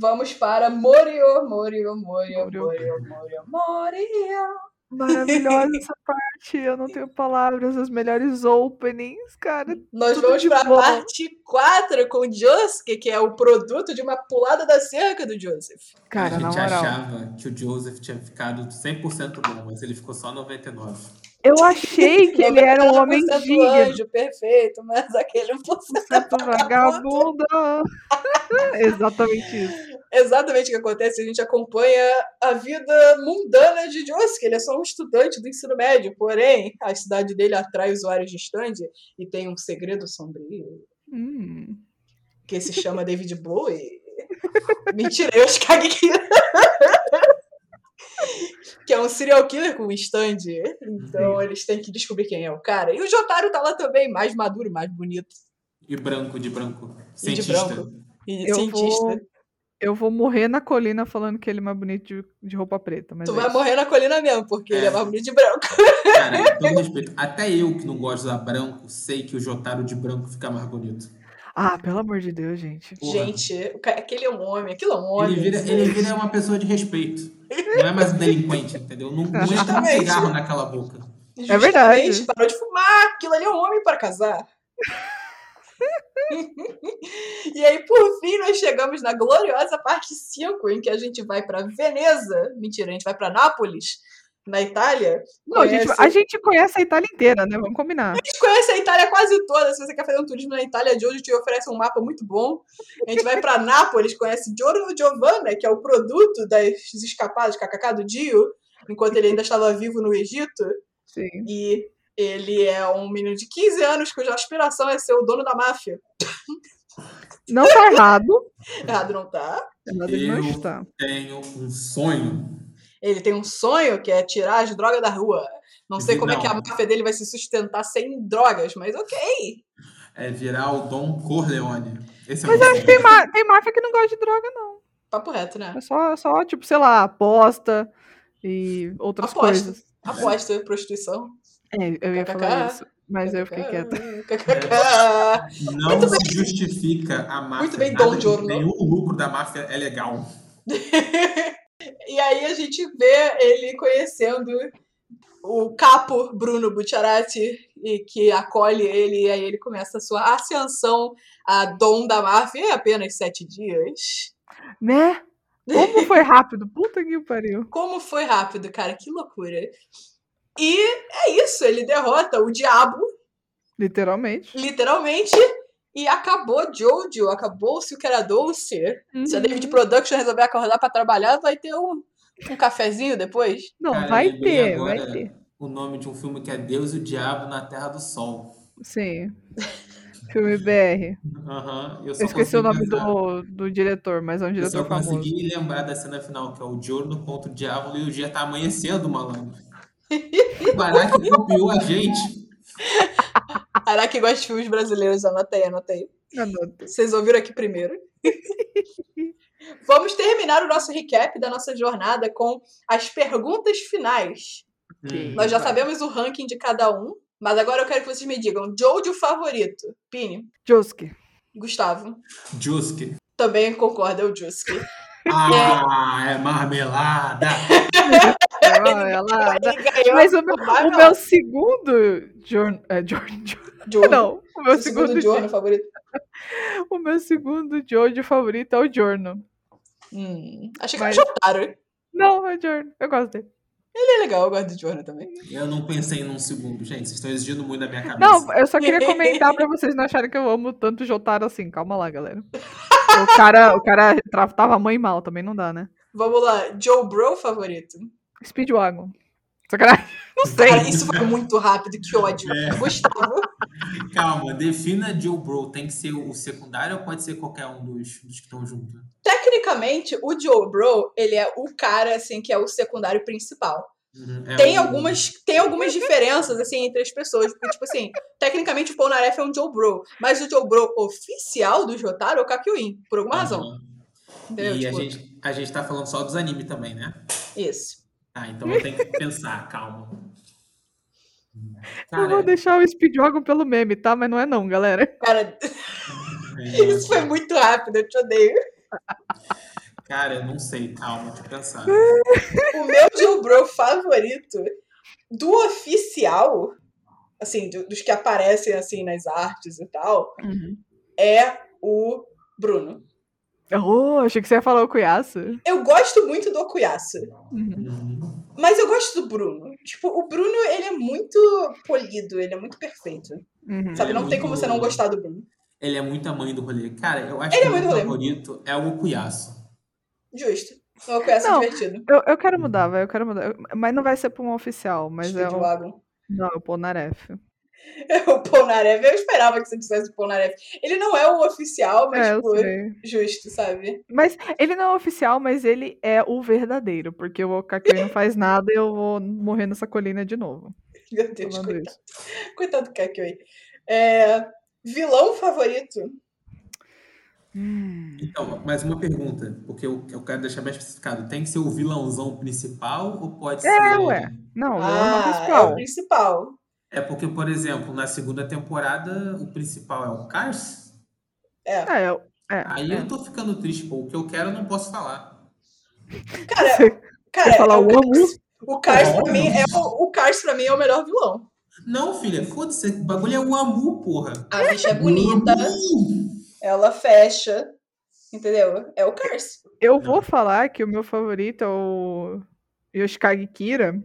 [SPEAKER 2] Vamos para Morio, Morio, Morio,
[SPEAKER 1] Morio.
[SPEAKER 2] Morio, Morio, Morio.
[SPEAKER 1] Maravilhosa essa parte. Eu não tenho palavras. As melhores openings, cara.
[SPEAKER 2] Nós
[SPEAKER 1] Tudo
[SPEAKER 2] vamos
[SPEAKER 1] de
[SPEAKER 2] para a
[SPEAKER 1] bom.
[SPEAKER 2] parte 4 com o Josuke, que é o produto de uma pulada da cerca do Joseph.
[SPEAKER 1] Cara,
[SPEAKER 3] a
[SPEAKER 1] na
[SPEAKER 3] gente
[SPEAKER 1] moral.
[SPEAKER 3] achava que o Joseph tinha ficado 100% bom, mas ele ficou só 99.
[SPEAKER 1] Eu achei que ele era um homem
[SPEAKER 2] 90%
[SPEAKER 1] digno.
[SPEAKER 2] anjo, perfeito, mas aquele 1%.
[SPEAKER 1] Certo vagabunda. Exatamente isso.
[SPEAKER 2] Exatamente o que acontece, a gente acompanha a vida mundana de Josuke, ele é só um estudante do ensino médio, porém, a cidade dele atrai usuários de stand e tem um segredo sombrio
[SPEAKER 1] Hum.
[SPEAKER 2] que se chama David Bowie. Mentira, eu acho que que é um serial killer com um stand. Então eles têm que descobrir quem é o cara. E o Jotaro tá lá também, mais maduro, mais bonito.
[SPEAKER 3] E branco, de branco.
[SPEAKER 2] E de
[SPEAKER 3] Cientista.
[SPEAKER 2] branco. E
[SPEAKER 1] Eu
[SPEAKER 2] cientista.
[SPEAKER 1] vou, eu vou morrer na colina falando que ele é mais bonito de, de roupa preta. Mas
[SPEAKER 2] Tu
[SPEAKER 1] é
[SPEAKER 2] vai
[SPEAKER 1] isso.
[SPEAKER 2] morrer na colina mesmo, porque ele é
[SPEAKER 3] É.
[SPEAKER 2] mais bonito de branco.
[SPEAKER 3] Cara, com todo respeito, até eu que não gosto de usar branco, sei que o Jotaro de branco fica mais bonito.
[SPEAKER 1] Ah, pelo amor de Deus, gente.
[SPEAKER 3] Porra.
[SPEAKER 2] Gente, o ca- aquele é um homem, aquilo é um homem.
[SPEAKER 3] Ele vira, ele vira uma pessoa de respeito. Não é mais um delinquente, entendeu? Não não está um
[SPEAKER 2] Justamente.
[SPEAKER 3] cigarro naquela boca.
[SPEAKER 1] É verdade.
[SPEAKER 2] Justamente, Parou de fumar, aquilo ali é um homem para casar. e aí, por fim, nós chegamos na gloriosa parte 5, em que a gente vai para Veneza. Mentira, a gente vai para Nápoles, na Itália.
[SPEAKER 1] Não, gente,
[SPEAKER 2] Conhece-
[SPEAKER 1] a gente conhece a Itália inteira, né? Vamos combinar.
[SPEAKER 2] gente conhece a Itália quase toda. Se você quer fazer um turismo na Itália, Giorgio te oferece um mapa muito bom. A gente vai pra Nápoles, conhece Giorgio Giovanna, que é o produto das escapadas, kkk do Dio, enquanto ele ainda estava vivo no Egito.
[SPEAKER 1] Sim.
[SPEAKER 2] E ele é um menino de 15 anos cuja aspiração é ser o dono da máfia.
[SPEAKER 1] Não tá errado. é
[SPEAKER 2] Errado não tá.
[SPEAKER 1] Errado ele não
[SPEAKER 3] Eu-
[SPEAKER 1] está.
[SPEAKER 3] Tenho um sonho.
[SPEAKER 2] Ele tem um sonho que é tirar as drogas da rua. Não sei como é que a
[SPEAKER 3] Não.
[SPEAKER 2] máfia dele vai se sustentar sem drogas, mas ok.
[SPEAKER 3] É virar o Dom Corleone. Esse é
[SPEAKER 1] Mas
[SPEAKER 3] o meu
[SPEAKER 1] acho que tem,
[SPEAKER 3] sonho.
[SPEAKER 1] ma- tem máfia que não gosta de droga, não.
[SPEAKER 2] Papo reto, né?
[SPEAKER 1] É só, só tipo, sei lá, aposta e outras
[SPEAKER 2] Aposta.
[SPEAKER 1] coisas.
[SPEAKER 2] Aposta, prostituição.
[SPEAKER 1] É, eu ia falar isso, mas aí eu fiquei quieta.
[SPEAKER 2] quieta.
[SPEAKER 3] Não
[SPEAKER 2] Muito
[SPEAKER 3] se justifica a máfia.
[SPEAKER 2] Muito bem,
[SPEAKER 3] Nada
[SPEAKER 2] Dom
[SPEAKER 3] de-
[SPEAKER 2] Giorno.
[SPEAKER 3] Nenhum lucro da máfia é legal.
[SPEAKER 2] E aí a gente vê ele conhecendo o capo Bruno Bucciarati, e que acolhe ele, e aí ele começa a sua ascensão a dom da máfia em apenas sete dias.
[SPEAKER 1] Né? Como foi rápido? Puta que pariu.
[SPEAKER 2] Como foi rápido, cara, que loucura. E é isso, ele derrota o diabo,
[SPEAKER 1] Literalmente.
[SPEAKER 2] literalmente, e acabou Jojo, acabou-se o que era doce. Se a
[SPEAKER 1] Uhum.
[SPEAKER 2] David Production resolver acordar pra trabalhar, vai ter um, um cafezinho depois.
[SPEAKER 1] Não,
[SPEAKER 3] Cara,
[SPEAKER 1] vai
[SPEAKER 3] lembrei
[SPEAKER 1] ter,
[SPEAKER 3] agora
[SPEAKER 1] vai ter.
[SPEAKER 3] O nome de um filme que é Deus e o Diabo na Terra do Sol.
[SPEAKER 1] Sim. Filme BR.
[SPEAKER 3] Aham. eu só
[SPEAKER 1] Eu esqueci o
[SPEAKER 3] consegui
[SPEAKER 1] nome
[SPEAKER 3] lembrar-
[SPEAKER 1] do, do diretor, mas é um
[SPEAKER 3] Eu só
[SPEAKER 1] diretor famoso.
[SPEAKER 3] consegui lembrar da cena final, que é o Giorno contra o Diabo e o dia tá amanhecendo, malandro. O Barack copiou a gente.
[SPEAKER 2] Caraca, que gosta de filmes brasileiros, anota aí, anota aí.
[SPEAKER 1] Anota.
[SPEAKER 2] Vocês ouviram aqui primeiro. Vamos terminar o nosso recap da nossa jornada com as perguntas finais.
[SPEAKER 1] Sim.
[SPEAKER 2] Nós já
[SPEAKER 1] Vai.
[SPEAKER 2] sabemos o ranking de cada um, mas agora eu quero que vocês me digam: Jojo favorito? Pini,
[SPEAKER 1] Josuke.
[SPEAKER 2] Gustavo.
[SPEAKER 3] Juske.
[SPEAKER 2] Também concorda, é o Juski.
[SPEAKER 3] Ah, é marmelada.
[SPEAKER 1] Ah, ela...
[SPEAKER 2] ganhou.
[SPEAKER 1] Mas o meu,
[SPEAKER 2] vai,
[SPEAKER 1] o
[SPEAKER 2] não.
[SPEAKER 1] meu segundo. Jorn... É, Jorn...
[SPEAKER 2] Jojo.
[SPEAKER 1] Não, é o meu
[SPEAKER 2] Seu segundo
[SPEAKER 1] segundo,
[SPEAKER 2] Jojo favorito.
[SPEAKER 1] O meu segundo Jojo favorito é o Jorno.
[SPEAKER 2] Hum, achei que era
[SPEAKER 1] Mas-
[SPEAKER 2] Jotaro. Ele
[SPEAKER 1] Não, é o Jorno. Eu gosto dele.
[SPEAKER 2] é legal, eu gosto de Jojo também.
[SPEAKER 3] Eu não pensei num segundo, gente. Vocês estão exigindo muito da minha cabeça.
[SPEAKER 1] Não, eu só queria comentar pra vocês não acharem que eu amo tanto o Jotaro assim. Calma lá, galera. O cara, o cara tratava a mãe mal, também não dá, né?
[SPEAKER 2] Vamos lá, Joe Bro favorito.
[SPEAKER 1] Speedwagon. Sacanagem. Não
[SPEAKER 2] Cara,
[SPEAKER 1] sei.
[SPEAKER 2] isso foi muito rápido, que ódio.
[SPEAKER 3] É.
[SPEAKER 2] Gustavo.
[SPEAKER 3] Calma, defina Joe Bro. Tem que ser o secundário ou pode ser qualquer um dos, dos que estão junto?
[SPEAKER 2] Tecnicamente, o Joe Bro, ele é o cara, assim, que é o secundário principal.
[SPEAKER 3] Uhum, é
[SPEAKER 2] tem
[SPEAKER 3] o-
[SPEAKER 2] algumas, tem algumas diferenças, assim, entre as pessoas. Porque, tipo assim, tecnicamente o Paul Naref é um Joe Bro, mas o Joe Bro oficial do Jotaro é o Kakyoin, por alguma razão.
[SPEAKER 3] Uhum.
[SPEAKER 2] Entendeu?
[SPEAKER 3] E a
[SPEAKER 2] Tipo,
[SPEAKER 3] gente, a gente tá falando só dos animes também, né?
[SPEAKER 2] Isso.
[SPEAKER 3] Ah, então eu tenho que pensar, calma.
[SPEAKER 1] Eu vou
[SPEAKER 3] Cara,
[SPEAKER 1] deixar o Speedwagon pelo meme, tá? Mas não é não, galera.
[SPEAKER 2] Cara,
[SPEAKER 3] é,
[SPEAKER 2] isso foi muito rápido, eu te odeio.
[SPEAKER 3] cara, eu não sei, calma, deixa eu pensar.
[SPEAKER 2] O meu Joe Bro favorito do oficial, assim, do- dos que aparecem, assim, nas artes e tal,
[SPEAKER 3] Uhum.
[SPEAKER 2] é o Bruno.
[SPEAKER 1] Oh, achei que você ia falar o Cuiaço.
[SPEAKER 2] Eu gosto muito do Okuyasu.
[SPEAKER 3] Uhum.
[SPEAKER 2] Mas eu gosto do Bruno. Tipo, o Bruno, ele é muito polido, ele é muito perfeito.
[SPEAKER 1] Uhum.
[SPEAKER 2] Sabe,
[SPEAKER 3] Ele é
[SPEAKER 2] não tem como
[SPEAKER 3] muito-
[SPEAKER 2] você não gostar do Bruno.
[SPEAKER 3] Ele é muito a mãe do rolê. Cara, eu acho
[SPEAKER 2] Ele é
[SPEAKER 3] que o
[SPEAKER 2] mãe
[SPEAKER 3] meu
[SPEAKER 2] do rolê.
[SPEAKER 3] favorito é o Okuyasu.
[SPEAKER 2] Justo. Então, Eu conheço é
[SPEAKER 1] Não,
[SPEAKER 2] divertido.
[SPEAKER 1] Eu, eu quero mudar, vai, eu quero mudar. Eu- Mas não vai ser pra um oficial, mas é um...
[SPEAKER 2] Speedwagon.
[SPEAKER 1] Não, é o Polnareff.
[SPEAKER 2] O Polnareff, eu esperava que você dissesse o Polnareff. Ele não é o oficial, mas,
[SPEAKER 1] É, eu
[SPEAKER 2] tipo,
[SPEAKER 1] sei.
[SPEAKER 2] justo, sabe?
[SPEAKER 1] Mas ele não é oficial, mas ele é o verdadeiro, porque o Kakui não faz nada e eu vou morrer nessa colina de novo.
[SPEAKER 2] Meu Deus,
[SPEAKER 1] Falando
[SPEAKER 2] coitado,
[SPEAKER 1] isso.
[SPEAKER 2] coitado do Kakioi. É, vilão favorito?
[SPEAKER 1] Hum.
[SPEAKER 3] Então, mais uma pergunta, porque eu, eu quero deixar bem especificado. Tem que ser o vilãozão principal ou pode ser.
[SPEAKER 1] ué. Não, não é o
[SPEAKER 2] É o
[SPEAKER 1] principal.
[SPEAKER 2] principal.
[SPEAKER 3] É porque, por exemplo, na segunda temporada, o principal é o Cars.
[SPEAKER 2] É.
[SPEAKER 1] É, eu- é,
[SPEAKER 3] Aí
[SPEAKER 1] é.
[SPEAKER 3] eu tô ficando triste, pô. O que eu quero eu não posso falar.
[SPEAKER 2] Cara,
[SPEAKER 1] Você
[SPEAKER 2] cara
[SPEAKER 1] quer falar
[SPEAKER 2] é
[SPEAKER 1] o Amu?
[SPEAKER 2] o Cars
[SPEAKER 3] Não.
[SPEAKER 2] pra mim é o, o Cars pra mim é o melhor vilão.
[SPEAKER 3] Não, filha, foda-se. O bagulho é o Amu, porra. Um
[SPEAKER 2] A bicha é bonita. ela fecha, entendeu? É o Curse.
[SPEAKER 1] Eu vou falar que o meu favorito é o Yoshikage Kira,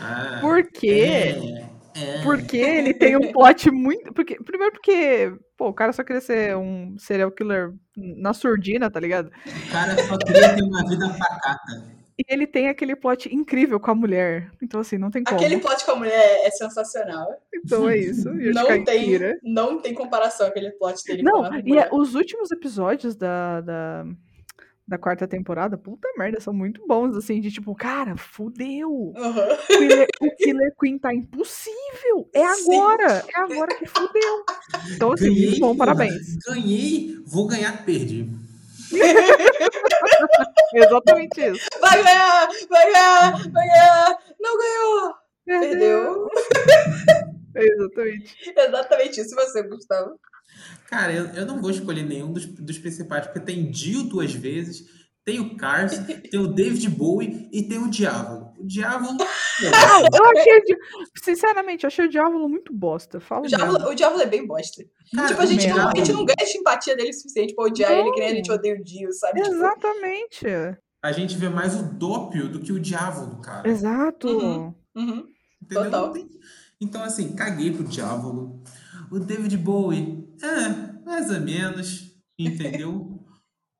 [SPEAKER 3] Ah,
[SPEAKER 1] porque,
[SPEAKER 3] É, é.
[SPEAKER 1] porque ele tem um plot muito... Porque, primeiro porque, pô, o cara só queria ser um serial killer na surdina, tá ligado?
[SPEAKER 3] O cara só queria ter uma vida pacata.
[SPEAKER 1] E ele tem aquele plot incrível com a mulher. Então, assim, não tem como.
[SPEAKER 2] Aquele plot com a mulher é sensacional.
[SPEAKER 1] Então é isso.
[SPEAKER 2] Não
[SPEAKER 1] Yoshikage
[SPEAKER 2] tem,
[SPEAKER 1] Kira.
[SPEAKER 2] não tem comparação aquele plot dele com a
[SPEAKER 1] Não, e
[SPEAKER 2] mulher.
[SPEAKER 1] é- os últimos episódios da, da, da quarta temporada, puta merda, são muito bons, assim, de tipo, cara, fudeu.
[SPEAKER 2] Uhum.
[SPEAKER 1] O Killer, o Killer Queen tá impossível. É
[SPEAKER 2] Sim.
[SPEAKER 1] agora. É agora que fudeu. Então, assim, muito bom,
[SPEAKER 3] porra.
[SPEAKER 1] parabéns.
[SPEAKER 3] Ganhei, vou ganhar, perdi.
[SPEAKER 1] Exatamente isso.
[SPEAKER 2] Vai ganhar! Vai ganhar! Vai ganhar! Não ganhou!
[SPEAKER 1] Uhum.
[SPEAKER 2] Perdeu.
[SPEAKER 1] Exatamente.
[SPEAKER 2] Exatamente isso você, Gustavo.
[SPEAKER 3] Cara, eu, eu não vou escolher nenhum dos, dos principais, porque tem Dio duas vezes, tem o Cars, tem o David Bowie e tem o Diabo. O Diabo.
[SPEAKER 1] Não, eu
[SPEAKER 2] É.
[SPEAKER 1] achei. o Di- Sinceramente, eu achei o Diávolo muito bosta. Falo
[SPEAKER 2] O
[SPEAKER 1] mesmo.
[SPEAKER 2] Diablo, o Diablo é bem bosta.
[SPEAKER 1] Ah,
[SPEAKER 3] Cara,
[SPEAKER 2] tipo, a gente, não, a
[SPEAKER 3] Diablo-
[SPEAKER 2] gente não ganha simpatia dele o suficiente pra odiar ele, que nem a gente odeia o Dio, sabe? Tipo,
[SPEAKER 1] Exatamente.
[SPEAKER 2] É.
[SPEAKER 3] a gente vê mais o Dópio do que o Diabo, cara.
[SPEAKER 1] Exato.
[SPEAKER 2] Uhum. uhum.
[SPEAKER 3] Entendeu?
[SPEAKER 2] Total.
[SPEAKER 3] Não tem- Então, assim, caguei pro Diávolo. O David Bowie, é, mais ou menos, entendeu?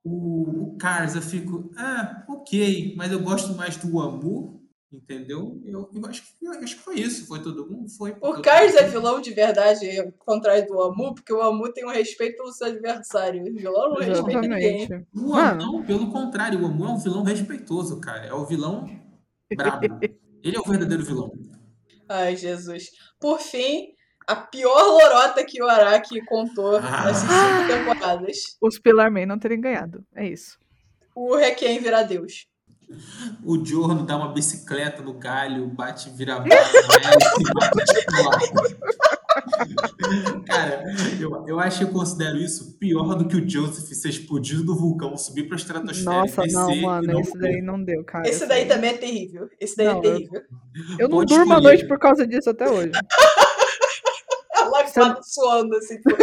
[SPEAKER 3] o, o Cars, eu fico, ah, ok, mas eu gosto mais do Amu, entendeu? Eu, eu acho, que, eu acho que foi isso, foi todo mundo, foi.
[SPEAKER 2] O
[SPEAKER 3] todo
[SPEAKER 2] Cars
[SPEAKER 3] mundo.
[SPEAKER 2] é vilão de verdade, ao contrário do Amu, porque o Amu tem um respeito pelo seu adversário. O vilão não respeita ninguém.
[SPEAKER 1] Exatamente.
[SPEAKER 3] O
[SPEAKER 1] Mano.
[SPEAKER 3] Amu, não, pelo contrário, o Amu é um vilão respeitoso, cara. É o vilão brabo. Ele é o verdadeiro vilão.
[SPEAKER 2] Ai, Jesus. Por fim, a pior lorota que o Araki contou nessas cinco temporadas.
[SPEAKER 1] Os Pilar Man não terem ganhado. É isso.
[SPEAKER 2] O Requiem virar Deus.
[SPEAKER 3] O Jorno dá uma bicicleta no galho, bate, vira a barra, e bate tipo lá. Cara, eu, eu acho que eu considero isso pior do que o Joseph ser explodido do vulcão, subir pra estratosfera
[SPEAKER 1] Nossa,
[SPEAKER 3] e descer.
[SPEAKER 1] não,
[SPEAKER 3] e
[SPEAKER 1] mano,
[SPEAKER 3] não
[SPEAKER 1] esse
[SPEAKER 3] morrer.
[SPEAKER 1] daí não deu, cara.
[SPEAKER 2] Esse daí também é terrível. Esse daí é
[SPEAKER 1] Não, eu-
[SPEAKER 2] terrível.
[SPEAKER 1] Eu não
[SPEAKER 3] Pode
[SPEAKER 1] durmo à
[SPEAKER 3] escolher.
[SPEAKER 1] noite por causa disso até hoje.
[SPEAKER 2] A lágrima suando, assim. tipo,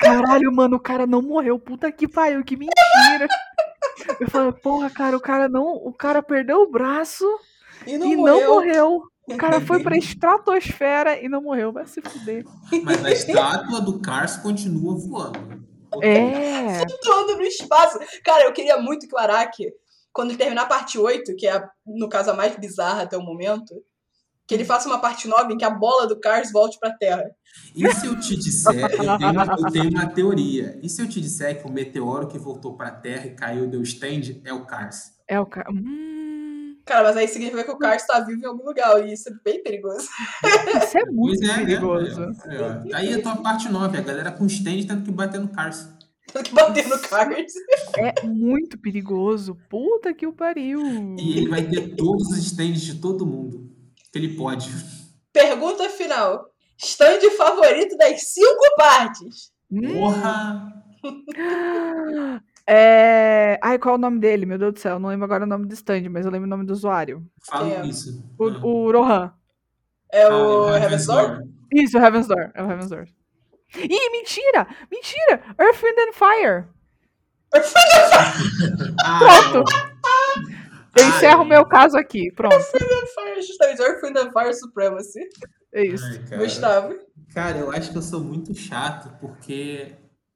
[SPEAKER 1] Caralho, mano, o cara não morreu. Puta que pariu, que mentira. Eu falei, porra, cara, o cara não. O cara perdeu o braço
[SPEAKER 2] E não
[SPEAKER 1] e
[SPEAKER 2] morreu.
[SPEAKER 1] não morreu. O cara foi pra estratosfera e não morreu. Vai se fuder.
[SPEAKER 3] Mas a estátua do Cars continua voando.
[SPEAKER 1] É.
[SPEAKER 2] Todo no espaço. Cara, eu queria muito que o Araki, quando ele terminar a parte 8, que é, a- no caso, a mais bizarra até o momento, que ele faça uma parte 9 em que a bola do Cars volte pra Terra.
[SPEAKER 3] E se eu te disser, eu tenho, eu tenho uma teoria. E se eu te disser que o meteoro que voltou pra Terra e caiu deu stand é o Cars?
[SPEAKER 1] É o cara. Hum,
[SPEAKER 2] Cara, mas aí significa que o Carlos tá vivo em algum lugar, e isso é bem perigoso.
[SPEAKER 1] Isso é muito
[SPEAKER 3] Pois é, né?
[SPEAKER 1] perigoso.
[SPEAKER 3] Aí, ó. Tá Aí a tua parte 9, a galera com stand tendo que bater no Cars.
[SPEAKER 2] Tem que bater no Carlos.
[SPEAKER 1] É muito perigoso. Puta que o pariu.
[SPEAKER 3] E ele vai ter todos os stands de todo mundo. Que ele pode.
[SPEAKER 2] Pergunta final. Stand favorito das cinco partes.
[SPEAKER 1] Hum.
[SPEAKER 3] Porra!
[SPEAKER 1] É... Ai, qual é o nome dele? Meu Deus do céu, eu não lembro agora o nome do stand, mas eu lembro o nome do usuário.
[SPEAKER 3] Falo
[SPEAKER 2] É.
[SPEAKER 3] isso.
[SPEAKER 1] O, o Rohan.
[SPEAKER 2] É
[SPEAKER 3] Ah,
[SPEAKER 2] o
[SPEAKER 3] vai- vai-
[SPEAKER 2] Heaven's Door?
[SPEAKER 1] Isso, o Heaven's Door. É o Heaven's Door. Ih, mentira! Mentira! Earth, Wind and Fire!
[SPEAKER 3] Ah,
[SPEAKER 1] Pronto.
[SPEAKER 3] não.
[SPEAKER 1] Eu
[SPEAKER 3] Ai.
[SPEAKER 1] encerro o meu caso aqui. Pronto,
[SPEAKER 2] Fire, justamente. Earth, Wind and Fire Supremacy.
[SPEAKER 1] é isso.
[SPEAKER 3] Ai, cara.
[SPEAKER 2] Gustavo.
[SPEAKER 3] Cara, eu acho que eu sou muito chato, porque.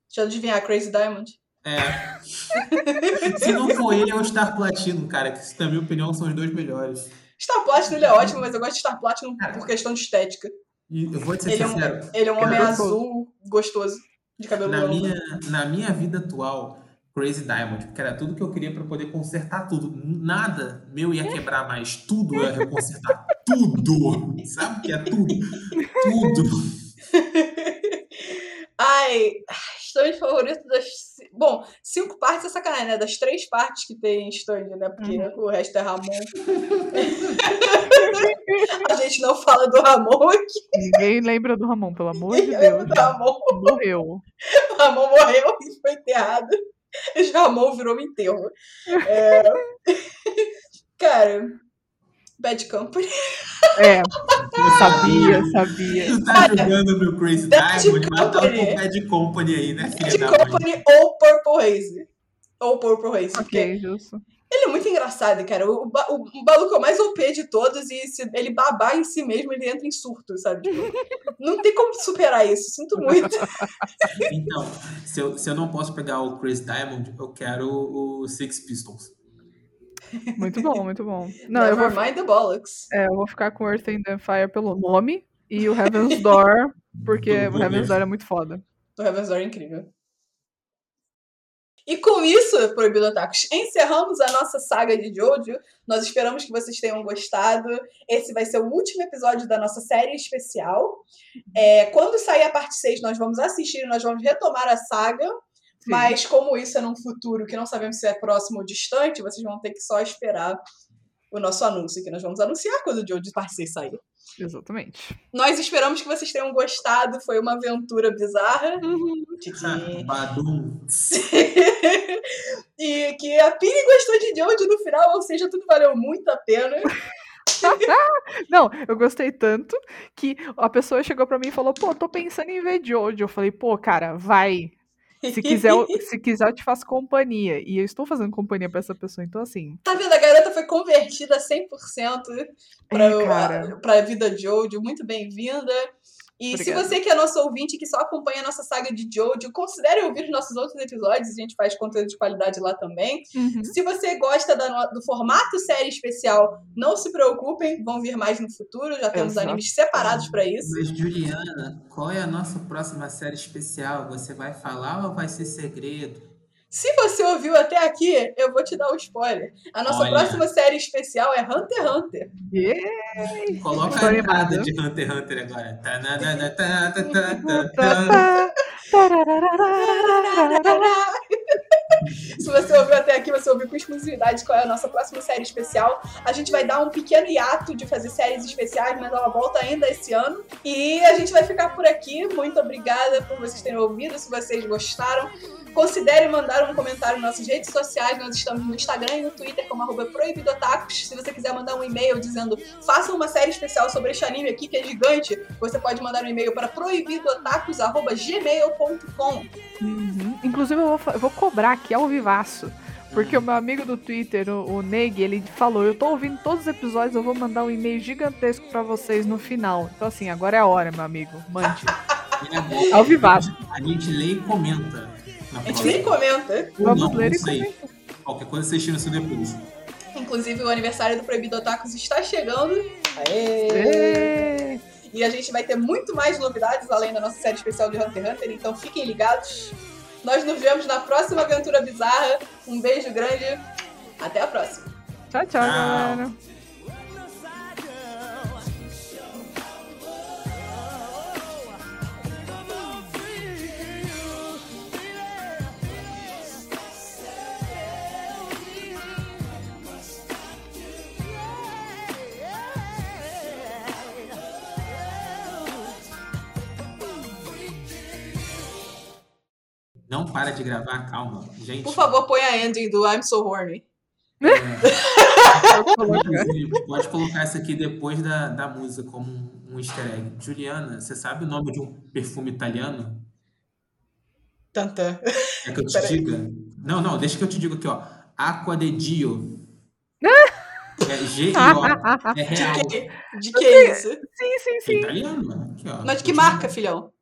[SPEAKER 2] Deixa eu adivinhar, Crazy Diamond.
[SPEAKER 3] É. Se não for ele, é o Star Platino, cara, que, na minha opinião, são os dois melhores.
[SPEAKER 2] Star Platinum ele é ótimo, mas eu gosto de Star Platinum por questão de estética.
[SPEAKER 3] E eu vou te ser
[SPEAKER 2] Ele é um-
[SPEAKER 3] sincero.
[SPEAKER 2] Ele é um homem
[SPEAKER 1] Eu gosto.
[SPEAKER 2] azul, gostoso, de cabelo
[SPEAKER 3] na
[SPEAKER 2] longo.
[SPEAKER 3] minha, na minha vida atual, Crazy Diamond, porque era tudo que eu queria pra poder consertar tudo. Nada meu ia quebrar mais. Tudo eu ia consertar. Tudo! Sabe o que é tudo? Tudo!
[SPEAKER 2] Ai, stand favorito das. ci- Bom, cinco partes é sacanagem, né? Das três partes que tem stand, né? Porque o resto é Ramon. A gente não fala do Ramon aqui.
[SPEAKER 1] Ninguém lembra do Ramon, pelo amor de
[SPEAKER 2] lembra
[SPEAKER 1] Deus.
[SPEAKER 2] do Ramon.
[SPEAKER 1] Morreu.
[SPEAKER 2] O Ramon morreu e foi enterrado. O Ramon virou um enterro. É, Cara, Bad Company.
[SPEAKER 1] É, sabia, sabia.
[SPEAKER 3] Tu tá jogando meu Crazy
[SPEAKER 2] Bad
[SPEAKER 3] Diamond, mas tá
[SPEAKER 2] Company.
[SPEAKER 3] com Bad Company aí, né, filha
[SPEAKER 2] Bad
[SPEAKER 3] da mãe?
[SPEAKER 2] Company ou Purple Haze. Ou Purple Haze. porque
[SPEAKER 1] Ok, justo.
[SPEAKER 2] Ele é muito engraçado, cara. O, o, ba- o, o maluco é o mais OP de todos e se ele babar em si mesmo, ele entra em surto, sabe? Tipo, não tem como superar isso. Sinto muito.
[SPEAKER 3] Então, se eu, se eu não posso pegar o Crazy Diamond, eu quero o Six Pistols.
[SPEAKER 1] Muito bom, muito bom. Não, eu
[SPEAKER 2] Never
[SPEAKER 1] vou,
[SPEAKER 2] mind the bollocks.
[SPEAKER 1] é, eu vou ficar com Earth and Fire pelo nome e o Heaven's Door, porque
[SPEAKER 3] Pelo
[SPEAKER 1] o Heaven's
[SPEAKER 3] começo.
[SPEAKER 1] Door é muito foda.
[SPEAKER 2] O Heaven's Door é incrível. E com isso, Proibido Otakus, encerramos a nossa saga de Jojo. Nós esperamos que vocês tenham gostado. Esse vai ser o último episódio da nossa série especial. É, quando sair a parte 6, nós vamos assistir, nós vamos retomar a saga.
[SPEAKER 1] Sim.
[SPEAKER 2] Mas como isso é num futuro que não sabemos se é próximo ou distante, vocês vão ter que só esperar o nosso anúncio, que nós vamos anunciar quando o Jojo Parte 6 sair.
[SPEAKER 1] Exatamente.
[SPEAKER 2] Nós esperamos que vocês tenham gostado, foi uma aventura bizarra. Titi.
[SPEAKER 3] Badum.
[SPEAKER 2] e que a Pini gostou de Jojo no final, ou seja, tudo valeu muito a pena.
[SPEAKER 1] Não, eu gostei tanto que a pessoa chegou pra mim e falou: pô, tô pensando em ver Jojo. Eu falei: pô, cara, vai. Se quiser, eu- se quiser, eu te faço companhia. E eu estou fazendo companhia pra essa pessoa, então assim.
[SPEAKER 2] Tá vendo? A garota foi convertida 100% pra,
[SPEAKER 1] é, cara.
[SPEAKER 2] a, pra vida de Jojo. Muito bem-vinda. E
[SPEAKER 1] Obrigada.
[SPEAKER 2] se você que é nosso ouvinte, que só acompanha a nossa saga de Jojo, considere ouvir os nossos outros episódios. A gente faz conteúdo de qualidade lá também.
[SPEAKER 1] Uhum.
[SPEAKER 2] Se você gosta da no- do formato série especial, não se preocupem, vão vir mais no futuro. Já temos
[SPEAKER 1] Exato.
[SPEAKER 2] animes separados pra isso.
[SPEAKER 3] Mas, Juliana, qual é a nossa próxima série especial? Você vai falar ou vai ser segredo?
[SPEAKER 2] Se você ouviu até aqui, eu vou te dar um spoiler. A nossa
[SPEAKER 3] Olha.
[SPEAKER 2] próxima série especial é Hunter x Hunter.
[SPEAKER 1] Yeah.
[SPEAKER 3] Coloca
[SPEAKER 1] Tô
[SPEAKER 3] a
[SPEAKER 1] animada.
[SPEAKER 3] entrada de Hunter x Hunter agora. Tananana, tá, tá, tá, tá,
[SPEAKER 1] Tá,
[SPEAKER 3] tá.
[SPEAKER 1] tá. Tararararararara.
[SPEAKER 2] Se você ouviu até aqui, você ouviu com exclusividade qual é a nossa próxima série especial. A gente vai dar um pequeno hiato de fazer séries especiais, mas ela volta ainda esse ano. E a gente vai ficar por aqui. Muito obrigada por vocês terem ouvido. Se vocês gostaram, considere mandar um comentário nas nossas redes sociais. Nós estamos no Instagram e no Twitter como arroba proibidotacos. Se você quiser mandar um e-mail dizendo faça uma série especial sobre este anime aqui que é gigante, você pode mandar um e-mail para proibidotacos.gmail.com.
[SPEAKER 1] Uhum. Inclusive, eu vou, fa- eu vou cobrar aqui ao vivaço. Porque o meu amigo do Twitter, o, o Neg, ele falou: Eu tô ouvindo todos os episódios, eu vou mandar um e-mail gigantesco pra vocês no final. Então, assim, agora é a hora, meu amigo. Mande.
[SPEAKER 3] E agora
[SPEAKER 1] Ao vivaço.
[SPEAKER 3] A gente lê e comenta. na
[SPEAKER 2] A gente
[SPEAKER 3] próxima.
[SPEAKER 2] nem comenta.
[SPEAKER 3] Ou
[SPEAKER 1] Vamos
[SPEAKER 3] não,
[SPEAKER 1] ler
[SPEAKER 3] não
[SPEAKER 1] e
[SPEAKER 3] sei.
[SPEAKER 1] comentar.
[SPEAKER 3] Qualquer coisa vocês tiram isso depois.
[SPEAKER 2] Inclusive, o aniversário do Proibido Otakus está chegando.
[SPEAKER 1] Ê!
[SPEAKER 2] E a gente vai ter muito mais novidades além da nossa série especial de Hunter x Hunter, então fiquem ligados. Nós nos vemos na próxima aventura bizarra. Um beijo grande. Até a próxima.
[SPEAKER 1] Tchau, tchau, galera.
[SPEAKER 3] Não para de gravar, calma. Gente,
[SPEAKER 2] Por favor, põe a ending do I'm So Horny.
[SPEAKER 3] Inclusive, pode colocar essa aqui depois da, da música como um, um easter egg. Juliana, você sabe o nome de um perfume italiano?
[SPEAKER 2] Tantã.
[SPEAKER 3] É que eu te
[SPEAKER 2] Peraí.
[SPEAKER 3] diga? Não, não, deixa que eu te digo aqui, ó. Aqua de Dio. É G-I-O. É real.
[SPEAKER 2] De que, de que é isso?
[SPEAKER 1] Sim, sim,
[SPEAKER 3] É
[SPEAKER 1] sim.
[SPEAKER 3] italiano. Aqui, ó.
[SPEAKER 2] Mas de que marca, filhão?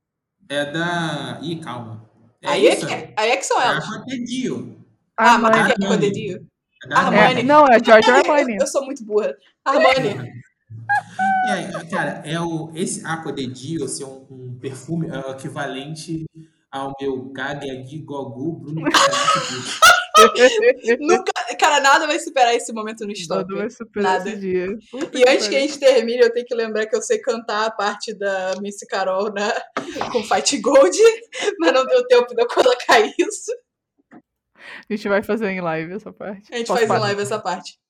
[SPEAKER 3] É da... Ih, calma. É
[SPEAKER 2] aí, é
[SPEAKER 3] isso.
[SPEAKER 2] que,
[SPEAKER 3] É
[SPEAKER 2] aí é que são elas.
[SPEAKER 3] Aqua de Dio.
[SPEAKER 2] Ah, mas
[SPEAKER 1] Armani.
[SPEAKER 2] é que é Codedinho.
[SPEAKER 3] É da
[SPEAKER 2] Armani.
[SPEAKER 1] É, não, é George Armani.
[SPEAKER 2] Eu, eu sou muito burra. Armani.
[SPEAKER 3] E aí, cara, é o, esse Aqua de Dio, assim, é um, um perfume é o equivalente ao meu Gagagi Gogu Bruno Calato.
[SPEAKER 2] Nunca, cara, nada vai superar esse momento no
[SPEAKER 1] Todo
[SPEAKER 2] stop.
[SPEAKER 1] vai superar
[SPEAKER 2] Nada.
[SPEAKER 1] esse dia.
[SPEAKER 2] E antes que a gente termine, eu tenho que lembrar que eu sei cantar a parte da Missy Carol né, com Fight Gold, mas não deu tempo de eu colocar isso.
[SPEAKER 1] A gente vai fazer em live essa parte.
[SPEAKER 2] A gente
[SPEAKER 1] Posso
[SPEAKER 2] faz em
[SPEAKER 1] parar?
[SPEAKER 2] live essa parte.